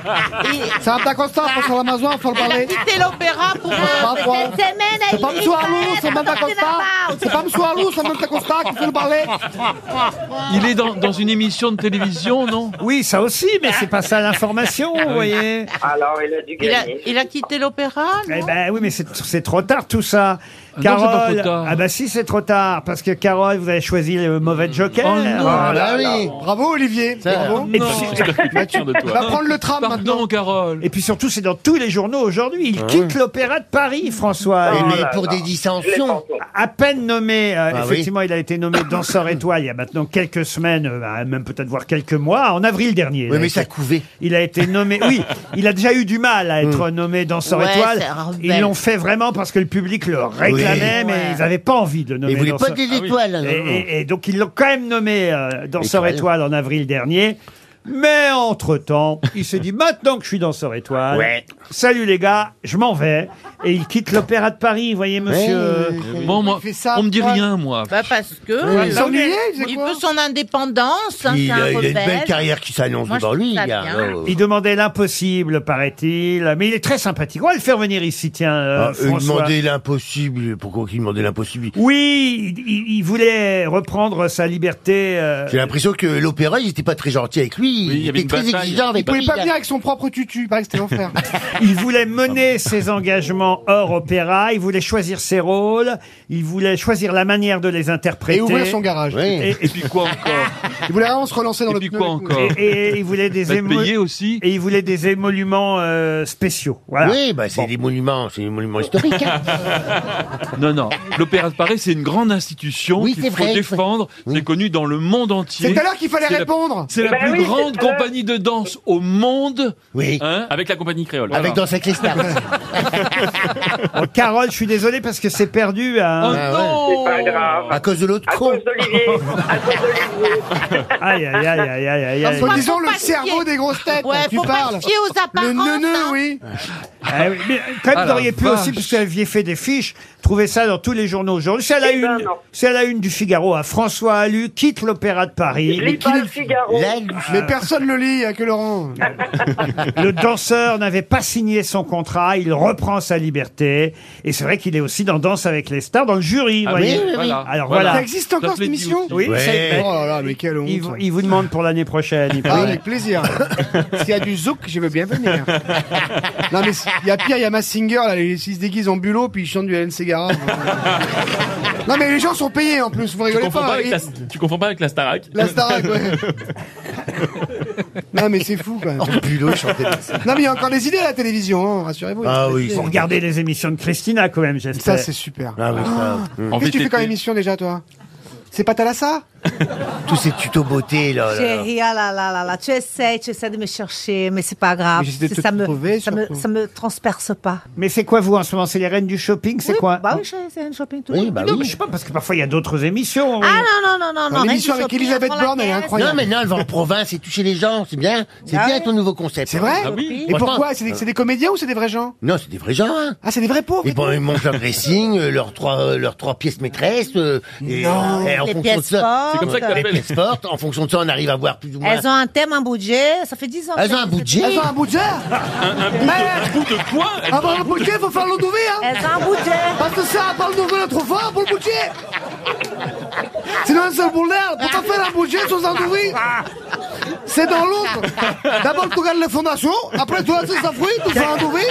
Speaker 3: C'est un d'Acosta, François Lamazouin, faut le parler.
Speaker 5: Quitter l'opéra pour.
Speaker 3: Ah,
Speaker 8: mais
Speaker 3: toi.
Speaker 8: cette semaine, elle
Speaker 3: C'est pas
Speaker 8: il
Speaker 3: Monsieur Arlou,
Speaker 8: va
Speaker 3: c'est
Speaker 8: être
Speaker 3: Madame
Speaker 8: sortie de la
Speaker 3: d'Acosta.
Speaker 8: barre.
Speaker 3: C'est pas Monsieur Arlou, c'est Madame d'Acosta qu'il faut le parler.
Speaker 7: Il est dans, dans une émission de télévision, non Ah
Speaker 2: Oui, ça aussi, mais c'est pas ça l'information, vous voyez.
Speaker 11: Alors, il a dû
Speaker 5: Il a,
Speaker 11: gagner.
Speaker 5: il a quitté l'opéra, non
Speaker 2: Eh ben oui, mais c'est c'est trop tard tout ça.
Speaker 7: Ah non, c'est
Speaker 2: Carole,
Speaker 7: pas trop tard.
Speaker 2: ah bah si c'est trop tard parce que Carole, vous avez choisi le mauvais joker.
Speaker 7: Oh non.
Speaker 2: Ah, là.
Speaker 3: Ah oui, bravo Olivier. Bravo.
Speaker 2: Et puis-
Speaker 3: Va prendre le tram
Speaker 7: Pardon,
Speaker 3: maintenant.
Speaker 7: Carole.
Speaker 2: Et puis surtout, c'est dans tous les journaux aujourd'hui.
Speaker 6: Ah
Speaker 2: Il quitte l'Opéra de Paris, François.
Speaker 6: Et
Speaker 2: Et
Speaker 6: mais pour des dissensions.
Speaker 2: à peine nommé, euh,
Speaker 6: Ah oui.
Speaker 2: effectivement, il a été nommé danseur étoile il y a maintenant quelques semaines, euh, bah, même peut-être voir quelques mois, en avril dernier. il,
Speaker 6: Oui,
Speaker 2: a
Speaker 6: mais
Speaker 2: été,
Speaker 6: ça couvait. Hmm.
Speaker 2: il a été nommé. Oui, il a déjà eu du mal à être nommé danseur
Speaker 5: Ouais,
Speaker 2: étoile.
Speaker 5: c'est un rebelle.
Speaker 2: Ils l'ont fait vraiment parce que le public le réclamait,
Speaker 5: Oui.
Speaker 2: mais
Speaker 5: Ouais.
Speaker 2: ils n'avaient pas envie de le nommer.
Speaker 6: Il voulait pas
Speaker 2: danseur-
Speaker 6: des
Speaker 7: Ah
Speaker 6: étoiles.
Speaker 2: et,
Speaker 6: non, non.
Speaker 2: et- et donc ils l'ont quand même nommé euh, danseur
Speaker 6: Étoile.
Speaker 2: étoile en avril dernier. Mais entre-temps, il s'est dit maintenant que je suis danseur étoile,
Speaker 6: Ouais.
Speaker 2: salut les gars, je m'en vais. Et il quitte l'Opéra de Paris, voyez monsieur.
Speaker 7: Bon, moi,
Speaker 3: Il fait ça,
Speaker 7: on me dit
Speaker 3: moi.
Speaker 7: rien, moi.
Speaker 5: Bah parce que
Speaker 3: Il s'ennuyait, il faisait
Speaker 5: il
Speaker 3: quoi
Speaker 5: veut son indépendance, hein,
Speaker 6: Il,
Speaker 5: c'est un
Speaker 6: a, il a une belle
Speaker 5: rebelle.
Speaker 6: carrière qui s'annonce
Speaker 5: Moi, je
Speaker 6: devant
Speaker 5: trouve
Speaker 6: lui,
Speaker 5: ça
Speaker 6: il y a-
Speaker 5: bien.
Speaker 6: oh, oh.
Speaker 2: Il demandait l'impossible, paraît-il. Mais il est très sympathique. On va le faire venir ici, tiens, euh,
Speaker 6: Ah, eux,
Speaker 2: François.
Speaker 6: demander l'impossible. Pourquoi qu'il demandait l'impossible
Speaker 2: Oui, il- il, il voulait reprendre sa liberté. euh,
Speaker 6: J'ai l'impression que l'opéra, ils n'étaient pas très gentils avec lui.
Speaker 4: Oui, il y
Speaker 6: ils
Speaker 4: avait
Speaker 6: étaient
Speaker 4: une
Speaker 6: très
Speaker 4: bataille.
Speaker 6: exigeants
Speaker 3: Il
Speaker 6: avec lui.
Speaker 3: pouvait pas venir avec son propre tutu, il paraît que c'était l'enfer.
Speaker 2: Il voulait mener ses engagements hors opéra, il voulait choisir ses rôles, il voulait choisir la manière de les interpréter.
Speaker 3: Et ouvrir son garage.
Speaker 6: Oui.
Speaker 2: Et,
Speaker 7: Et puis quoi encore
Speaker 3: Il voulait vraiment se relancer dans
Speaker 7: Et
Speaker 3: le
Speaker 7: puis
Speaker 3: pneu
Speaker 7: quoi
Speaker 3: et tout.
Speaker 7: encore
Speaker 2: et- et il voulait des
Speaker 7: Va te
Speaker 2: émo-
Speaker 7: payer aussi.
Speaker 2: et il voulait des émoluments euh, spéciaux. Voilà.
Speaker 6: Oui, bah, c'est des monuments, c'est des monuments historiques. hein.
Speaker 7: Non, non. L'Opéra de Paris, c'est une grande institution
Speaker 6: Oui,
Speaker 7: qu'il
Speaker 6: c'est
Speaker 7: faut
Speaker 6: vrai,
Speaker 7: défendre. C'est connu dans le monde entier.
Speaker 3: C'est à l'heure qu'il fallait
Speaker 7: C'est la-
Speaker 3: répondre.
Speaker 7: C'est la
Speaker 11: Ben
Speaker 7: plus
Speaker 11: oui,
Speaker 7: grande
Speaker 11: c'est ça.
Speaker 7: compagnie de danse au monde.
Speaker 6: Oui.
Speaker 7: Hein
Speaker 4: Avec la compagnie créole.
Speaker 6: Avec Danse avec les stars.
Speaker 2: Oh, Carole, je suis désolé parce que c'est perdu.
Speaker 7: Oh
Speaker 2: hein.
Speaker 7: non
Speaker 11: Pas grave.
Speaker 6: Ah à cause de l'autre
Speaker 11: À
Speaker 6: con.
Speaker 11: cause d'Olivier.
Speaker 3: Euh,
Speaker 11: À cause d'Olivier.
Speaker 2: Aïe, aïe, aïe, aïe, aïe, aïe, aïe.
Speaker 5: Faut pas-
Speaker 3: disons
Speaker 5: faut
Speaker 3: le
Speaker 5: pas se fier.
Speaker 3: cerveau des grosses têtes.
Speaker 5: Ouais,
Speaker 3: tu
Speaker 5: faut pas
Speaker 3: parles.
Speaker 5: se fier aux apparences.
Speaker 3: Le neuneu,
Speaker 5: hein.
Speaker 3: oui.
Speaker 2: Ah oui, mais quand
Speaker 7: Ah,
Speaker 2: même, vous
Speaker 7: la
Speaker 2: auriez pu
Speaker 7: vache.
Speaker 2: aussi, parce que vous aviez fait des fiches, trouver ça dans tous les journaux aujourd'hui. C'est à la
Speaker 11: Eh ben
Speaker 2: une,
Speaker 11: non.
Speaker 2: c'est à la une du Figaro. À François Alu quitte l'Opéra de Paris.
Speaker 11: Je lis pas le Figaro.
Speaker 6: Là,
Speaker 3: Mais personne le lit, il y a que Laurent.
Speaker 2: Le danseur n'avait pas signé son contrat, il reprend sa liberté. Et c'est vrai qu'il est aussi dans Danse avec les stars, dans le jury.
Speaker 6: Ah
Speaker 2: voyez.
Speaker 6: oui, oui, oui.
Speaker 2: Alors
Speaker 3: Ça
Speaker 2: voilà.
Speaker 3: existe encore
Speaker 7: Ça, je
Speaker 3: cette
Speaker 7: l'ai dit
Speaker 3: émission
Speaker 7: aussi.
Speaker 2: Oui,
Speaker 6: Ouais.
Speaker 2: c'est-
Speaker 3: Oh là là, mais quelle honte.
Speaker 2: il, vous- il vous demande pour l'année prochaine. il
Speaker 3: Ah,
Speaker 2: paraît.
Speaker 3: avec plaisir. S'il y a du zouk, je veux bien venir. Non, mais il y a pire, il y a Massinger, là, ils se déguisent en bulot, puis ils chantent du Hélène Segara. non, mais les gens sont payés en plus, vous
Speaker 4: Tu
Speaker 3: rigolez
Speaker 4: confonds pas
Speaker 3: pas.
Speaker 4: avec
Speaker 3: Et-
Speaker 4: la, tu confonds pas avec la Starac
Speaker 3: La Starac, ouais. non, mais c'est fou quand même.
Speaker 6: Bulot chantait.
Speaker 3: Non, mais il y a encore des idées à la télévision, hein, rassurez-vous.
Speaker 6: Ah oui,
Speaker 2: Vous regardez les émissions de Christina quand même, j'espère.
Speaker 3: Ça, c'est super.
Speaker 6: Ah oui, ça.
Speaker 4: En
Speaker 3: Qu'est-ce que tu
Speaker 4: VTT.
Speaker 3: fais comme émission déjà, toi C'est pas Talassa
Speaker 6: Tous ces tutos beauté, Oh là. là, là.
Speaker 8: Chérie, ah là là là là, tu essaies, tu essaies de me chercher, mais c'est pas grave.
Speaker 2: Mais j'essaie de te
Speaker 8: C'est- ça, me,
Speaker 2: trouver,
Speaker 8: ça, me,
Speaker 2: surtout.
Speaker 8: ça me transperce pas.
Speaker 2: Mais c'est quoi vous en ce moment C'est les reines du shopping C'est
Speaker 8: Oui,
Speaker 2: quoi
Speaker 8: Bah oui, c'est un shopping tout
Speaker 6: bah
Speaker 8: le temps.
Speaker 2: Non, mais je sais pas, parce que parfois il y a d'autres émissions.
Speaker 8: Ah non, non, non, non, non.
Speaker 6: L'émission
Speaker 8: Reine
Speaker 6: avec
Speaker 8: du
Speaker 6: Elisabeth
Speaker 8: shopping, on prend la
Speaker 6: Borne, elle est
Speaker 8: caisse.
Speaker 6: incroyable. Non, mais non, elle va en province et toucher les gens, c'est bien. C'est
Speaker 8: Bah
Speaker 6: bien ton nouveau concept. Ah
Speaker 3: C'est vrai Et pourquoi C'est des, c'est des comédiens ou c'est des vrais gens
Speaker 6: Non, c'est des vrais gens, hein.
Speaker 3: Ah, c'est des vrais pauvres
Speaker 6: Et bon, ils montent leur dressing, euh, leurs trois, euh, leurs trois pièces maîtresses, euh, et,
Speaker 8: Non.
Speaker 6: et en
Speaker 8: Les
Speaker 6: fonction
Speaker 8: pièces
Speaker 6: de ça,
Speaker 8: fortes. C'est comme ça que
Speaker 6: les
Speaker 8: t'appelles.
Speaker 6: pièces fortes. En fonction de ça, on arrive à voir plus ou moins.
Speaker 8: Elles ont un thème, un budget, ça fait 10 ans.
Speaker 6: Elles
Speaker 8: que
Speaker 6: ont un
Speaker 8: c'est-
Speaker 6: budget Elles ont un budget
Speaker 4: Un, un bout de,
Speaker 3: Mais-
Speaker 4: un bout de quoi
Speaker 3: Ah bah le budget, faut faire l'endouvé, hein
Speaker 8: Elles ont un budget
Speaker 3: Parce que ça, parle d'ouvrir trop fort pour le budget Sinon, c'est le boulard Pour t'en faire un budget sans endouvé C'est dans l'autre D'abord, tu regardes les fondations, après, tu as tes fruits, tu fais endouvé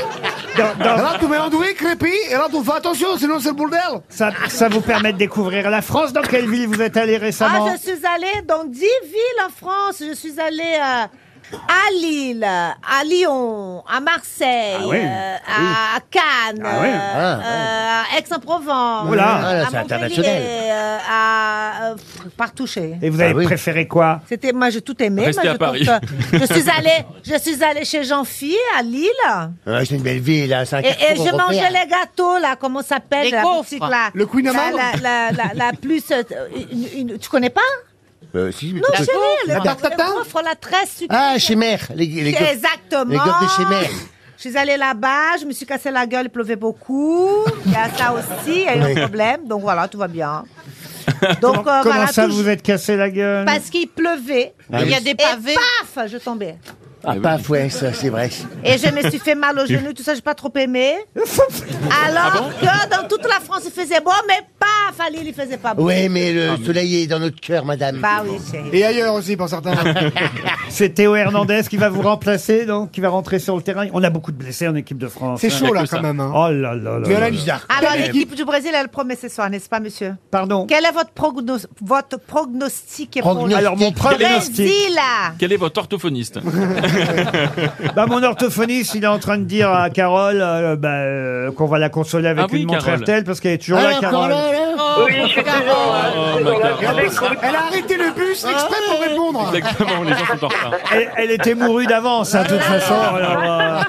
Speaker 3: Et là, tu mets endouvé, crépi, et là, tu fais attention, sinon, c'est le boulard
Speaker 2: Ça, ça vous permet de découvrir la France. Dans quelle ville vous êtes allé récemment
Speaker 8: Ah, je suis allée dans 10 villes en France. Je suis allée euh, à Lille, à Lyon, à Marseille,
Speaker 2: Ah oui,
Speaker 8: euh, à Cannes,
Speaker 6: Ah oui,
Speaker 8: euh,
Speaker 6: ah, ouais.
Speaker 8: euh, à Aix-en-Provence,
Speaker 2: Oh là.
Speaker 6: Ah là,
Speaker 8: à
Speaker 6: c'est
Speaker 8: Montpellier,
Speaker 6: international. Ah
Speaker 8: euh, à euh, pff, partout chez.
Speaker 2: Et vous avez préféré quoi
Speaker 8: C'était moi j'ai tout aimé.
Speaker 2: Restez
Speaker 8: moi,
Speaker 2: à
Speaker 8: je
Speaker 2: Paris.
Speaker 8: trouve que- je suis allée, je suis allée chez jean phi à Lille.
Speaker 6: Ouais, c'est une belle ville, hein, c'est un
Speaker 8: Et, et
Speaker 6: carrefour
Speaker 8: je
Speaker 6: européen.
Speaker 8: mangeais les gâteaux là, comment ça s'appelle
Speaker 6: Les
Speaker 8: la
Speaker 6: gaufres.
Speaker 8: boutique, là.
Speaker 6: Le Queen
Speaker 8: La-
Speaker 6: Amand.
Speaker 8: La, la, la, la plus, euh, une- une- tu connais pas
Speaker 6: Euh, si, mais
Speaker 8: Non,
Speaker 6: peut-
Speaker 8: chérie, le,
Speaker 6: La tarte tatin
Speaker 8: le gaufre, la très sucrée.
Speaker 6: Ah, chez Mère. Les, les gaufres-
Speaker 8: Exactement.
Speaker 6: Les gaufres de chez Mère.
Speaker 8: Je suis allée là-bas, je me suis cassé la gueule, il pleuvait beaucoup. Il y a ça aussi, il y a eu
Speaker 2: Oui.
Speaker 8: un problème. Donc voilà, tout va bien. Donc euh,
Speaker 2: Comment
Speaker 8: voilà,
Speaker 2: ça
Speaker 8: tout-
Speaker 2: vous êtes cassé la gueule
Speaker 8: parce qu'il pleuvait.
Speaker 6: Ah oui. Il y a des
Speaker 8: Et
Speaker 5: pavés.
Speaker 8: paf, je tombais.
Speaker 3: Eh
Speaker 6: Ah, paf, ouais, ça, c'est vrai.
Speaker 8: Et je me suis fait mal aux genoux, tout ça, j'ai pas trop aimé. Alors que dans toute la France, il faisait beau, mais paf, à Lille, il faisait pas beau.
Speaker 6: Ouais, mais
Speaker 3: Ah,
Speaker 6: le soleil est dans notre cœur, madame.
Speaker 8: Bah oui, chérie.
Speaker 6: Et ailleurs aussi, pour certains.
Speaker 2: C'est Théo Hernandez qui va vous remplacer, donc qui va rentrer sur le terrain. On a beaucoup de blessés en équipe de France.
Speaker 3: C'est
Speaker 2: hein.
Speaker 3: chaud,
Speaker 2: Il y a
Speaker 3: là,
Speaker 2: que
Speaker 3: quand
Speaker 2: ça.
Speaker 3: même, hein.
Speaker 2: Oh là là là. là
Speaker 3: Violette
Speaker 2: là.
Speaker 3: Gisard.
Speaker 8: Alors, Ah, bah, l'équipe du Brésil, elle promet ce soir, n'est-ce pas, monsieur
Speaker 2: Pardon
Speaker 8: Quel est votre, progno- votre prognostic, pour le
Speaker 4: Prognostic. Alors, mon prognostic.
Speaker 8: Brésil
Speaker 4: Quel est votre orthophoniste
Speaker 2: Bah, mon orthophoniste, il est en train de dire à Carole euh, bah, euh, qu'on va la consoler avec
Speaker 4: Ah oui,
Speaker 2: une montre
Speaker 4: Carole.
Speaker 2: RTL parce qu'elle est toujours là, Carole.
Speaker 3: Oh, Oui, je suis
Speaker 4: Oh,
Speaker 5: euh,
Speaker 3: Elle a arrêté le bus exprès pour répondre
Speaker 4: Exactement, les gens sont en retard.
Speaker 2: Elle, elle était mourue d'avance, hein, de toute façon. alors,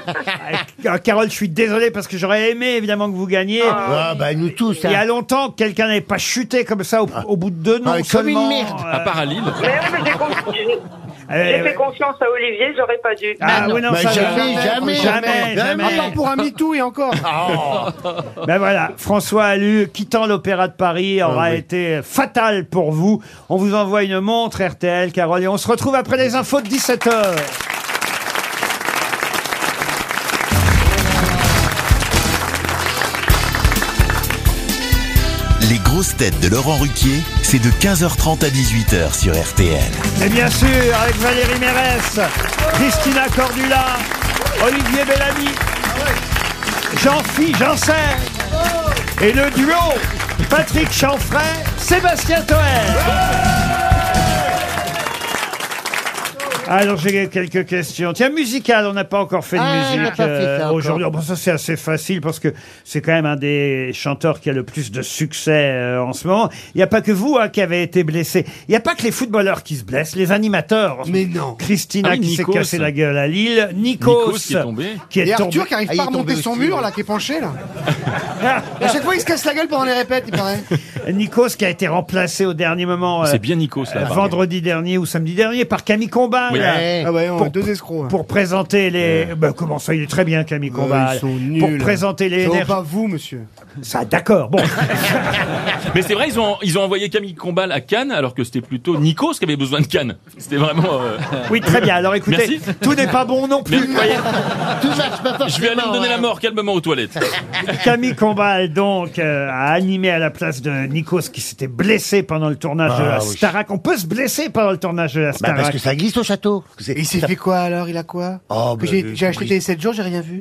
Speaker 2: euh, euh, Carole, je suis désolé parce que j'aurais aimé évidemment que vous gagniez.
Speaker 6: Ah, bah, nous tous,
Speaker 2: Il y a
Speaker 6: hein.
Speaker 2: longtemps que quelqu'un n'avait pas chuté comme ça au, au bout de deux noms
Speaker 6: Ah, comme une
Speaker 2: seulement.
Speaker 6: merde.
Speaker 4: À part à Lille.
Speaker 11: Mais oui, mais j'ai con- j'ai- j'ai
Speaker 2: Euh,
Speaker 11: fait confiance à Olivier, j'aurais pas dû.
Speaker 2: Ah
Speaker 5: Bah,
Speaker 2: oui, non, ça,
Speaker 6: jamais, jamais,
Speaker 2: jamais, jamais.
Speaker 3: À part pour un MeToo et encore
Speaker 2: Ah, Ben voilà, François Allu, quittant l'Opéra de Paris, aura été fatal pour vous. On vous envoie une montre RTL, Carole, et on se retrouve après les infos de 17h.
Speaker 1: Les grosses têtes de Laurent Ruquier, c'est de 15h30 à 18h sur RTL.
Speaker 2: Et bien sûr, avec Valérie Mérès, Christina Cordula, Olivier Bellamy, Jean-Philippe Janssen, et le duo Patrick Chanfray, Sébastien Toer. Alors j'ai quelques questions. Tiens, musicale, on n'a pas encore fait de
Speaker 6: Ah, on n'a
Speaker 2: musique euh,
Speaker 6: pas fait ça encore.
Speaker 2: aujourd'hui. Bon, ça c'est assez facile parce que c'est quand même un des chanteurs qui a le plus de succès euh, en ce moment. Il n'y a pas que vous hein, qui avez été blessé. Il n'y a pas que les footballeurs qui se blessent, les animateurs. Mais non. Christina
Speaker 4: Ah oui,
Speaker 2: qui s'est
Speaker 4: Nikos.
Speaker 2: cassé la gueule à Lille, Nikos,
Speaker 4: Nikos qui est tombé.
Speaker 2: qui est
Speaker 3: Et
Speaker 2: tombé.
Speaker 3: Arthur qui arrive
Speaker 2: Ah, il
Speaker 3: pas à
Speaker 2: est tombé
Speaker 3: remonter son
Speaker 2: aussi,
Speaker 3: mur,
Speaker 2: ouais.
Speaker 3: là, qui est penché, là À chaque fois, il se casse la gueule pendant les répètes, il paraît
Speaker 2: Nikos qui a été remplacé au dernier moment. euh,
Speaker 4: C'est bien Nikos, là, par
Speaker 2: vendredi dernier ou samedi dernier par Camille Combal.
Speaker 4: Oui.
Speaker 2: euh,
Speaker 3: Ah ouais, on
Speaker 2: pour,
Speaker 3: a deux escrocs. hein.
Speaker 2: pour présenter les. Bah, comment ça, il est très bien Camille Combal.
Speaker 3: ils sont nuls. hein.
Speaker 2: pour présenter les.
Speaker 3: Ça vaut
Speaker 2: NRJ.
Speaker 3: pas vous, monsieur.
Speaker 2: Ça, d'accord. Bon.
Speaker 4: Mais c'est vrai, ils ont, ils ont envoyé Camille Combal à Cannes, alors que c'était plutôt Nikos qui avait besoin de Cannes. C'était vraiment. euh,
Speaker 2: oui, très bien. Alors écoutez,
Speaker 4: Merci.
Speaker 2: tout n'est pas bon non
Speaker 4: Mais
Speaker 2: plus.
Speaker 4: vous voyez,
Speaker 6: Tout marche pas forcément.
Speaker 4: je vais aller me donner la mort calmement aux toilettes.
Speaker 2: Camille Combal, donc, euh, a animé à la place de Nikos qui s'était blessé pendant le tournage de la
Speaker 6: Ah, oui.
Speaker 2: Starac. On peut se blesser pendant le tournage de la
Speaker 6: Bah,
Speaker 2: Starac.
Speaker 6: parce que ça glisse au château. C'est-
Speaker 3: Et il s'est
Speaker 6: ça-
Speaker 3: fait quoi, alors Il a quoi
Speaker 6: Oh,
Speaker 3: Que
Speaker 6: bah,
Speaker 3: J'ai
Speaker 6: euh,
Speaker 3: j'ai acheté les 7 jours, j'ai rien vu.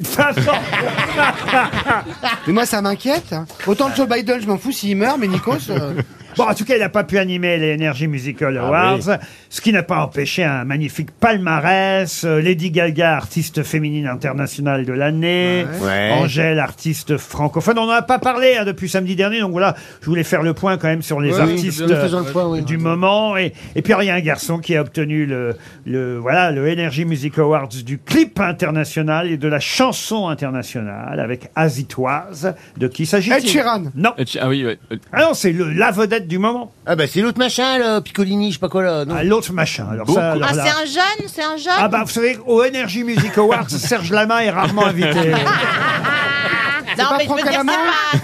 Speaker 3: Mais moi, ça m'inquiète. hein. Autant Joe Biden, je m'en fous s'il meurt, mais Nikos. euh,
Speaker 2: Bon, en tout cas, il n'a pas pu animer les Energy Musical Awards, ce qui n'a pas empêché un magnifique palmarès. euh, Lady Gaga, artiste féminine internationale de l'année.
Speaker 6: Ouais. Ouais.
Speaker 2: Angèle, artiste francophone. On n'en a pas parlé hein, depuis samedi dernier, donc voilà, je voulais faire le point quand même sur les
Speaker 6: Oui, oui,
Speaker 2: artistes
Speaker 6: bien, faisons le
Speaker 2: euh,
Speaker 6: point, Ah oui.
Speaker 2: du moment. Et, et puis, alors, il y a un garçon qui a obtenu le, le, voilà, le Energy Music Awards du clip international et de la chanson internationale avec Azitoise. De qui s'agit-il
Speaker 3: Ed Sheeran.
Speaker 2: Non.
Speaker 4: Ah oui, ouais.
Speaker 2: Ah non, c'est le- la vedette du moment.
Speaker 6: Ah bah c'est l'autre machin, là, Piccolini, je sais pas quoi là.
Speaker 2: Ah, l'autre machin, alors ça, alors
Speaker 5: Ah,
Speaker 2: là-
Speaker 5: c'est un jeune, c'est un jeune.
Speaker 2: Ah bah, vous savez, au Energy Music Awards, Serge Lama est rarement invité.
Speaker 5: Ah, Non,
Speaker 3: pas
Speaker 5: mais je veux
Speaker 3: Franck
Speaker 5: dire,
Speaker 3: Alaman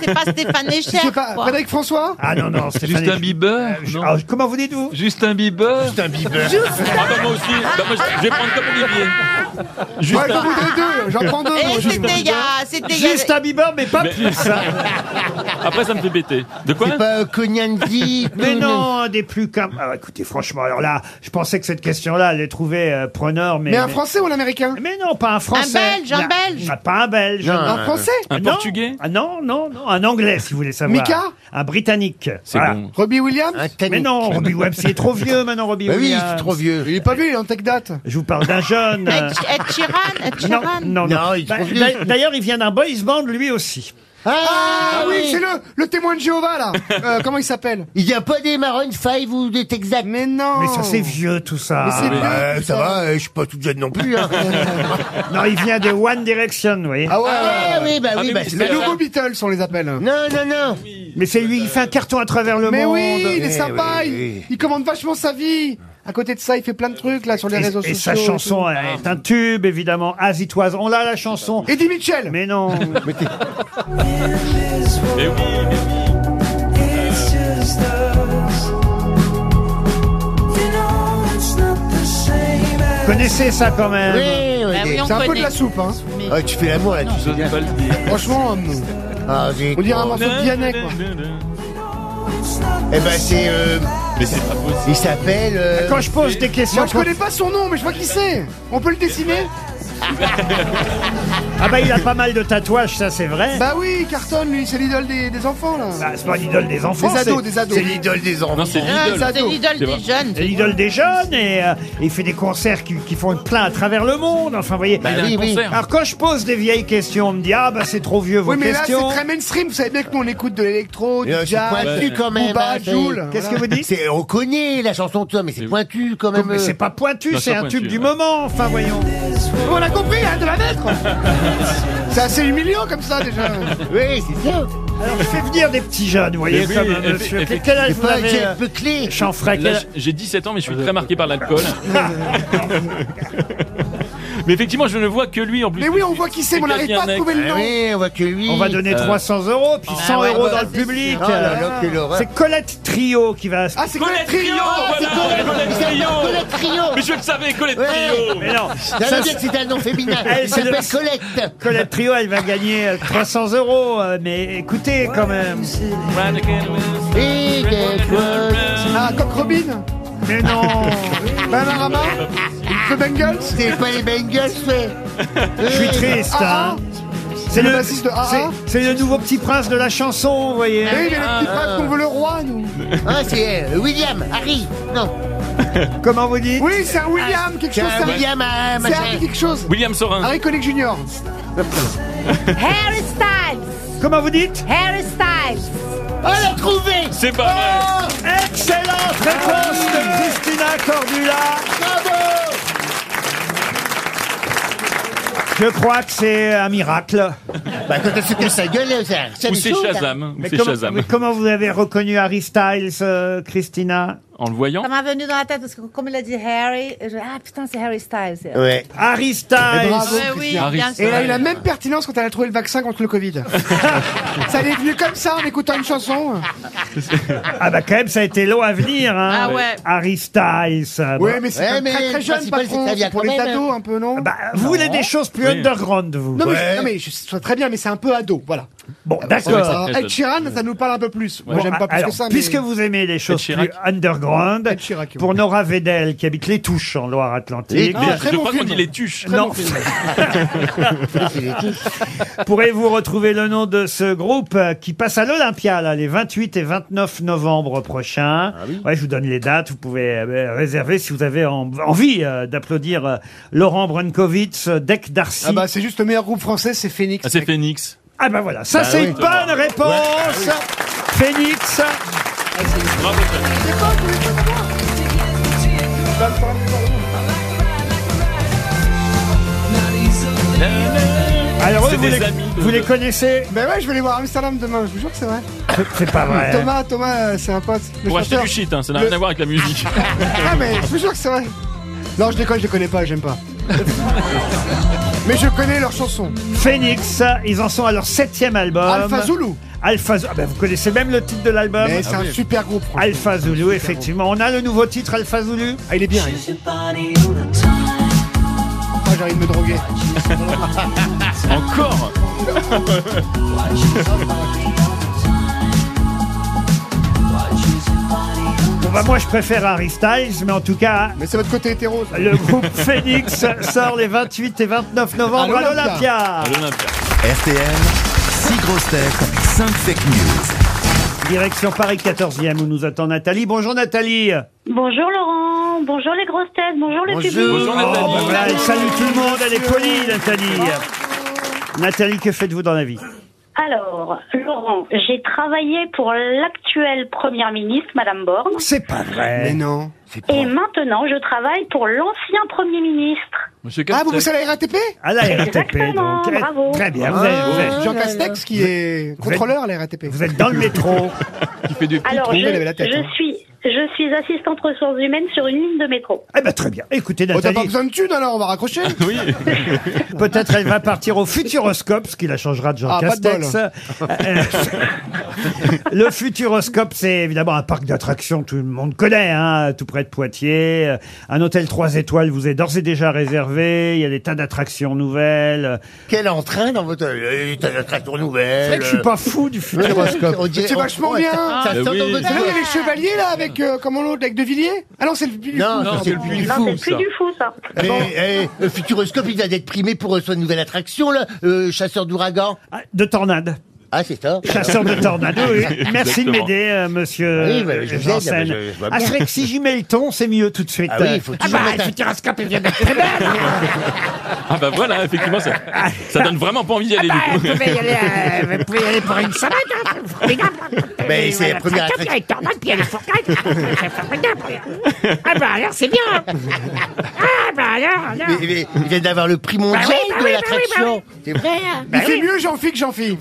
Speaker 5: c'est pas, c'est pas Stéphane Echer.
Speaker 3: C'est pas
Speaker 5: quoi.
Speaker 3: Frédéric François
Speaker 2: Ah non, non, Stéphane
Speaker 7: Justin Bieber
Speaker 2: Ah, Comment vous dites-vous
Speaker 7: Justin Bieber Justin
Speaker 4: Ah
Speaker 6: Bieber.
Speaker 4: bah moi aussi, Bah, moi, je je vais prendre comme Olivier.
Speaker 3: Ouais, j'en voudrais deux, j'en prends deux. moi,
Speaker 5: Eh,
Speaker 3: juste.
Speaker 5: c'était il y a. C'était il y a-
Speaker 2: Juste un Bieber, mais pas
Speaker 4: Mais-
Speaker 2: plus. hein.
Speaker 4: Après, ça me fait péter. De quoi
Speaker 6: C'est pas euh, Cognanzi
Speaker 2: Mais non, un des plus comme. Ah, écoutez, franchement, alors là, je pensais que cette question-là allait trouver euh, preneur, mais.
Speaker 3: Mais un français ou un américain
Speaker 2: mais non, pas un français.
Speaker 5: Belge, un
Speaker 2: Non,
Speaker 5: Belge.
Speaker 2: Pas un belge.
Speaker 6: Non,
Speaker 2: non.
Speaker 3: Un français
Speaker 4: Un
Speaker 2: Non.
Speaker 4: portugais
Speaker 2: Ah non, non, non, un anglais, si vous voulez savoir.
Speaker 3: Mika
Speaker 2: Un britannique.
Speaker 4: C'est
Speaker 2: Voilà.
Speaker 4: bon.
Speaker 3: Robbie Williams
Speaker 6: Un tannique.
Speaker 2: Mais non, Robbie Williams, il est trop vieux maintenant, Robbie
Speaker 6: Bah oui,
Speaker 2: Williams.
Speaker 6: c'est trop vieux.
Speaker 3: Il est pas vu, il est en tech date.
Speaker 2: Je vous parle d'un jeune. euh,
Speaker 5: Ed Ed Sheeran, Ed
Speaker 2: Non,
Speaker 5: Sheeran.
Speaker 2: non, non.
Speaker 6: Non, il est
Speaker 2: Bah,
Speaker 6: trop vieux.
Speaker 2: d'a- D'ailleurs, il vient d'un boys band lui aussi.
Speaker 3: Ah,
Speaker 6: Ah
Speaker 3: oui, c'est le, le témoin de Jéhovah là. Euh, comment il s'appelle
Speaker 6: Il y a pas des Maroon 5 ou des Texas
Speaker 3: Mais non.
Speaker 2: Mais ça, c'est vieux tout ça.
Speaker 3: Mais c'est vieux.
Speaker 6: Euh, ça va, euh, je suis pas toute jeune non plus. Hein.
Speaker 2: Non, il vient des One Direction, vous voyez.
Speaker 6: ah ouais, oui, bah
Speaker 4: Ah,
Speaker 6: oui,
Speaker 4: mais oui,
Speaker 6: bah c'est
Speaker 4: c'est
Speaker 3: Les
Speaker 6: pas-
Speaker 3: nouveaux Beatles, on les appelle.
Speaker 6: Non, non, non.
Speaker 2: Mais c'est lui, il fait un carton à travers le
Speaker 3: Mais
Speaker 2: monde.
Speaker 3: oui, il est
Speaker 6: Eh
Speaker 3: sympa,
Speaker 6: oui,
Speaker 3: il,
Speaker 6: oui.
Speaker 3: il commande vachement sa vie. À côté de ça, il fait plein de trucs là sur les
Speaker 2: Et-
Speaker 3: réseaux
Speaker 2: et, sa
Speaker 3: sociaux. et
Speaker 2: chanson est un tube, évidemment. Azitoise, on l'a la chanson.
Speaker 3: tout. Eddie Mitchell.
Speaker 2: Mais non.
Speaker 4: Eh oui, mais
Speaker 2: Connaissez ça quand même.
Speaker 6: Oui, oui,
Speaker 5: Bah oui,
Speaker 6: des-
Speaker 5: on
Speaker 3: C'est un peu
Speaker 5: connaît.
Speaker 3: de la soupe, hein.
Speaker 6: Ah, tu fais l'amour là, tu sais
Speaker 4: j'ose
Speaker 6: bien.
Speaker 4: pas le dire.
Speaker 3: Franchement, euh,
Speaker 6: Ah, zut.
Speaker 3: on dirait un morceau de Vianney, quoi.
Speaker 6: Eh ben c'est. euh,
Speaker 4: Mais c'est pas possible.
Speaker 6: il s'appelle. euh,
Speaker 2: Quand je pose des questions.
Speaker 3: Moi, je connais pas son nom, mais je vois qui c'est. On peut le dessiner
Speaker 2: Ah bah il a pas mal de tatouages, ça c'est vrai.
Speaker 3: Bah oui, Carton, lui, c'est l'idole des, des enfants, là.
Speaker 2: Bah, c'est pas l'idole des enfants.
Speaker 3: Des ados,
Speaker 2: c'est-
Speaker 3: des ados.
Speaker 2: C'est
Speaker 6: C'est l'idole des enfants.
Speaker 4: Non, c'est
Speaker 5: Ah,
Speaker 4: l'idole.
Speaker 5: C'est l'idole
Speaker 4: C'est vrai.
Speaker 5: des jeunes.
Speaker 2: c'est l'idole des jeunes et euh, il fait des concerts qui, qui font plein à travers le monde. Enfin, vous voyez.
Speaker 6: Bah
Speaker 4: Il a un
Speaker 6: oui, oui.
Speaker 4: concert.
Speaker 2: Alors quand je pose des vieilles questions, on me dit ah bah c'est trop vieux vos
Speaker 3: Oui, mais là,
Speaker 2: questions.
Speaker 3: c'est très mainstream. Vous savez bien que nous, on écoute de l'électro, du
Speaker 6: Euh, C'est
Speaker 3: jazz,
Speaker 6: pointu quand même.
Speaker 3: Booba,
Speaker 6: hein, c'est-
Speaker 3: Jul.
Speaker 2: Qu'est-ce que vous dites
Speaker 6: C'est- On connaît la chanson de toi, mais c'est pointu quand même.
Speaker 2: Mais c'est pas pointu,
Speaker 4: Non,
Speaker 2: c'est
Speaker 4: c'est
Speaker 2: un
Speaker 4: pointu,
Speaker 2: tube du
Speaker 4: ouais.
Speaker 2: moment. Enfin voyons.
Speaker 3: On a compris, hein, de la mettre C'est assez humiliant, comme ça, déjà.
Speaker 6: Oui, c'est ça.
Speaker 2: Alors je fais venir des petits jeunes, vous voyez
Speaker 4: Mais oui,
Speaker 2: comme euh,
Speaker 4: eff-
Speaker 2: monsieur.
Speaker 4: eff-
Speaker 2: Quel âge
Speaker 6: C'est
Speaker 2: vous
Speaker 6: pas
Speaker 2: avez
Speaker 6: un
Speaker 2: euh,
Speaker 6: peu clé.
Speaker 2: Chanfray, quel
Speaker 4: Là,
Speaker 2: âge-
Speaker 4: j'ai 17 ans, mais je suis très marqué par l'alcool. mais effectivement, je ne vois que lui en plus.
Speaker 3: Mais oui, on voit qui c'est, mais on n'arrive pas à trouver
Speaker 4: Ah
Speaker 3: le
Speaker 6: Eh
Speaker 3: nom.
Speaker 6: oui, on voit que lui.
Speaker 2: On va
Speaker 4: euh,
Speaker 2: donner 300 euros, puis 100
Speaker 6: ouais,
Speaker 2: euros
Speaker 6: bah,
Speaker 2: dans
Speaker 6: ça,
Speaker 2: le
Speaker 6: c'est
Speaker 2: public.
Speaker 6: sûr. Oh là là, quelle horreur.
Speaker 2: c'est Colette Trio qui va.
Speaker 3: Ah, c'est quoi
Speaker 4: Colette Trio, voilà, Colette Trio.
Speaker 6: Colette Trio.
Speaker 4: Mais je le savais, Colette
Speaker 6: Ouais.
Speaker 4: Trio.
Speaker 2: Mais non,
Speaker 6: Ça
Speaker 2: ça,
Speaker 6: veut dire que c'est un nom féminin.
Speaker 2: Elle,
Speaker 6: Il
Speaker 2: c'est
Speaker 6: s'appelle
Speaker 2: de-
Speaker 6: Colette.
Speaker 2: Colette Trio, elle va gagner euh, 300 euros. euh, Mais écoutez quand même.
Speaker 6: Et que toi-
Speaker 3: Ah, Cock Robin
Speaker 2: Mais non.
Speaker 3: Banarama The Bengals
Speaker 6: C'est pas les Bengals, Euh, ouais.
Speaker 2: Je suis triste.
Speaker 3: Ah,
Speaker 2: hein. C'est
Speaker 3: Le bassiste de AA.
Speaker 2: c'est- C'est le nouveau petit prince de la chanson, vous voyez. Euh,
Speaker 3: Eh oui, mais le petit prince qu'on veut le roi, nous
Speaker 6: Euh,
Speaker 3: Ah.
Speaker 6: Ah, c'est euh, William, Harry. Non.
Speaker 2: Comment vous dites
Speaker 3: Oui, c'est un William, quelque
Speaker 6: Ah, C'est
Speaker 3: chose,
Speaker 6: un
Speaker 3: c'est un-
Speaker 6: William, un
Speaker 3: c'est
Speaker 6: machin.
Speaker 3: un quelque chose
Speaker 4: William Sorin.
Speaker 3: Harry Connick Junior
Speaker 8: Harry Styles.
Speaker 2: Comment vous dites
Speaker 8: Harry Styles.
Speaker 2: Ah,
Speaker 6: On l'a trouvé.
Speaker 4: C'est pas vrai.
Speaker 2: Excellente réponse de Christina Cordula.
Speaker 6: Bravo.
Speaker 2: Je crois que c'est un miracle.
Speaker 6: Bah, quand elle se casse la gueule, ça. ça
Speaker 4: Ou
Speaker 6: lui
Speaker 4: c'est
Speaker 6: saute, hein.
Speaker 4: Shazam. Ou
Speaker 2: Mais
Speaker 4: c'est
Speaker 2: comment,
Speaker 4: Shazam.
Speaker 2: mais comment vous avez reconnu Harry Styles, euh, Christina
Speaker 4: En le voyant.
Speaker 8: Ça m'a venu dans la tête parce que comme il a dit Harry, je- ah putain c'est Harry Styles. Eh
Speaker 6: Ouais.
Speaker 2: Harry
Speaker 3: Et
Speaker 2: Styles
Speaker 3: bravo.
Speaker 5: Ouais, oui,
Speaker 4: Harry
Speaker 5: bien
Speaker 3: Et
Speaker 5: sûr.
Speaker 3: elle a eu la même pertinence quand elle a trouvé le vaccin contre le Covid. ça lui est venu comme ça en écoutant une chanson.
Speaker 2: Ah bah quand même, ça a été long à venir. Hein.
Speaker 5: Ah ouais.
Speaker 2: Harry Styles. euh,
Speaker 3: Oui,
Speaker 2: bah-
Speaker 3: mais c'est
Speaker 6: Ouais,
Speaker 3: quand même
Speaker 6: mais
Speaker 3: très très
Speaker 6: le
Speaker 3: jeune,
Speaker 6: principal,
Speaker 3: patron.
Speaker 6: c'est que ça vient
Speaker 3: C'est pour
Speaker 6: quand
Speaker 3: les
Speaker 6: même,
Speaker 3: ados, un peu, non
Speaker 2: bah, vous voulez des choses plus underground, vous.
Speaker 3: non, mais,
Speaker 6: Ouais.
Speaker 3: non, mais je sais très bien, mais c'est un peu ado, voilà. Ah bah,
Speaker 2: bon,
Speaker 3: Alors,
Speaker 2: d'accord.
Speaker 4: très
Speaker 3: Ed
Speaker 4: jeune.
Speaker 3: Sheeran, ça nous parle un peu plus. Moi,
Speaker 2: Bon,
Speaker 3: j'aime pas plus
Speaker 2: alors,
Speaker 3: que ça, mais...
Speaker 2: Puisque vous aimez les choses
Speaker 4: Chirac.
Speaker 2: plus underground, Grande, pour Nora Vedel, qui habite Les Touches, en
Speaker 4: Les
Speaker 2: Loire-Atlantique.
Speaker 4: Touches. Ah, très Je bon crois qu'on film. dit Les Tuches. Très
Speaker 2: Non.
Speaker 4: bon film.
Speaker 2: Pourrez-vous retrouver le nom de ce groupe euh, qui passe à l'Olympia là, les 28 et 29 novembre prochains
Speaker 4: Ah
Speaker 2: ouais, Je vous donne les dates, vous pouvez euh, réserver si vous avez en- envie euh, d'applaudir euh, Laurent Brunkovitch, euh, Dec Darcy. Ah bah
Speaker 3: c'est juste le meilleur groupe français, c'est Phoenix.
Speaker 4: Ah, c'est Phoenix.
Speaker 2: Ah bah voilà, ça
Speaker 4: Bah
Speaker 2: c'est
Speaker 4: oui.
Speaker 2: une bonne réponse
Speaker 3: Ouais. Ah
Speaker 2: Phoenix
Speaker 4: Bravo, Fred.
Speaker 2: Alors eux,
Speaker 3: C'est
Speaker 2: vous,
Speaker 3: des
Speaker 2: les,
Speaker 3: amis
Speaker 2: vous les connaissez Ah
Speaker 3: Ben ouais, je vais aller voir à Amsterdam demain, je vous jure que c'est vrai.
Speaker 2: C'est- C'est pas vrai.
Speaker 3: Thomas, Thomas, euh, c'est un pote. le
Speaker 4: Pour acheter
Speaker 3: chanteur.
Speaker 4: du shit, hein, ça n'a
Speaker 3: Le-
Speaker 4: rien à voir avec la musique.
Speaker 3: Ah, mais je vous jure que c'est vrai. Non, je déconne, je les connais pas, j'aime pas. mais je connais leurs chansons.
Speaker 2: Phoenix, ils en sont à leur septième album.
Speaker 3: Alpha Zulu.
Speaker 2: Alpha Zulu. Ah ben, vous connaissez même le titre de l'album.
Speaker 3: Mais c'est Ah un oui. super
Speaker 2: groupe. Alpha Zulu, effectivement. On a le nouveau titre Alpha Zulu. Ah, il est bien.
Speaker 3: Ah, j'ai envie de me droguer.
Speaker 4: Encore
Speaker 2: Bon, bah, moi, je préfère Harry Styles, mais en tout cas.
Speaker 3: Mais c'est votre côté hétéro. ça.
Speaker 2: Le groupe Phoenix sort les 28 et 29 novembre à
Speaker 3: À l'Olympia.
Speaker 2: l'Olympia.
Speaker 1: RTL, 6 grosses têtes, 5 fake news.
Speaker 2: Direction Paris 14e où nous attend Nathalie. Bonjour Nathalie.
Speaker 14: Bonjour Laurent, bonjour les grosses têtes, bonjour le public.
Speaker 2: Oh, bah, voilà, elle salue tout le monde, elle est polie Nathalie. Nathalie, que faites-vous dans la vie
Speaker 14: Alors, Laurent, j'ai travaillé pour l'actuelle première ministre, Madame Borne.
Speaker 2: C'est pas vrai. Mais
Speaker 3: non.
Speaker 14: Et maintenant, je travaille pour l'ancien premier ministre.
Speaker 3: Ah, vous bossez à la RATP
Speaker 2: À la RATP,
Speaker 14: Exactement,
Speaker 2: donc. Ah, Eh,
Speaker 14: bravo.
Speaker 2: Très bien, vous êtes, vous êtes-
Speaker 3: Jean Castex qui est contrôleur à la RATP.
Speaker 2: vous êtes dans le métro.
Speaker 3: Qui fait du
Speaker 14: Alors, je, je
Speaker 3: hein.
Speaker 14: suis, je suis assistante ressources humaines sur une ligne de métro.
Speaker 2: Eh ben très bien. Écoutez,
Speaker 3: Oh, t'as
Speaker 2: Nathalie.
Speaker 3: pas besoin de thunes alors, on va raccrocher.
Speaker 4: oui.
Speaker 2: Euh, Peut-être elle va partir au Futuroscope, ce qui la changera de Jean
Speaker 3: Ah, pas de
Speaker 2: Castex.
Speaker 3: bol.
Speaker 2: Euh, le Futuroscope, c'est évidemment un parc d'attractions, tout le monde connaît, hein, tout près de Poitiers. Euh, Un hôtel 3 étoiles vous est d'ores et déjà réservé. Il y a des tas d'attractions nouvelles.
Speaker 6: Quel entrain dans votre. Euh, T'as la tracteur nouvelle.
Speaker 2: C'est vrai que je suis pas fou du Futuroscope.
Speaker 6: On dirait-
Speaker 3: C'est vachement
Speaker 6: ouais,
Speaker 3: bien.
Speaker 6: ça- ça
Speaker 3: C'est
Speaker 6: sort
Speaker 3: là
Speaker 6: dans
Speaker 3: où
Speaker 6: votre-
Speaker 3: il y a les chevaliers là avec euh, comment l'autre avec De Villiers Ah non, c'est le puits du
Speaker 6: Non,
Speaker 3: fou.
Speaker 6: non, c'est le Puy du
Speaker 14: Non,
Speaker 6: Fou,
Speaker 14: c'est plus
Speaker 6: ça.
Speaker 14: du fou, ça.
Speaker 6: Mais,
Speaker 14: Bon.
Speaker 6: eh, le Futuroscope, il vient d'être primé pour euh, sa nouvelle attraction, là, euh, chasseur d'ouragan.
Speaker 2: de tornade.
Speaker 6: Ah, c'est ça.
Speaker 2: Chasseur de tornades. Oui, oui. Merci de
Speaker 6: Exactement.
Speaker 2: m'aider, euh, monsieur euh,
Speaker 6: Oui, bah, je vous aide,
Speaker 2: Janssen.
Speaker 6: bah, je- je vois
Speaker 2: Ah, c'est
Speaker 6: bien.
Speaker 2: vrai que si j'y mets le ton, c'est mieux tout de suite.
Speaker 6: Ah oui, il faut toujours
Speaker 2: bah,
Speaker 6: mettre un-
Speaker 2: le Futuroscope, il vient d'être très belle.
Speaker 4: Ah bah voilà, effectivement, ça, ça donne vraiment pas envie d'y aller du coup.
Speaker 13: Ben, Vous pouvez bah, y aller, euh, vous pouvez y aller pour une salade. Hein, c'est formidable.
Speaker 6: Mais c'est la première
Speaker 13: attraction. Il y a les tornades, puis il y a les fourgades. C'est formidable. Ah bah alors, c'est bien. Ah bah alors, alors.
Speaker 6: Mais- mais il vient d'avoir le prix mondial
Speaker 13: Bah oui, bah
Speaker 6: de
Speaker 13: oui, bah oui,
Speaker 6: l'attraction.
Speaker 13: bah oui.
Speaker 6: C'est vrai. hein.
Speaker 3: Il fait mieux Jean-Fi que Jean-Fi.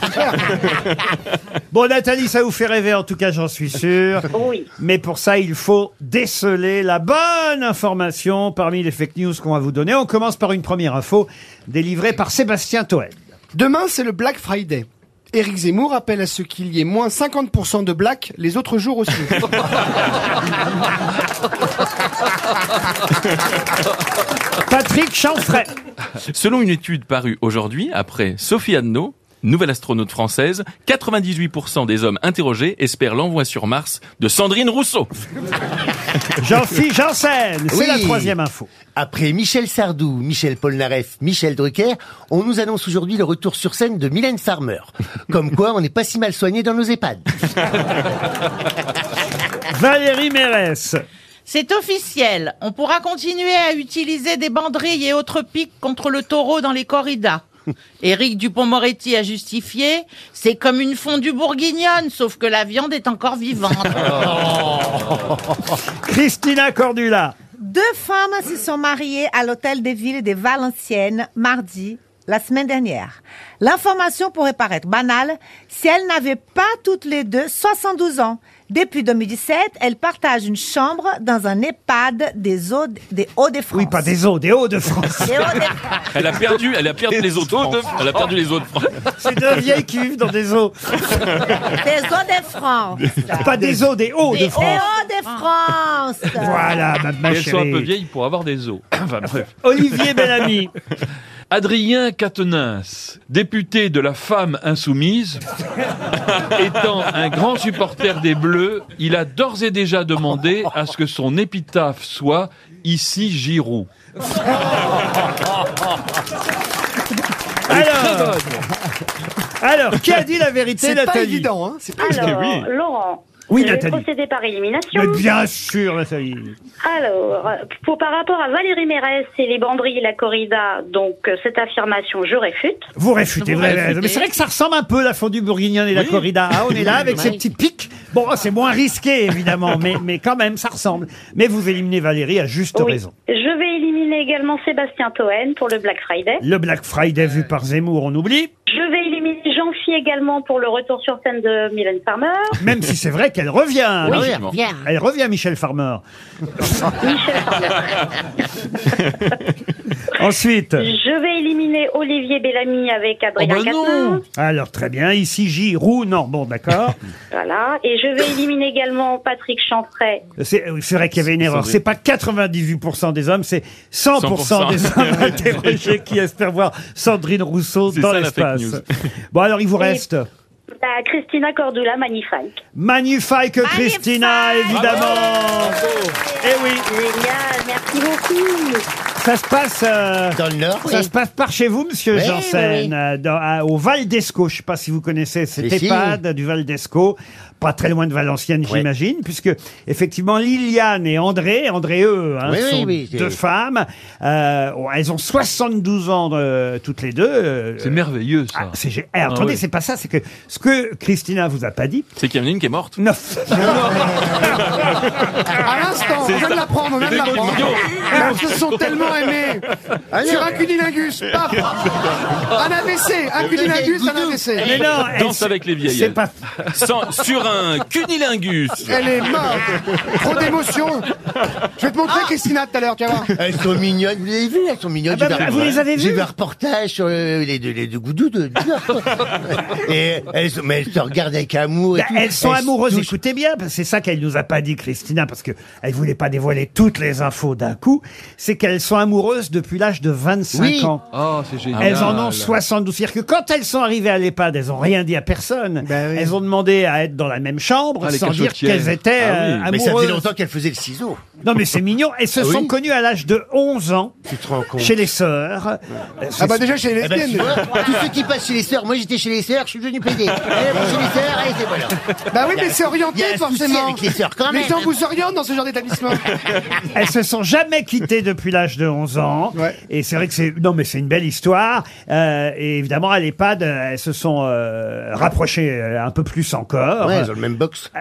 Speaker 2: Bon, Nathalie, ça vous fait rêver, en tout cas, j'en suis sûr. Mais pour ça, il faut déceler la bonne information parmi les fake news qu'on va vous donner. On commence par une première info délivrée par Sébastien Toel.
Speaker 3: Demain, c'est le Black Friday. Éric Zemmour appelle à ce qu'il y ait moins 50% de black les autres jours aussi.
Speaker 2: Patrick Chanfray.
Speaker 4: Selon une étude parue aujourd'hui, après Sophie Adno, nouvelle astronaute française, 98% des hommes interrogés espèrent l'envoi sur Mars de Sandrine Rousseau.
Speaker 2: Jean-Philippe Janssen, c'est
Speaker 6: Oui.
Speaker 2: la troisième info.
Speaker 6: Après Michel Sardou, Michel Polnareff, Michel Drucker, on nous annonce aujourd'hui le retour sur scène de Mylène Farmer. Comme quoi, on n'est pas si mal soigné dans nos EHPAD.
Speaker 2: Valérie Mérès.
Speaker 5: C'est officiel. On pourra continuer à utiliser des banderilles et autres pics contre le taureau dans les corridas. Éric Dupont-Moretti a justifié c'est comme une fondue bourguignonne, sauf que la viande est encore vivante.
Speaker 6: Oh.
Speaker 2: Christina Cordula.
Speaker 8: Deux femmes se sont mariées à l'hôtel des villes de Valenciennes mardi, la semaine dernière. L'information pourrait paraître banale si elles n'avaient pas toutes les deux 72 ans. Depuis 2017, elles partagent une chambre dans un EHPAD des Hauts des, Hauts de France.
Speaker 2: Oui, pas des eaux, des hauts de France.
Speaker 4: Elle a perdu, elle a perdu les autres. France. Elle a perdu les autres. France.
Speaker 2: C'est deux vieilles qui vivent dans des eaux.
Speaker 8: Des Hauts de France.
Speaker 2: Pas des eaux, des hauts de
Speaker 8: Des
Speaker 2: France.
Speaker 8: Hauts de France.
Speaker 2: Voilà, ma,
Speaker 7: Et
Speaker 2: ma
Speaker 7: Elles sont un peu
Speaker 2: chérie.
Speaker 7: vieilles pour avoir des os. Enfin bref.
Speaker 2: Olivier Bellamy.
Speaker 7: Adrien Quatennens, député de la femme insoumise, étant un grand supporter des Bleus, il a d'ores et déjà demandé à ce que son épitaphe soit Ici Giroud. Elle est très
Speaker 2: Alors,
Speaker 7: bonne.
Speaker 2: alors, qui a dit la vérité,
Speaker 3: C'est pas
Speaker 2: Nathalie
Speaker 3: évident, hein, c'est pas
Speaker 14: Alors,
Speaker 2: Oui.
Speaker 14: Laurent,
Speaker 2: Oui,
Speaker 14: je vais
Speaker 2: Nathalie.
Speaker 14: procéder par élimination.
Speaker 2: Mais bien sûr, Nathalie.
Speaker 14: Alors, pour, par rapport à Valérie Mérès et les banderies et la corrida, donc euh, cette affirmation, je réfute.
Speaker 2: Vous réfutez,
Speaker 14: Vous
Speaker 2: vous avez-
Speaker 14: réfutez.
Speaker 2: mais c'est vrai que ça ressemble un peu la fondue bourguignonne et la
Speaker 14: Oui.
Speaker 2: corrida. Ah, on est là avec
Speaker 14: Oui.
Speaker 2: ces petits pics. Bon, oh, c'est moins risqué évidemment, mais, mais quand même, ça ressemble. Mais vous éliminez Valérie à juste
Speaker 14: Oui.
Speaker 2: raison.
Speaker 14: Je vais éliminer également Sébastien Toen pour le Black Friday.
Speaker 2: Le Black Friday vu par Zemmour, on oublie.
Speaker 14: Je vais éliminer jean phi également pour le retour sur scène de Mylène Farmer.
Speaker 2: Même si c'est vrai qu'elle revient.
Speaker 14: Oui,
Speaker 2: Michel-
Speaker 14: elle revient.
Speaker 2: Elle revient, Michel Farmer.
Speaker 14: Michel Farmer.
Speaker 2: Ensuite.
Speaker 14: Je vais éliminer Olivier Bellamy avec
Speaker 2: Oh
Speaker 14: Adrien
Speaker 2: ben
Speaker 14: Quatennens.
Speaker 2: Alors très bien, ici J. Roux, non, bon d'accord.
Speaker 14: Voilà. Et je vais éliminer également Patrick Chanfray.
Speaker 2: C'est oui, c'est vrai qu'il y avait une erreur. C'est pas 98% des hommes, c'est 100%,
Speaker 14: 100%.
Speaker 2: des hommes interrogés qui espèrent voir Sandrine Rousseau
Speaker 4: C'est
Speaker 2: dans
Speaker 4: ça, la fake
Speaker 2: l'espace.
Speaker 4: news.
Speaker 2: Bon alors il vous
Speaker 14: Et-
Speaker 2: reste
Speaker 14: Bah, Christina Cordula, magnifique.
Speaker 2: Magnifique Christina évidemment. Eh oui.
Speaker 14: Génial, merci beaucoup.
Speaker 2: Ça se passe dans le Nord. Ça
Speaker 14: oui.
Speaker 2: se passe par chez vous, Monsieur
Speaker 14: Oui,
Speaker 2: Janssen,
Speaker 14: oui, oui.
Speaker 2: euh, dans- à- au Val d'Esco. Je ne sais pas si vous connaissez cet
Speaker 6: Mais si.
Speaker 2: EHPAD du Val d'Esco, pas très loin de Valenciennes, j'imagine, puisque effectivement Liliane et André, André eux, hein,
Speaker 6: Oui, oui,
Speaker 2: sont
Speaker 6: oui, j'ai-
Speaker 2: deux femmes. Euh, elles ont 72 ans euh, toutes les deux. c'est
Speaker 7: merveilleux ça. Ah,
Speaker 2: attendez,
Speaker 7: oui.
Speaker 2: c'est pas ça, c'est que ce que Christina vous a pas dit.
Speaker 4: C'est qu'il y en a une qui est morte.
Speaker 2: Non.
Speaker 3: À l'instant, on
Speaker 2: C'est
Speaker 3: vient de
Speaker 2: ça.
Speaker 3: l'apprendre, on vient de
Speaker 2: C'est des
Speaker 3: l'apprendre.
Speaker 2: mots
Speaker 3: Elles se sont tellement aimées.
Speaker 2: Allez.
Speaker 3: Sur un cunilingus, paf Un AVC, un cunilingus, un AVC.
Speaker 4: Mais non, Danse avec les vieilles.
Speaker 2: c'est
Speaker 4: elle.
Speaker 2: pas-
Speaker 4: Sans- sur un cunilingus.
Speaker 3: Elle est morte. Trop d'émotion. Je vais
Speaker 13: Ah.
Speaker 3: te montrer Christina tout à l'heure, tu vas voir.
Speaker 6: Elles sont mignonnes, vous les avez vues, elles sont mignonnes.
Speaker 3: Ah bah,
Speaker 6: J'ai vu un-
Speaker 3: vous les avez
Speaker 6: J'ai
Speaker 3: vues
Speaker 6: vu un reportage sur euh, les deux, les deux goudous de du Nord, quoi. Et elles, sont- mais elles se regardent avec amour. et
Speaker 2: Bah,
Speaker 6: tout.
Speaker 2: elles sont
Speaker 6: se
Speaker 2: amoureuses,
Speaker 6: touchent.
Speaker 2: écoutez bien, parce que c'est ça qu'elle nous a pas dit, Christina, parce que elle voulait pas dévoiler toutes les infos d'un coup. C'est qu'elles sont amoureuses depuis l'âge de 25
Speaker 7: Oui.
Speaker 2: ans.
Speaker 7: Oh, c'est
Speaker 6: Ah
Speaker 7: génial.
Speaker 2: Elles en ont 72. C'est-à-dire que quand elles sont arrivées à l'EHPAD, elles ont rien dit à personne. Elles ont demandé à être dans la même chambre
Speaker 6: Bah Ah, les
Speaker 2: sans dire
Speaker 6: cachotières.
Speaker 2: qu'elles étaient
Speaker 6: Ah oui.
Speaker 2: euh, amoureuses.
Speaker 6: Mais ça faisait longtemps qu'elles faisaient le ciseau.
Speaker 2: Non mais c'est mignon. Elles se
Speaker 6: Ah oui.
Speaker 2: sont connues à l'âge de 11 ans
Speaker 6: Tu te rends compte.
Speaker 2: chez les sœurs. Euh, c'est-
Speaker 6: Eh ben, tu vois, Tous ceux qui passent chez les sœurs, moi j'étais chez les sœurs, je suis devenu PD. Allez, bon, chez les sœurs, allez, c'est voilà.
Speaker 3: Bah oui,
Speaker 6: Il y a-
Speaker 3: mais c'est
Speaker 6: il y a un
Speaker 3: orienté,
Speaker 6: souci
Speaker 3: forcément.
Speaker 6: avec les sœurs, quand même.
Speaker 3: gens vous orientent dans ce genre d'établissement.
Speaker 2: Elles se sont jamais quittées depuis l'âge de 11 ans. Et c'est vrai que c'est non mais c'est une belle histoire. Euh, et évidemment à l'EHPAD, euh, elles se sont euh, rapprochées euh, un peu plus encore. Euh,
Speaker 6: Ouais, elles ont le même box.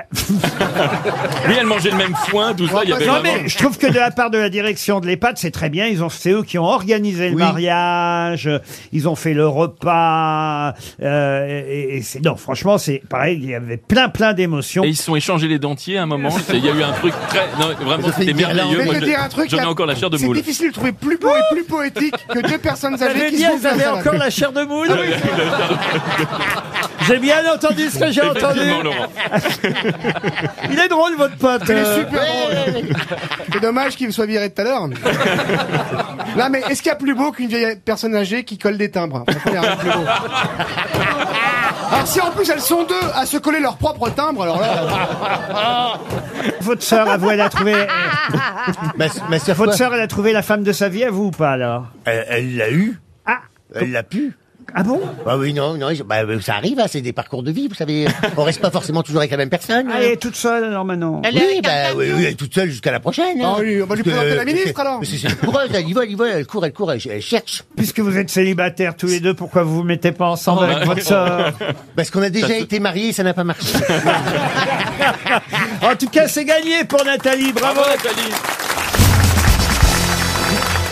Speaker 4: Oui, elle mangeait le même foin, tout ça. Ah, Il y avait
Speaker 2: non
Speaker 4: vraiment-
Speaker 2: mais je trouve que de la part de la direction de l'EHPAD c'est très bien ils ont c'est eux qui ont organisé le mariage ils ont fait le repas euh, et, et c'est non franchement c'est pareil il y avait plein plein d'émotions
Speaker 4: Et ils se sont échangés les dentiers à un moment. Il y a eu un truc très. Non, vraiment, c'était merveilleux.
Speaker 3: Je
Speaker 4: Moi,
Speaker 3: vais te dire un
Speaker 4: je-
Speaker 3: truc.
Speaker 4: J'en ai
Speaker 3: la-
Speaker 4: encore la chair de
Speaker 3: C'est
Speaker 4: moule.
Speaker 3: difficile de trouver plus beau et plus poétique que deux
Speaker 2: Ah,
Speaker 3: personnes âgées qui se font comme ça.
Speaker 2: chair de moule
Speaker 4: Ah J'ai
Speaker 2: bien entendu ce que j'ai entendu.
Speaker 4: Effectivement, Laurent.
Speaker 2: Il est drôle, votre pote.
Speaker 3: Il est
Speaker 2: euh.
Speaker 3: super drôle. C'est dommage qu'il me soit viré tout à l'heure. Non, mais est-ce qu'il y a plus beau qu'une vieille personne âgée qui colle des timbres Franchement, il y a rien de plus beau. Alors, si en plus elles sont deux à se coller leurs propres timbres, alors là.
Speaker 2: Votre sœur, avouez, elle a trouvé. euh,
Speaker 6: Ma, ma sœur,
Speaker 2: Votre
Speaker 6: quoi
Speaker 2: sœur, elle a trouvé la femme de sa vie à vous ou pas alors
Speaker 6: Elle- Elle l'a eu.
Speaker 2: Ah.
Speaker 6: Elle l'a pu.
Speaker 2: Ah bon
Speaker 6: Bah oui, non, non, je- bah, euh, ça arrive, hein, c'est des parcours de vie, vous savez. On reste pas forcément toujours avec la même
Speaker 3: Ah,
Speaker 6: personne.
Speaker 2: Elle est toute seule alors maintenant.
Speaker 6: oui, bah, oui, oui, elle est toute seule jusqu'à la prochaine. hein.
Speaker 3: Ah oui, on va
Speaker 6: Parce que-
Speaker 3: lui présenter la
Speaker 6: parce que-
Speaker 3: ministre, alors.
Speaker 6: parce que c'est une coureuse, elle y va, elle y va, elle court, elle court, elle, elle cherche.
Speaker 2: Puisque vous êtes célibataires tous les deux, pourquoi vous vous mettez pas ensemble avec votre sœur
Speaker 6: Parce qu'on a déjà été mariés, ça n'a pas marché.
Speaker 2: En tout cas, c'est gagné pour Nathalie. Bravo.
Speaker 4: Nathalie.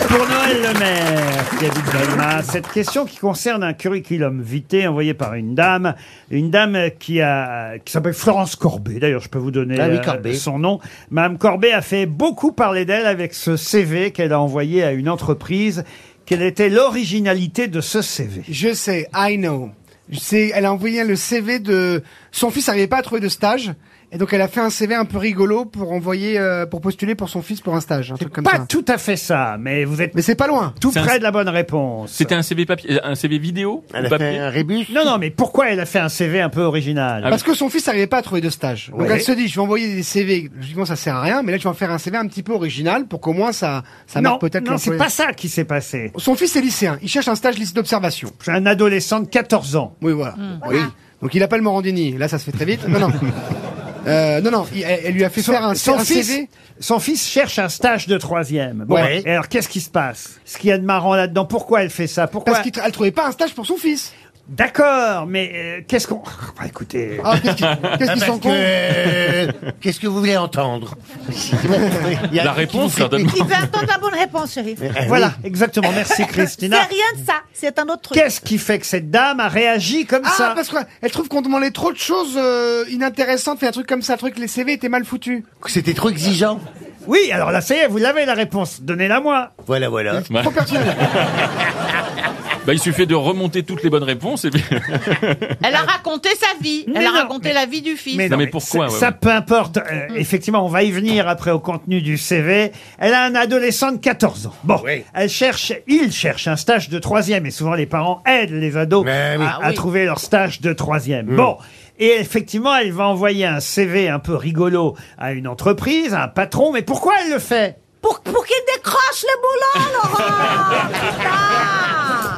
Speaker 2: Pour Noël Le Maire, qui habite Belma, cette question qui concerne un curriculum vitae envoyé par une dame, une dame qui a qui s'appelle Florence Corbet. D'ailleurs, je peux vous donner
Speaker 6: Ah oui,
Speaker 2: euh,
Speaker 6: Corbet.
Speaker 2: son nom. Madame Corbet a fait beaucoup parler d'elle avec ce CV qu'elle a envoyé à une entreprise. Quelle était l'originalité de ce CV
Speaker 3: Je sais, I know. Je sais, elle a envoyé le CV de son fils n'arrivait pas à trouver de stage. Et donc elle a fait un CV un peu rigolo pour envoyer, euh, pour postuler pour son fils pour un stage, un truc comme
Speaker 2: Pas
Speaker 3: ça.
Speaker 2: tout à fait ça, mais vous êtes.
Speaker 3: Mais c'est pas loin.
Speaker 2: Tout
Speaker 4: C'est un-
Speaker 2: près de la bonne réponse.
Speaker 4: C'était un CV papier, euh, un CV vidéo ou papier Ah
Speaker 6: rébus
Speaker 2: Non, non, mais pourquoi elle a fait un CV un peu original
Speaker 3: Parce que son fils n'arrivait pas à trouver de stage. Donc
Speaker 2: Ah Ouais.
Speaker 3: elle se dit, je vais envoyer des CV. Logiquement, ça sert à rien, mais là, je vais en faire un CV un petit peu original pour qu'au moins ça, ça
Speaker 2: non,
Speaker 3: marque peut-être
Speaker 2: non, c'est
Speaker 3: l'employeur.
Speaker 2: pas ça qui s'est passé.
Speaker 3: Son fils est lycéen. Il cherche un stage lycée d'observation.
Speaker 2: J'ai un adolescent de 14 ans.
Speaker 3: Oui, voilà.
Speaker 8: Hmm.
Speaker 3: Oui. Donc il appelle Morandini. Là, ça se fait très vite. Non, non. Euh, non, non. il- elle, elle lui a fait
Speaker 2: Son-
Speaker 3: faire un,
Speaker 2: son
Speaker 3: un
Speaker 2: fils-
Speaker 3: CV.
Speaker 2: Son fils cherche un stage de troisième. Bon,
Speaker 3: Ouais.
Speaker 2: et alors qu'est-ce qui se passe Ce qu'il y a de marrant là-dedans, pourquoi elle fait ça Pourquoi
Speaker 3: Parce qu'elle ne trouvait pas un stage pour son fils.
Speaker 2: D'accord, mais euh, qu'est-ce qu'on... Bah, écoutez...
Speaker 3: Ah, qu'est-ce qu'ils- qu'est-ce qu'ils
Speaker 6: Ah, parce
Speaker 3: sont cons
Speaker 6: que- Qu'est-ce que vous voulez entendre Il y a-
Speaker 4: La réponse,
Speaker 6: qui vous fait-
Speaker 4: certainement.
Speaker 8: Il va attendre la bonne réponse, chérie.
Speaker 3: eh
Speaker 2: Voilà, exactement. Merci Christina.
Speaker 8: C'est rien de ça, c'est un autre truc.
Speaker 2: Qu'est-ce qui fait que cette dame a réagi comme
Speaker 3: Ah,
Speaker 2: ça
Speaker 3: parce qu'elle trouve qu'on demandait trop de choses euh, inintéressantes et un truc comme ça, un truc que les CV étaient mal foutus.
Speaker 6: C'était trop exigeant.
Speaker 2: Oui, alors là, Ah, ça y est, vous l'avez la réponse. Donnez-la moi.
Speaker 6: Voilà, voilà.
Speaker 4: Ouais. Bah, il suffit de remonter toutes les bonnes réponses et puis-
Speaker 5: Elle a raconté sa vie.
Speaker 2: Mais
Speaker 5: Elle a
Speaker 2: non,
Speaker 5: raconté la vie du fils.
Speaker 4: Mais non, mais pourquoi,
Speaker 2: Ça,
Speaker 4: ouais,
Speaker 2: ça,
Speaker 4: ouais.
Speaker 2: peu importe. Euh, Effectivement, on va y venir après au contenu du CV. Elle a un adolescent de 14 ans. Bon, elle cherche, il cherche un stage de troisième et souvent les parents aident les ados
Speaker 6: Mais oui. Ah
Speaker 2: à, à
Speaker 6: oui. Hmm.
Speaker 2: trouver leur stage de troisième. Bon. Et effectivement, elle va envoyer un CV un peu rigolo à une entreprise, à un patron. Mais pourquoi elle le fait
Speaker 8: Pour, pour qu'il décroche le boulot, Laurent
Speaker 2: Ah,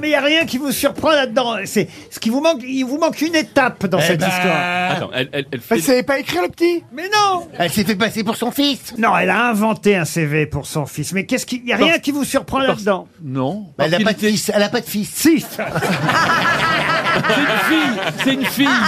Speaker 2: Mais il n'y a rien qui vous surprend là-dedans. C'est ce qui vous manque. Il vous manque une étape dans
Speaker 4: Eh
Speaker 2: cette
Speaker 4: ben.
Speaker 2: histoire.
Speaker 4: Attends, elle, elle- elle
Speaker 3: Elle
Speaker 4: fait.
Speaker 3: savait pas écrire le petit.
Speaker 2: Mais non
Speaker 6: Elle s'est fait passer pour son fils.
Speaker 2: Non, elle a inventé un CV pour son fils. Mais qu'est-ce qui. Il n'y a rien qui vous surprend là-dedans.
Speaker 13: Non.
Speaker 6: Bah, elle n'a pas de fils. Elle n'a pas de fils.
Speaker 2: Si
Speaker 13: C'est une fille C'est une fille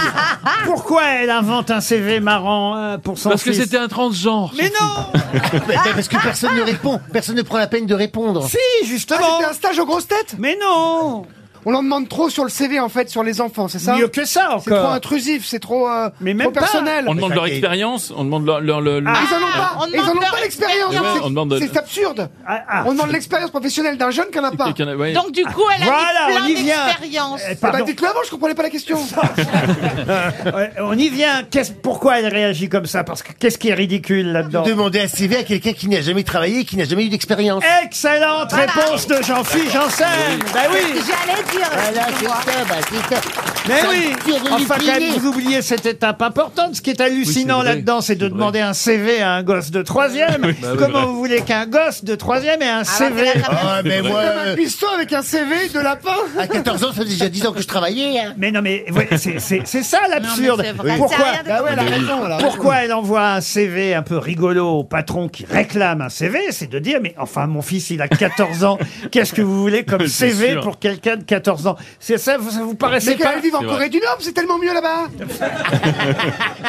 Speaker 2: Pourquoi elle invente un CV marrant euh, pour son
Speaker 13: Parce que
Speaker 2: fils
Speaker 13: c'était un transgenre.
Speaker 2: Mais non
Speaker 6: Bah, bah, Parce que personne ne répond. Personne ne prend la peine de répondre.
Speaker 2: Ah. Si,
Speaker 3: Ah,
Speaker 2: justement
Speaker 3: c'était un stage aux grosses têtes
Speaker 2: Mais non
Speaker 3: On en demande trop sur le CV, en fait, sur les enfants, c'est ça
Speaker 2: Mieux que ça
Speaker 3: C'est trop
Speaker 2: encore
Speaker 3: intrusif, c'est trop, euh,
Speaker 2: Mais même
Speaker 3: trop
Speaker 2: pas.
Speaker 3: personnel.
Speaker 4: On demande leur
Speaker 6: Chacun-
Speaker 4: expérience, on demande leur. leur, leur-
Speaker 3: Ah. Ils en ont pas,
Speaker 5: on
Speaker 3: ils en ont
Speaker 5: demande
Speaker 3: pas
Speaker 4: leur
Speaker 3: l'expérience. C'est-
Speaker 4: expérience. Ouais, on demande-
Speaker 3: C'est absurde.
Speaker 2: Ah, ah.
Speaker 3: On demande l'expérience professionnelle d'un jeune qui n'en a pas.
Speaker 4: Quelqu'un- ouais.
Speaker 5: Donc du coup, elle a
Speaker 2: Voilà,
Speaker 5: mis
Speaker 2: on
Speaker 5: plein
Speaker 2: y vient.
Speaker 5: d'expériences.
Speaker 2: Eh,
Speaker 3: Bah,
Speaker 2: pardon.
Speaker 3: dites-le avant, je comprenais pas la question.
Speaker 2: Ouais, Euh, On y vient. Qu'est-ce- Pourquoi elle réagit comme ça Parce que qu'est-ce qui est ridicule là-dedans
Speaker 6: Demander un CV à quelqu'un qui n'a jamais travaillé, qui n'a jamais eu d'expérience.
Speaker 2: Excellente réponse de Jean-Philippe Janssen. Ben
Speaker 8: C'est
Speaker 2: oui.
Speaker 8: ce que J'allais dire.
Speaker 6: Voilà, c'est
Speaker 8: excuse-moi.
Speaker 6: ça, bah, c'est ça.
Speaker 2: Mais
Speaker 6: Ça
Speaker 2: oui
Speaker 6: tire de
Speaker 2: Enfin, quand même,
Speaker 6: l'upilé.
Speaker 2: vous oubliez cette étape importante. Ce qui est hallucinant
Speaker 13: Oui, c'est vrai.
Speaker 2: là-dedans, c'est de
Speaker 13: C'est vrai.
Speaker 2: demander un CV à un gosse de troisième.
Speaker 13: Bah oui,
Speaker 2: Comment
Speaker 13: vrai.
Speaker 2: vous voulez qu'un gosse de troisième ait un CV
Speaker 6: Ah, mais moi,
Speaker 3: Comme un
Speaker 6: euh,
Speaker 3: piston avec un CV de lapin.
Speaker 6: à 14 ans, ça faisait déjà 10 ans que je travaillais. hein.
Speaker 2: Mais non, mais ouais, c'est- c'est c'est ça l'absurde.
Speaker 5: c'est vrai.
Speaker 2: Pourquoi,
Speaker 8: Ça a rien de
Speaker 3: Bah ouais, elle a raison, elle a raison.
Speaker 2: pourquoi elle envoie un CV un peu rigolo au patron qui réclame un CV C'est de dire, mais enfin, mon fils, il a 14 ans. Qu'est-ce que vous voulez comme
Speaker 4: C'est
Speaker 2: CV
Speaker 4: sûr.
Speaker 2: pour quelqu'un de 14 ans C'est ça, vous- ça vous paraissait
Speaker 3: Mais
Speaker 2: pas
Speaker 3: qu'elle vive en
Speaker 4: C'est vrai.
Speaker 3: Corée du Nord, c'est tellement mieux là-bas.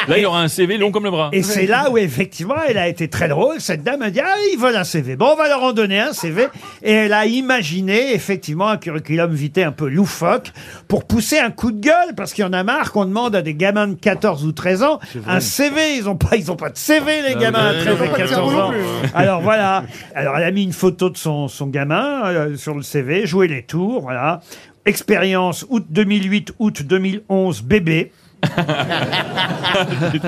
Speaker 4: Là, il y aura un CV long comme le bras.
Speaker 2: Et c'est là où effectivement elle a été très drôle. Cette dame a dit ah ils veulent un CV. Bon on va leur en donner un CV. Et elle a imaginé effectivement un curriculum vitae un peu loufoque pour pousser un coup de gueule parce qu'il y en a marre qu'on demande à des gamins de 14 ou 13 ans un CV. Ils ont pas ils ont pas de CV les gamins à
Speaker 13: ouais,
Speaker 2: 13
Speaker 13: ils ont
Speaker 2: et
Speaker 13: pas de
Speaker 2: 14
Speaker 3: cerveau
Speaker 2: ans.
Speaker 3: non
Speaker 2: Alors voilà. Alors elle a mis une photo de son son gamin euh, sur le CV. Jouer les tours voilà. Expérience août 2008 août 2011 bébé.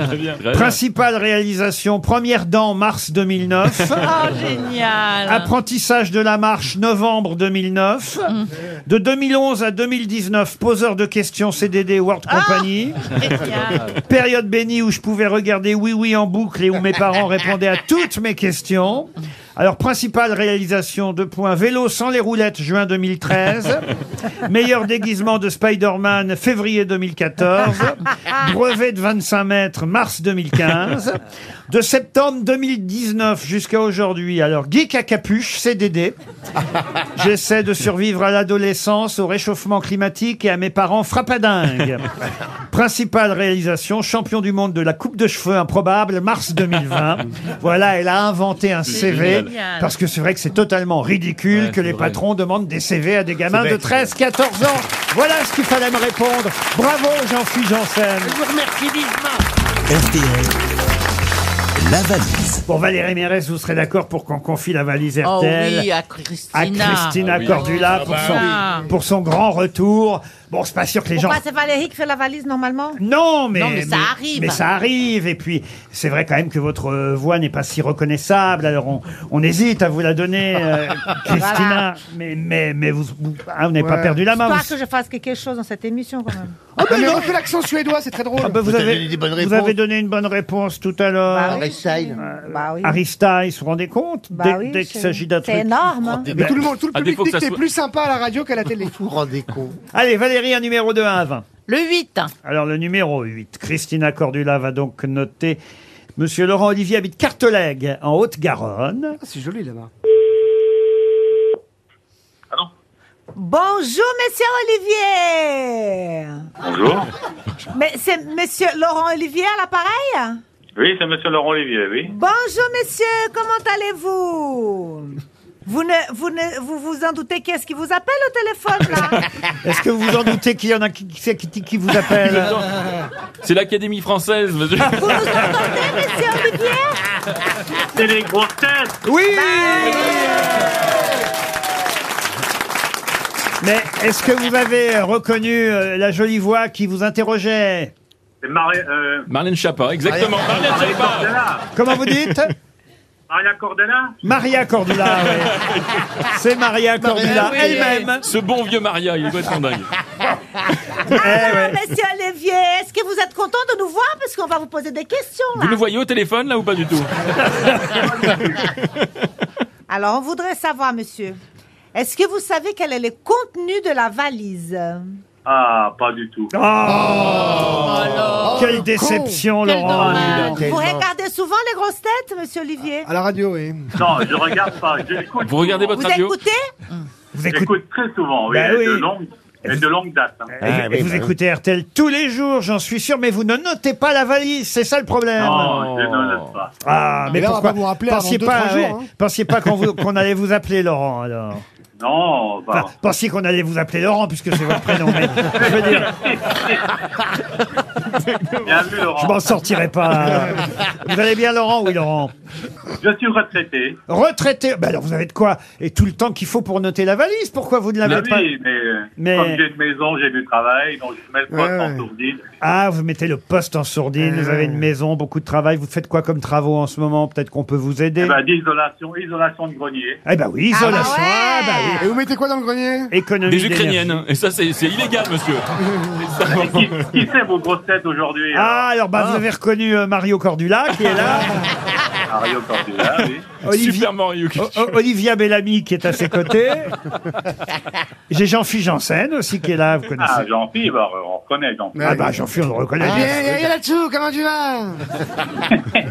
Speaker 4: Très bien.
Speaker 5: Euh,
Speaker 2: Principale réalisation, première dent, mars 2009.
Speaker 5: Oh, génial.
Speaker 2: Apprentissage de la marche, novembre 2009.
Speaker 5: Mm.
Speaker 2: De 2011 à 2019, poseur de questions CDD World Company.
Speaker 5: Ah, Génial.
Speaker 2: Période bénie où je pouvais regarder Oui Oui en boucle et où mes parents répondaient à toutes mes questions. Alors, principale réalisation de points vélo sans les roulettes, juin 2013. Meilleur déguisement de Spider-Man, février 2014.
Speaker 13: Ah.
Speaker 2: Brevet de 25 mètres, mars 2015. De septembre 2019 jusqu'à aujourd'hui. Alors, geek à capuche, CDD. J'essaie de survivre à l'adolescence, au réchauffement climatique et à mes parents frappadingues. Principale réalisation, champion du monde de la coupe de cheveux improbable, mars 2020. voilà, elle a inventé un CV.
Speaker 5: génial.
Speaker 2: Parce que c'est vrai que c'est totalement ridicule
Speaker 13: Ouais,
Speaker 2: que
Speaker 13: c'est
Speaker 2: les
Speaker 13: vrai.
Speaker 2: patrons demandent des CV à des gamins
Speaker 6: C'est
Speaker 2: de
Speaker 6: bête.
Speaker 2: 13, 14 ans. Voilà ce qu'il fallait me répondre. Bravo, Jean-Philippe Janssen.
Speaker 6: Je vous remercie vivement.
Speaker 15: RTL, la valise.
Speaker 2: Bon, Valérie Mérès, vous serez d'accord pour qu'on confie la valise
Speaker 5: Oh
Speaker 2: RTL
Speaker 5: oui, à Christina.
Speaker 2: Christina
Speaker 5: Ah oui.
Speaker 2: Cordula
Speaker 5: Ah
Speaker 2: pour,
Speaker 5: bah
Speaker 2: son,
Speaker 5: oui.
Speaker 2: pour son grand retour. Bon, c'est pas sûr que les gens...
Speaker 8: Pourquoi c'est Valérie qui fait la valise normalement
Speaker 2: Non, mais,
Speaker 8: Non, mais ça arrive.
Speaker 2: mais ça arrive. Et puis, c'est vrai quand même que votre euh, voix n'est pas si reconnaissable. Alors, on, on hésite à vous la donner, euh, Christina.
Speaker 8: Voilà.
Speaker 2: Mais, mais, mais vous, vous- ah, vous n'avez pas
Speaker 8: Ouais.
Speaker 2: perdu la main.
Speaker 8: J'espère
Speaker 2: vous-
Speaker 8: que je fasse quelque chose dans cette émission quand même.
Speaker 16: Ah, mais refais l'accent suédois, c'est très drôle.
Speaker 2: Ah bah, vous, avez, vous avez donné une bonne réponse tout à l'heure. Euh,
Speaker 16: Harry Styles.
Speaker 8: Bah oui.
Speaker 2: Harry Styles, vous vous rendez compte
Speaker 16: Bah
Speaker 2: Dès,
Speaker 16: oui,
Speaker 2: dès qu'il
Speaker 16: c'est-
Speaker 2: s'agit d'un
Speaker 16: c'est
Speaker 2: truc.
Speaker 16: énorme, hein. Mais tout le monde- tout le
Speaker 2: À
Speaker 16: public
Speaker 2: défaut Ah, que
Speaker 16: dit
Speaker 2: ça
Speaker 16: que t'es
Speaker 2: soit-
Speaker 16: plus sympa à la radio qu'à la télé. Vous rendez compte
Speaker 2: Allez, Valérie, un numéro de 1 à 20.
Speaker 5: Le 8.
Speaker 2: Alors, le numéro 8. Christina Cordula va donc noter. Monsieur Laurent Olivier habite Cartelègue, en Haute-Garonne.
Speaker 16: Ah, C'est joli là-bas.
Speaker 8: Bonjour, monsieur Olivier.
Speaker 10: Bonjour.
Speaker 8: Mais c'est monsieur Laurent Olivier à l'appareil
Speaker 10: Oui, c'est monsieur Laurent Olivier, oui.
Speaker 8: Bonjour, monsieur. Comment allez-vous vous ne, vous ne, vous vous en doutez qu'est-ce qui vous appelle au téléphone là
Speaker 2: Est-ce que vous vous en doutez qu'il y en a qui, qui, c'est qui- qui vous
Speaker 3: Euh.
Speaker 2: appelle
Speaker 4: C'est l'Académie française. monsieur.
Speaker 13: C'est les grosses têtes
Speaker 2: Oui Mais est-ce que vous avez reconnu euh, la jolie voix qui vous interrogeait
Speaker 10: C'est Maria, euh,
Speaker 4: Marlène Chapa, exactement.
Speaker 10: Maria
Speaker 4: Marlène
Speaker 10: Cordella.
Speaker 4: Chapa.
Speaker 2: Comment vous dites
Speaker 10: Maria Cordella
Speaker 2: Maria Cordula, oui. C'est Maria
Speaker 3: Ah
Speaker 2: Cordula
Speaker 4: oui.
Speaker 2: elle-même.
Speaker 4: Ce bon vieux Maria, il doit être en dingue.
Speaker 17: Eh
Speaker 8: Ah, monsieur Olivier, est-ce que vous êtes content de nous voir Parce qu'on va vous poser des questions là.
Speaker 4: Vous le voyez au téléphone, là, ou pas du tout
Speaker 8: Alors, on voudrait savoir, monsieur, est-ce que vous savez quel est le contenu de la valise
Speaker 10: Ah, pas du tout.
Speaker 2: Oh. Quelle déception,
Speaker 8: Oh,
Speaker 2: Laurent.
Speaker 8: Vous regardez souvent les grosses têtes, monsieur Olivier
Speaker 16: À la radio, oui.
Speaker 10: Non, je regarde pas, je l'écoute.
Speaker 4: Vous regardez
Speaker 8: Vous écoutez
Speaker 10: J'écoute très souvent, oui,
Speaker 2: Bah
Speaker 10: et
Speaker 2: oui. Ah,
Speaker 10: de longue, et de longue date. hein.
Speaker 2: Et
Speaker 16: Eh,
Speaker 2: vous- et Eh, vous écoutez RTL tous les jours, j'en suis sûr, mais vous ne notez pas la valise, c'est ça le problème.
Speaker 10: Non, Oh, je ne note pas.
Speaker 2: Ah, mais
Speaker 16: Et là, on va
Speaker 2: pourquoi
Speaker 16: vous rappeler avant
Speaker 2: pensiez
Speaker 16: deux,
Speaker 2: pas,
Speaker 16: trois jours,
Speaker 2: ouais,
Speaker 16: hein.
Speaker 2: pensiez pas qu'on vous- qu'on allait vous appeler Laurent alors.
Speaker 10: Non, bah,
Speaker 2: Enfin, pensiez qu'on allait vous appeler Laurent puisque c'est votre prénom. mais je veux dire,
Speaker 10: bien vu, Laurent.
Speaker 2: je m'en sortirai pas. Vous allez bien Laurent Oui Laurent.
Speaker 10: Je suis retraité.
Speaker 2: Retraité. Bah alors vous avez de quoi et tout le temps qu'il faut pour noter la valise. Pourquoi vous ne l'avez
Speaker 10: Bah
Speaker 2: pas
Speaker 10: oui, mais, euh,
Speaker 2: Mais-
Speaker 10: comme j'ai une maison, j'ai du travail, donc je mets le poste en sourdine.
Speaker 2: Ah, vous mettez le poste en sourdine. Vous avez une maison, beaucoup de travail. Vous faites quoi comme travaux en ce moment Peut-être qu'on peut vous aider.
Speaker 10: Eh ben, d'isolation, isolation de grenier.
Speaker 2: Eh ben oui, isolation. Ah bah oui.
Speaker 16: Et vous mettez quoi dans le grenier
Speaker 2: Économie
Speaker 4: Des
Speaker 2: d'énergie.
Speaker 4: Ukrainiennes. Et ça, c'est c'est illégal, monsieur.
Speaker 10: Mais qui, qui c'est vos grosses têtes aujourd'hui hein
Speaker 2: Ah, alors bah, vous avez reconnu euh, Mario Cordula qui est là,
Speaker 10: Mario Cordula, oui.
Speaker 2: Olivier-
Speaker 4: Ah, Super Mario.
Speaker 2: O- O- Olivia Bellamy qui est à ses côtés. J'ai Jean-Philippe Janssen aussi qui est là, vous connaissez.
Speaker 10: Ah, Jean-Pierre, bah, on reconnaît Jean-Pierre.
Speaker 2: Ah bah Jean-Philippe, on le reconnaît.
Speaker 16: Ah,
Speaker 2: bien.
Speaker 16: viens, viens, viens là-dessous, comment tu vas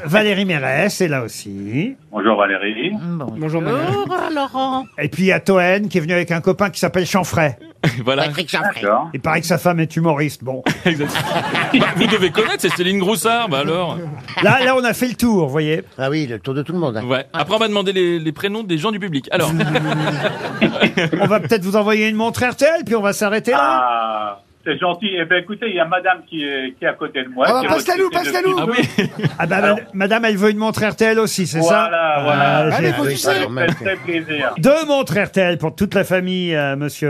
Speaker 2: Valérie Mérès est là aussi.
Speaker 10: Bonjour Valérie.
Speaker 16: Bonjour, Manuel.
Speaker 5: Bonjour, Oh, Laurent.
Speaker 2: Et puis il y a Toen qui est venu avec un copain qui s'appelle Chanfray.
Speaker 4: Voilà.
Speaker 10: D'accord.
Speaker 2: Il paraît que sa femme est humoriste. Bon,
Speaker 4: Bah, vous devez connaître, c'est Céline Groussard, bah alors.
Speaker 2: là, là on a fait le tour, vous voyez.
Speaker 6: Ah oui, le tour de tout le monde. hein.
Speaker 4: Ouais. Après, on va demander les, les prénoms des gens du public. Alors,
Speaker 2: On va peut-être vous envoyer une montre RTL, puis on va s'arrêter là.
Speaker 10: Ah, c'est gentil. Eh ben écoutez, il y a madame qui est, qui est à côté de moi.
Speaker 16: Ah bah,
Speaker 10: qui est
Speaker 16: passe-la nous,
Speaker 10: retraitée
Speaker 16: passe-la
Speaker 10: depuis
Speaker 16: nous.
Speaker 10: peu.
Speaker 4: ah oui,
Speaker 2: Ah bah mad- madame, elle veut une montre RTL aussi, c'est ça
Speaker 10: Voilà, voilà.
Speaker 2: Ah, j'ai-
Speaker 16: Allez, faut
Speaker 6: oui,
Speaker 16: sucer.
Speaker 6: alors, même.
Speaker 10: Ça fait plaisir.
Speaker 2: Deux montres RTL pour toute la famille, euh, monsieur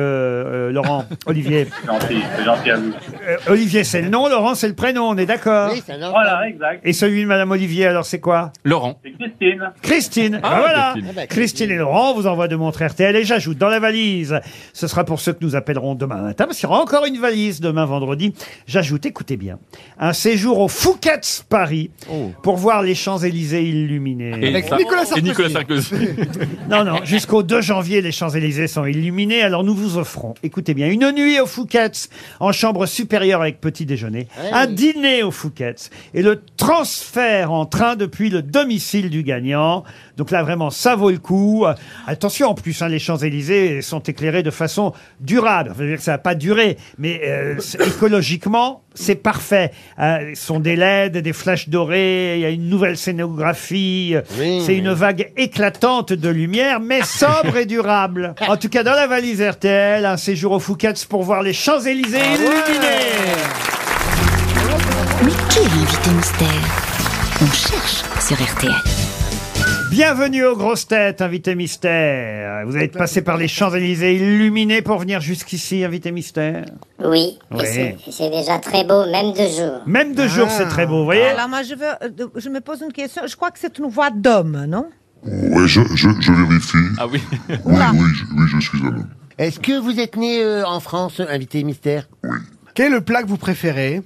Speaker 2: euh, Laurent. Olivier.
Speaker 10: C'est gentil, c'est gentil à vous.
Speaker 2: Euh, Olivier, c'est le nom, Laurent, c'est le prénom, on est d'accord
Speaker 6: Oui, c'est normal.
Speaker 10: Voilà, exact.
Speaker 2: Et celui de madame Olivier, alors c'est quoi
Speaker 4: Laurent.
Speaker 10: C'est Christine.
Speaker 2: Christine
Speaker 4: Ah,
Speaker 2: Ben Voilà
Speaker 4: Christine.
Speaker 2: Christine. et Laurent vous envoient de montres RTL et j'ajoute dans la valise, ce sera pour ceux que nous appellerons demain matin, parce qu'il y aura encore une valise demain vendredi, j'ajoute, écoutez bien, un séjour au Fouquet's Paris pour voir les Champs-Élysées illuminés.
Speaker 16: Avec Nicolas
Speaker 4: et
Speaker 16: Sarkozy.
Speaker 4: Nicolas Sarkozy.
Speaker 2: Non, non, jusqu'au 2 janvier, les Champs-Élysées sont illuminés, alors nous vous offrons, écoutez bien, une nuit au Fouquet's, en chambre supérieure avec petit déjeuner, un dîner au Fouquet's, et le transfert en train depuis le domicile du gagnant. Donc là, vraiment, ça vaut le coup. Euh, Attention, en plus, hein, les Champs-Élysées sont éclairés de façon durable. Enfin, je veux dire que ça va pas durer, mais euh, c'est- écologiquement, c'est parfait. Euh, ce sont des LED, des flashs dorés, il y a une nouvelle scénographie, euh,
Speaker 6: Oui,
Speaker 2: c'est une vague éclatante de lumière, mais sobre et durable. En tout cas, dans la valise RTL, un séjour au Fouquet's pour voir les Champs-Élysées illuminés.
Speaker 9: Mais qui est l'invité mystère On cherche sur RTL.
Speaker 2: Bienvenue aux grosses têtes, invité mystère. Vous êtes passé par les Champs-Élysées illuminés pour venir jusqu'ici, invité mystère
Speaker 18: Oui, et
Speaker 2: Oui.
Speaker 18: c'est- c'est déjà très beau, même de jour.
Speaker 2: Même de jour, c'est très beau, vous voyez
Speaker 8: Alors, moi, je, veux, euh, de- je me pose une question. Je crois que c'est une voix d'homme, non
Speaker 19: Ouais, je, je, je vérifie.
Speaker 4: Ah oui
Speaker 19: Oui, oui, je, oui, je suis un homme.
Speaker 6: Est-ce que vous êtes né euh, en France, euh, invité mystère
Speaker 16: Quel est le plat que vous préférez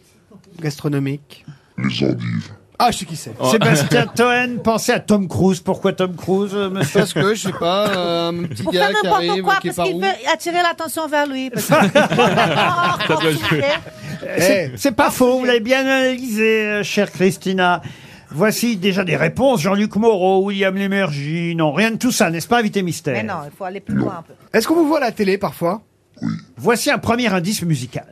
Speaker 16: gastronomique
Speaker 19: Les endives.
Speaker 16: Ah, je sais qui c'est.
Speaker 3: Oh.
Speaker 2: Sébastien Toen, pensez à Tom Cruise. Pourquoi Tom Cruise, euh, monsieur
Speaker 16: Parce que, je sais pas, euh, un petit
Speaker 8: Pour faire n'importe quoi, parce qu'il veut attirer l'attention vers lui. parce
Speaker 17: Ah,
Speaker 8: que-
Speaker 2: T'as bien joué. C'est- C'est pas faux, vous l'avez bien analysé, euh, chère Christina. Voici déjà des réponses. Jean-Luc Moreau, William Lémergie. Non, rien de tout ça, n'est-ce pas, invité
Speaker 8: Mais
Speaker 17: Eh,
Speaker 2: mystère
Speaker 8: non, il faut aller plus loin un peu.
Speaker 2: Est-ce qu'on vous voit à la télé parfois Voici un premier indice musical.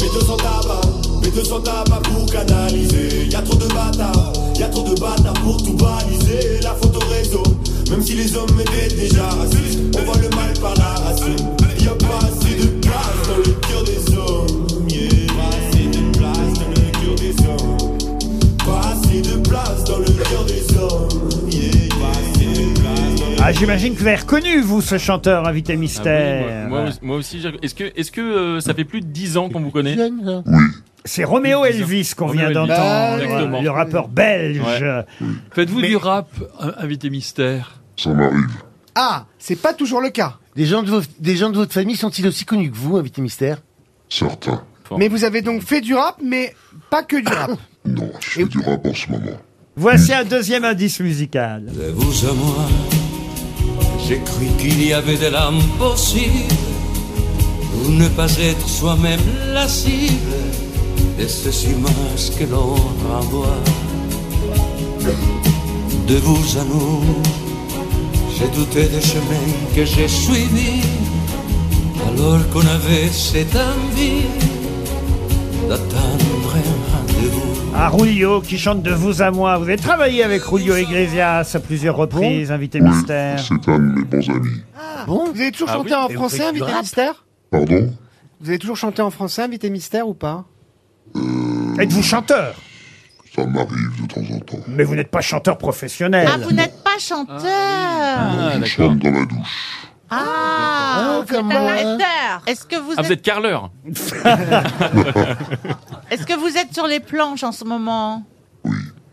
Speaker 20: Mets 200 tabac, mets 200 tabac pour canaliser. Y'a trop de bâtards, y'a trop de bâtards pour tout baliser. La faute au réseau, même si les hommes étaient déjà racistes, on voit le mal par la racine. Y'a pas assez de place dans le cœur des hommes. Yeah. Pas assez de place dans le cœur des hommes. Pas assez de place dans le cœur des hommes. Yeah. Pas assez de place dans le
Speaker 2: Ah, j'imagine que vous avez reconnu, vous, ce chanteur invité
Speaker 4: Ah oui,
Speaker 2: mystère.
Speaker 4: moi, moi, moi aussi, j'ai- est-ce que, est-ce que euh, ça fait plus de 10 ans qu'on vous connaît
Speaker 2: C'est Roméo Elvis qu'on
Speaker 4: Roméo
Speaker 2: vient
Speaker 4: Elvis. Ah,
Speaker 2: d'entendre,
Speaker 4: Exactement.
Speaker 2: euh, le rappeur belge.
Speaker 4: Ouais.
Speaker 7: Faites-vous du rap, euh, invité mystère
Speaker 19: Ça m'arrive.
Speaker 16: Ah, c'est pas toujours le cas.
Speaker 6: des gens, de vos- des gens de votre famille sont-ils aussi connus que vous, invité mystère
Speaker 19: Certains.
Speaker 16: Mais vous avez donc fait du rap, mais pas que du rap.
Speaker 19: Non, je fais du rap en ce moment.
Speaker 2: Voici un deuxième indice musical.
Speaker 20: De vous à moi, j'ai cru qu'il y avait de l'impossible. Pour ne pas être soi-même la cible de ces images que l'on renvoie. De vous à nous, j'ai douté des chemins que j'ai suivis. Alors qu'on avait cette envie d'attendre un rendez-vous.
Speaker 2: Ah, Rulio qui chante de vous à moi. Vous avez travaillé avec Rulio Iglesias à plusieurs reprises, invité mystère.
Speaker 19: C'est un de mes bons amis.
Speaker 16: Bon. Vous avez toujours
Speaker 2: Ah
Speaker 16: chanté
Speaker 2: oui.
Speaker 16: en
Speaker 2: Et vous
Speaker 16: français,
Speaker 2: faites du
Speaker 16: invité
Speaker 2: rap
Speaker 16: mystère
Speaker 19: Pardon
Speaker 16: Vous avez toujours chanté en français, invité mystère ou pas
Speaker 19: Euh,
Speaker 2: Êtes-vous chanteur
Speaker 19: Ça m'arrive de temps en temps.
Speaker 2: Mais vous n'êtes pas chanteur professionnel.
Speaker 5: Ah, vous n'êtes pas chanteur
Speaker 2: Ah,
Speaker 4: Ah,
Speaker 19: je Ah, chante dans la douche.
Speaker 2: Oh,
Speaker 5: Ah, vous êtes un
Speaker 2: hein.
Speaker 5: acteur. Est-ce que vous
Speaker 4: Ah, vous
Speaker 5: êtes
Speaker 4: êtes carleur
Speaker 5: Est-ce que vous êtes sur les planches en ce moment Ah.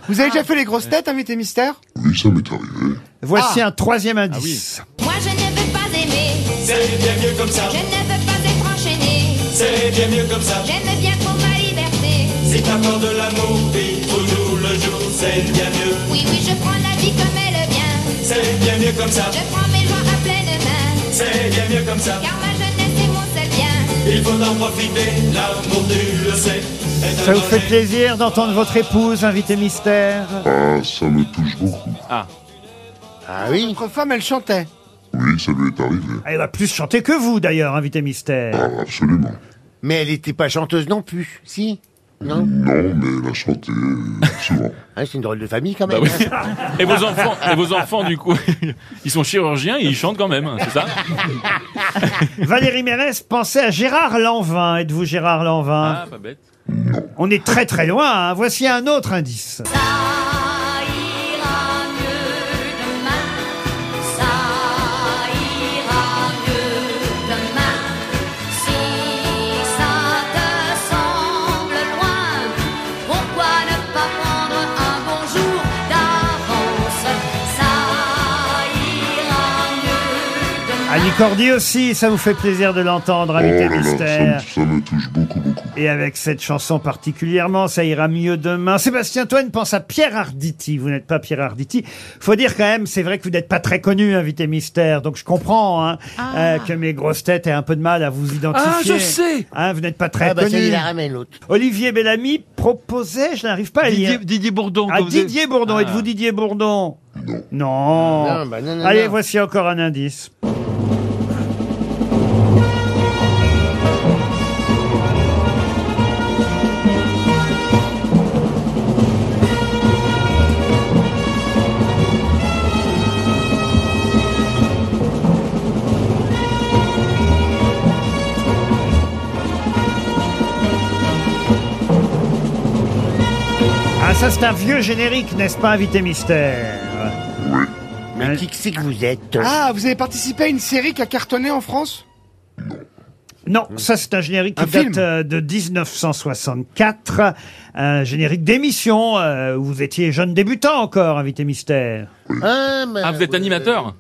Speaker 16: Vous avez déjà fait les grosses têtes, invité mystère
Speaker 19: Oui, ça m'est arrivé.
Speaker 2: Voici un troisième indice.
Speaker 13: Moi je ne veux pas aimer.
Speaker 20: C'est bien mieux comme ça.
Speaker 13: Je ne veux pas être enchaîné.
Speaker 20: C'est bien mieux comme ça.
Speaker 13: J'aime bien pour ma liberté.
Speaker 20: Si t'as peur de l'amour, vis toujours le jour, c'est bien mieux.
Speaker 13: Oui, oui, je prends la vie comme elle vient.
Speaker 20: C'est bien mieux comme ça.
Speaker 13: Je prends mes joies à pleine main.
Speaker 20: C'est bien mieux comme ça.
Speaker 13: Car ma jeunesse est mon seul bien.
Speaker 20: Il faut en profiter, l'amour tu le sais. est un
Speaker 2: Ça vous
Speaker 20: danger.
Speaker 2: fait plaisir d'entendre votre épouse, invité mystère
Speaker 19: Ah, ça me touche beaucoup.
Speaker 4: Ah.
Speaker 6: Ah
Speaker 16: oui Votre femme, elle chantait.
Speaker 19: Oui, ça lui est arrivé.
Speaker 2: Ah, Elle va plus chanter que vous, d'ailleurs, invité mystère.
Speaker 19: Ah, absolument.
Speaker 6: Mais elle n'était pas chanteuse non plus, si Non
Speaker 19: Non, mais elle a chanté euh, souvent.
Speaker 6: Ah, C'est une drôle de famille quand
Speaker 4: Bah
Speaker 6: même.
Speaker 4: oui.
Speaker 6: hein.
Speaker 4: Et vos enfants, et vos enfants du coup, ils sont chirurgiens et ils chantent quand même, c'est ça
Speaker 2: Valérie Mérès, pensez à Gérard Lanvin. Êtes-vous Gérard Lanvin
Speaker 4: Ah, pas bête.
Speaker 2: On est très très loin. hein. Voici un autre indice. Annie Cordy aussi, ça vous fait plaisir de l'entendre,
Speaker 19: Oh là
Speaker 2: invité
Speaker 19: là, ça, me-
Speaker 2: mystère.
Speaker 19: ça me touche beaucoup, beaucoup.
Speaker 2: Et avec cette chanson particulièrement, ça ira mieux demain. Sébastien Toine pense à Pierre Arditi. Vous n'êtes pas Pierre Arditi. Faut dire quand même, c'est vrai que vous n'êtes pas très connu, invité mystère. Donc je comprends hein, euh, que mes grosses têtes aient un peu de mal à vous identifier.
Speaker 6: Ah, je sais
Speaker 2: Hein, Vous n'êtes pas très
Speaker 6: Ah bah ça,
Speaker 2: connu.
Speaker 6: il la ramène l'autre.
Speaker 2: Olivier Bellamy proposait, je n'arrive pas à
Speaker 7: Didier,
Speaker 2: lire.
Speaker 7: Didier Bourdon.
Speaker 2: Ah,
Speaker 7: que vous êtes-
Speaker 2: Didier Bourdon.
Speaker 7: Ah.
Speaker 2: Êtes-vous Didier Bourdon Non.
Speaker 6: Non, bah non, non,
Speaker 2: Allez,
Speaker 6: non.
Speaker 2: voici encore un indice. Ah, ça, c'est un vieux générique, n'est-ce pas, invité mystère
Speaker 6: Mais qui que c'est que vous êtes
Speaker 16: Ah, vous avez participé à une série qui a cartonné en France
Speaker 2: Non, ça c'est un générique qui
Speaker 16: Un
Speaker 2: date
Speaker 16: film.
Speaker 2: euh, de 1964, un générique d'émission euh, où vous étiez jeune débutant encore, invité mystère.
Speaker 6: Ah,
Speaker 4: Ah, vous êtes animateur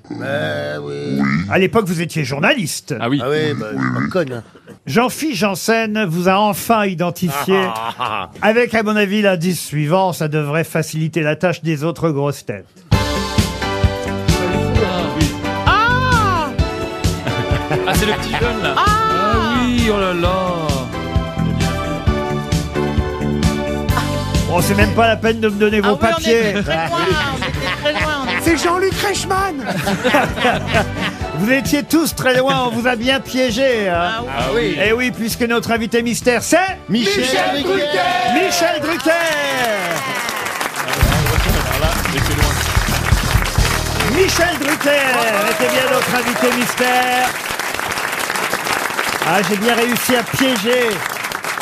Speaker 2: À l'époque, vous étiez journaliste.
Speaker 4: Ah oui.
Speaker 6: Ah ouais, bah, je suis pas conne. hein.
Speaker 2: Jean-Philippe Janssen vous a enfin identifié.
Speaker 6: Ah,
Speaker 2: Avec, à mon avis, l'indice suivant, ça devrait faciliter la tâche des autres grosses têtes.
Speaker 13: Ah
Speaker 7: Ah, c'est le petit jeune là Ah oui, oh là là
Speaker 2: Bon, Oh, c'est même pas la peine de me donner
Speaker 13: Ah
Speaker 2: vos papiers.
Speaker 16: C'est Jean-Luc Reichmann
Speaker 2: Vous étiez tous très loin, on vous a bien piégé. hein.
Speaker 13: Ah oui. Ah oui.
Speaker 2: Et oui, puisque notre invité mystère, c'est
Speaker 6: Michel Michel Drucker. Drucker.
Speaker 2: Michel Drucker. Michel Drucker était bien notre invité mystère. Ah, j'ai bien réussi à piéger,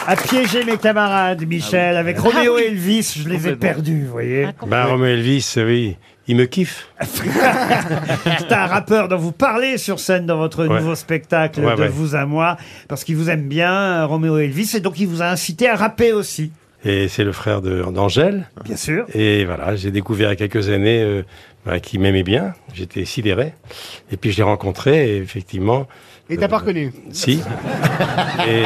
Speaker 2: à piéger mes camarades,
Speaker 13: Ah
Speaker 2: Michel. Avec Roméo et Elvis, je les ai perdus, vous voyez.
Speaker 16: Ah.
Speaker 17: Bah, Romain Elvis, oui, il me kiffe.
Speaker 2: C'est un rappeur dont vous parlez sur scène dans votre
Speaker 17: Ouais.
Speaker 2: nouveau spectacle
Speaker 17: Ouais,
Speaker 2: de
Speaker 17: ouais.
Speaker 2: vous à moi, parce qu'il vous aime bien, euh, Roméo Elvis, et donc il vous a incité à rapper aussi.
Speaker 17: Et c'est le frère de- d'Angèle.
Speaker 2: Bien sûr.
Speaker 17: Et voilà, j'ai découvert il y a quelques années euh, bah, qu'il m'aimait bien. J'étais sidéré. Et puis je l'ai rencontré, et effectivement.
Speaker 16: Et
Speaker 2: Euh,
Speaker 16: t'as pas reconnu
Speaker 17: Si. et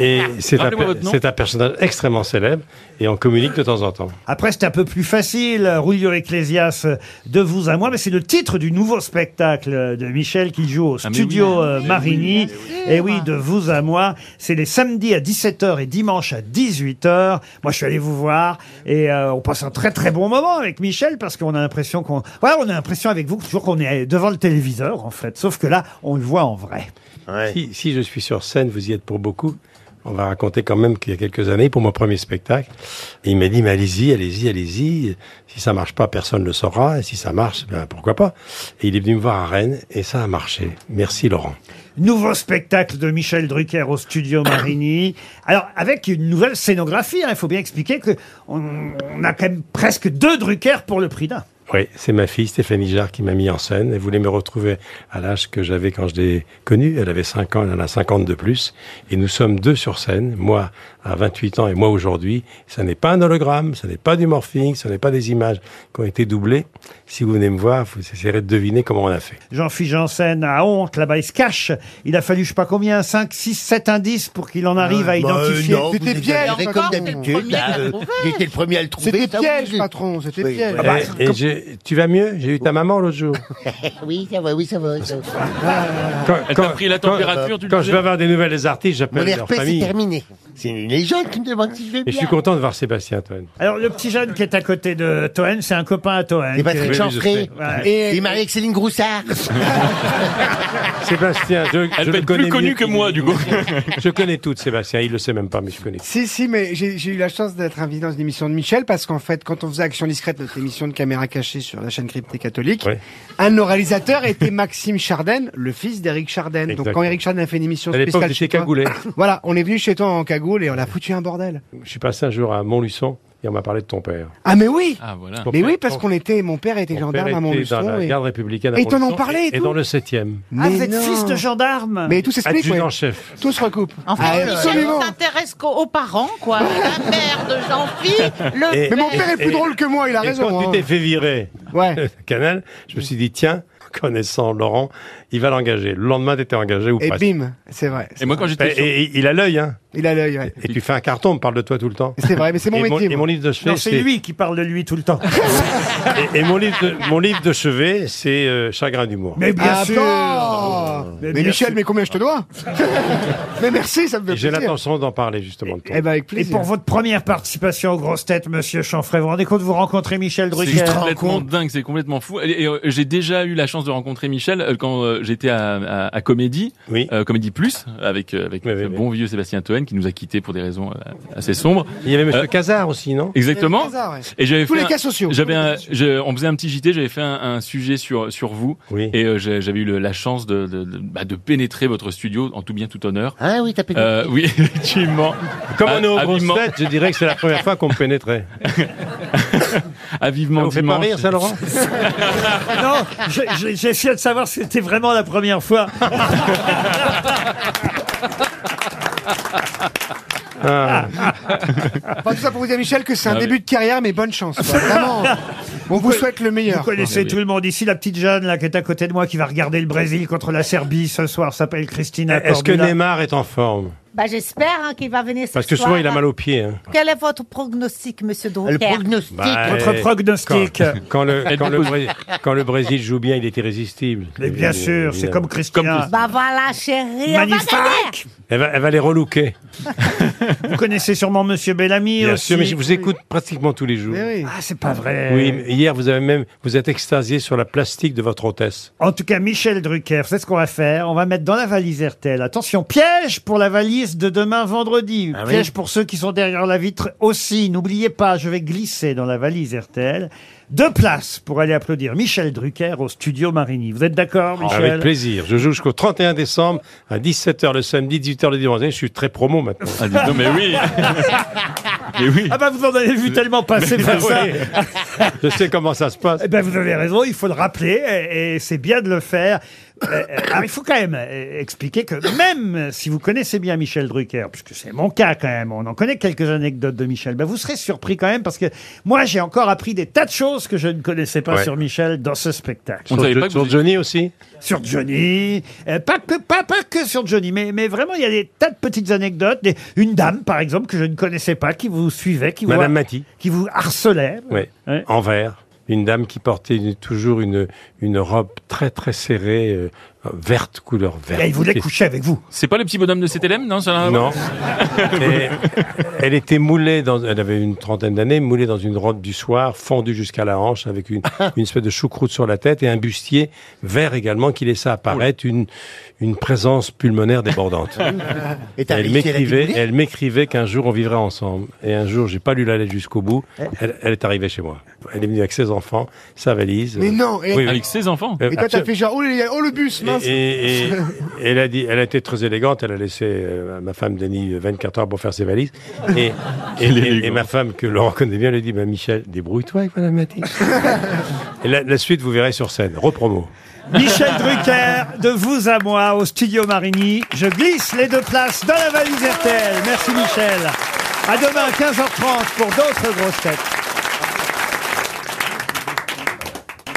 Speaker 17: et c'est un,
Speaker 2: Rappelez-moi
Speaker 17: per-
Speaker 2: votre nom.
Speaker 17: c'est un personnage extrêmement célèbre. Et on communique de temps en temps.
Speaker 2: Après, c'est un peu plus facile, Rulio Ecclesias, euh, de vous à moi, mais c'est le titre du nouveau spectacle euh, de Michel qui joue au
Speaker 17: mais
Speaker 2: studio
Speaker 17: oui.
Speaker 2: euh,
Speaker 17: Eh
Speaker 2: Marigny. Et oui, de vous à moi. C'est les samedis à 17h et dimanche à 18h. Moi, je suis allé vous voir et euh, on passe un très très bon moment avec Michel parce qu'on a l'impression qu'on, ouais, on a l'impression avec vous toujours qu'on est devant le téléviseur en fait. Sauf que là, on le voit en vrai.
Speaker 17: Si, si je suis sur scène, vous y êtes pour beaucoup. On va raconter quand même qu'il y a quelques années, pour mon premier spectacle, il m'a dit, mais allez-y, allez-y, allez-y. Si ça marche pas, personne ne le saura. Et si ça marche, ben, pourquoi pas. Et il est venu me voir à Rennes et ça a marché. Merci Laurent.
Speaker 2: Nouveau spectacle de Michel Drucker au studio Marigny. Alors, avec une nouvelle scénographie, hein, il faut bien expliquer que on, on a quand même presque deux Drucker pour le prix d'un.
Speaker 17: Oui, c'est ma fille Stéphanie Jarre qui m'a mis en scène. Elle voulait me retrouver à l'âge que j'avais quand je l'ai connue. Elle avait 5 ans, elle en a 50 de plus. Et nous sommes deux sur scène, moi à 28 ans et moi aujourd'hui. Ça n'est pas un hologramme, ça n'est pas du morphing, ce n'est pas des images qui ont été doublées. Si vous venez me voir, vous essayerez de deviner comment on a fait.
Speaker 2: Jean-Philippe Janssen a honte, là-bas il se cache. Il a fallu, je sais pas combien, 5, 6, 7 indices pour qu'il en arrive à
Speaker 6: bah,
Speaker 2: identifier.
Speaker 6: euh, non, vous exagérez comme d'habitude. là, euh, J'étais le premier à le trouver.
Speaker 16: C'était
Speaker 6: ça,
Speaker 16: piège,
Speaker 6: oui.
Speaker 16: patron, c'était
Speaker 6: Oui,
Speaker 16: piège.
Speaker 6: oui. Ah bah,
Speaker 17: Eh, Et- et j'ai- tu vas mieux J'ai eu ta maman l'autre jour.
Speaker 6: Ah, Oui, ça va, oui, ça va. ça va.
Speaker 2: Ah,
Speaker 4: Elle t'a pris la température, tu le
Speaker 17: Quand je
Speaker 4: disais
Speaker 17: vais avoir des nouvelles des artistes,
Speaker 6: Mon
Speaker 17: j'appelle leur
Speaker 6: herpès est
Speaker 17: famille.
Speaker 6: terminé. C'est les gens qui me demandent si je vais
Speaker 17: Et
Speaker 6: bien.
Speaker 17: je suis content de voir Sébastien Toen.
Speaker 2: Alors, le petit jeune qui est à côté de Toen, c'est un copain à Toen.
Speaker 17: Et Patrick Oui, oui, je Chanfray. sais.
Speaker 2: Ouais.
Speaker 6: Et euh, il est marié avec Céline Groussard.
Speaker 17: Sébastien, je,
Speaker 4: Elle
Speaker 17: je
Speaker 4: peut
Speaker 17: le
Speaker 4: être
Speaker 17: connais
Speaker 4: plus connue
Speaker 17: mieux
Speaker 4: que moi, du coup.
Speaker 17: je connais toutes, Sébastien. Il le sait même pas, mais je connais.
Speaker 16: Si, si, mais j'ai j'ai eu la chance d'être invité dans une émission de Michel parce qu'en fait, quand on faisait Action Discrète, notre émission de caméra cachée sur la chaîne cryptée catholique, un de nos réalisateurs était Maxime Charden, le fils d'Éric Charden. Donc
Speaker 17: Exactement.
Speaker 16: quand Éric Charden a fait une émission
Speaker 17: À l'époque,
Speaker 16: spéciale
Speaker 17: vous
Speaker 16: chez
Speaker 17: étiez
Speaker 16: toi,
Speaker 17: cagoulé.
Speaker 16: voilà, on est venu chez toi en cagoule et on a foutu un bordel.
Speaker 17: Je suis passé un jour à Montluçon et on m'a parlé de ton père.
Speaker 16: Ah mais oui
Speaker 17: Ah, voilà.
Speaker 16: Mais oui, parce qu'on était, mon père était
Speaker 17: Mon père
Speaker 16: gendarme à
Speaker 17: était
Speaker 16: Montluçon.
Speaker 17: dans la
Speaker 16: et-
Speaker 17: garde républicaine. à
Speaker 16: Et ils t'en ont
Speaker 17: Montluçon
Speaker 16: parlé et
Speaker 17: Et
Speaker 16: tout
Speaker 17: dans le 7e.
Speaker 2: Ah, vous êtes
Speaker 16: non.
Speaker 2: fils de gendarme
Speaker 16: Mais tout s'explique, ouais.
Speaker 17: chef.
Speaker 16: Tout se recoupe.
Speaker 5: Enfin,
Speaker 16: Ah,
Speaker 5: Michel, on s'intéresse qu'aux- aux parents, quoi. La mère de Jean-Philippe, le
Speaker 17: Et-
Speaker 16: Mais
Speaker 5: père...
Speaker 16: mon père est plus drôle que moi, il a
Speaker 17: et
Speaker 16: raison,
Speaker 17: Quand
Speaker 16: hein.
Speaker 17: tu t'es fait virer
Speaker 16: ouais.
Speaker 17: Canal, je me suis dit, tiens, connaissant Laurent, il va l'engager. Le lendemain, t'étais engagé ou
Speaker 16: Et
Speaker 17: pas.
Speaker 16: bim, c'est vrai.
Speaker 17: Et moi, quand
Speaker 16: j'étais sur-
Speaker 17: il a l'œil, hein.
Speaker 16: Il a l'œil, ouais.
Speaker 17: Et tu fais un carton, on me parle de toi tout le temps.
Speaker 16: C'est vrai, Ah, mais c'est mon
Speaker 17: Et
Speaker 16: métier,
Speaker 17: et
Speaker 16: moi.
Speaker 17: mon livre de chevet,
Speaker 2: Non, c'est lui qui parle de lui tout le temps.
Speaker 17: Et, et mon livre de, mon livre de chevet, c'est euh, Chagrin d'humour.
Speaker 2: Mais bien
Speaker 16: Ah,
Speaker 2: sûr
Speaker 16: bon. Mais,
Speaker 2: bien
Speaker 16: Michel,
Speaker 2: sûr.
Speaker 16: mais combien je te dois Mais merci, ça me fait
Speaker 17: Ah. Et J'ai
Speaker 16: plaisir.
Speaker 17: l'intention d'en parler justement de toi.
Speaker 16: Eh ben avec
Speaker 2: Et
Speaker 16: plaisir.
Speaker 2: pour votre première participation aux grosses têtes, monsieur Chanfray, vous vous rendez compte, vous rencontrez Michel Drucker
Speaker 4: C'est complètement dingue, c'est complètement fou. Et, et, euh, j'ai déjà eu la chance de rencontrer Michel euh, quand euh, j'étais à, à- à Comédie, euh, Comédie Plus, avec euh, avec ce bon vieux Sébastien Toen qui nous a quittés pour des raisons euh, assez sombres.
Speaker 17: Il y avait Monsieur
Speaker 4: Euh,
Speaker 17: Cazard aussi, non
Speaker 4: Exactement.
Speaker 16: Monsieur Cazard, ouais.
Speaker 4: Et j'avais
Speaker 16: Tous
Speaker 4: fait
Speaker 16: les
Speaker 4: un-
Speaker 16: cas sociaux.
Speaker 4: J'avais, un- je- on faisait un petit JT, j'avais fait un, un sujet sur sur vous. Et euh, j'ai- j'avais eu le- la chance de de, de- bah, de pénétrer votre studio en tout bien tout honneur.
Speaker 6: Ah oui, t'as pété.
Speaker 4: Euh, oui, effectivement. Bah,
Speaker 17: Comme on est aux
Speaker 4: Habilement.
Speaker 17: grosses têtes, je dirais que c'est la première fois qu'on me pénétrait.
Speaker 7: à vivement
Speaker 2: Ça vous fait pas
Speaker 7: dimanche.
Speaker 2: rire, ça, Laurent non, j'ai- j'ai- j'essayais de savoir si c'était vraiment la première fois.
Speaker 16: Enfin, tout ça pour vous dire, Michel, que c'est un
Speaker 2: Ah oui.
Speaker 16: début de carrière, mais bonne chance. quoi. Vraiment. On vous souhaite le meilleur.
Speaker 2: Vous
Speaker 17: Ah,
Speaker 2: connaissez tout le monde ici. La petite Jeanne, là, qui est à côté de moi, qui va regarder le Brésil contre la Serbie ce soir, s'appelle Christina
Speaker 17: Est-ce que
Speaker 2: Cordula.
Speaker 17: Neymar est en forme
Speaker 8: Bah, J'espère hein, qu'il va venir ce
Speaker 17: Parce que souvent,
Speaker 8: soir.
Speaker 17: il a mal aux pieds. hein.
Speaker 8: Quel est votre prognostic, monsieur Drucker
Speaker 17: Bah,
Speaker 2: Votre
Speaker 17: eh,
Speaker 2: prognostic.
Speaker 17: Quand, quand le, quand, le
Speaker 2: Êtes-vous-
Speaker 17: Brésil, quand le Brésil joue bien, il est irrésistible.
Speaker 2: Mais bien sûr, c'est comme Christina.
Speaker 8: Bah voilà, chérie, on va
Speaker 2: Magnifique.
Speaker 8: gagner
Speaker 17: Elle va, elle va les relooker.
Speaker 2: Vous connaissez sûrement Monsieur Bellamy
Speaker 17: Bien
Speaker 2: aussi.
Speaker 17: sûr, mais je vous écoute pratiquement tous les jours.
Speaker 16: Eh
Speaker 2: Ah, c'est pas vrai.
Speaker 17: Oui, mais hier, vous avez même, vous êtes extasié sur la plastique de votre hôtesse.
Speaker 2: En tout cas, Michel Drucker, c'est ce qu'on va faire. On va mettre dans la valise RTL. Attention, piège pour la valise de demain vendredi.
Speaker 17: Ah oui.
Speaker 2: piège pour ceux qui sont derrière la vitre aussi. N'oubliez pas, je vais glisser dans la valise RTL deux places pour aller applaudir Michel Drucker au studio Marigny. Vous êtes d'accord, Ah, Michel
Speaker 17: Ah, Avec plaisir. Je joue jusqu'au 31 décembre à 17h le samedi, 18h le dimanche. Je suis très promo maintenant.
Speaker 7: Ah, dis donc, mais oui.
Speaker 2: Ah bah vous en avez vu tellement passer
Speaker 17: Mais
Speaker 2: par
Speaker 17: oui.
Speaker 2: ça.
Speaker 17: Je sais comment ça se passe.
Speaker 2: Eh ben, vous avez raison, il faut le rappeler et, et c'est bien de le faire. Euh, euh, alors, il faut quand même euh, expliquer que même si vous connaissez bien Michel Drucker, puisque c'est mon cas quand même, on en connaît quelques anecdotes de Michel, ben vous serez surpris quand même parce que moi j'ai encore appris des tas de choses que je ne connaissais pas
Speaker 17: Ouais.
Speaker 2: sur Michel dans ce spectacle.
Speaker 17: Sur, Jo- sur Johnny aussi
Speaker 2: Sur Johnny, euh, pas, que, pas, pas que sur Johnny, mais, mais vraiment il y a des tas de petites anecdotes. Des- une dame par exemple que je ne connaissais pas, qui vous suivait, qui,
Speaker 17: Madame
Speaker 2: vous,
Speaker 17: Mathy.
Speaker 2: qui vous harcelait.
Speaker 17: Oui, en vert. Une dame qui portait une- toujours une, une robe très très serrée, euh, verte, couleur verte.
Speaker 4: Et il voulait coucher
Speaker 2: avec vous.
Speaker 4: C'est pas le petit bonhomme de CTLM, non ça n'a rien à
Speaker 17: Non.
Speaker 4: voir
Speaker 17: Et elle était moulée, dans, elle avait une trentaine d'années, moulée dans une robe du soir, fendue jusqu'à la hanche, avec une,
Speaker 16: Ah.
Speaker 17: une espèce de choucroute sur la tête et un bustier vert également qui laissait apparaître une, une présence pulmonaire débordante.
Speaker 6: Et t'as
Speaker 17: elle
Speaker 6: réussi à la
Speaker 17: m'écrivait,
Speaker 6: découvrir
Speaker 17: elle m'écrivait qu'un jour on vivrait ensemble. Et un jour, j'ai pas lu la lettre jusqu'au bout.
Speaker 16: Eh.
Speaker 17: Elle, elle est arrivée chez moi. Elle est venue avec ses enfants, sa valise.
Speaker 16: Mais non, et-
Speaker 4: Avec ses enfants
Speaker 16: Et toi, t'as fait genre, oh, les- oh, le bus, mince.
Speaker 17: Euh, et, et- et elle a dit, elle a été très élégante. Elle a laissé euh, ma femme Denis euh, 24 heures pour faire ses valises. Et, et,
Speaker 7: Elle est
Speaker 17: et- et
Speaker 7: élégante.
Speaker 17: ma femme que Laurent connaît bien, elle a dit, bah, Michel, débrouille-toi avec Madame Mathis. et la, la suite, vous verrez sur scène. Repromo.
Speaker 2: Michel Drucker, de vous à moi, au studio Marigny. Je glisse les deux places dans la valise RTL. Merci Michel. À demain, 15h30 pour d'autres grosses têtes.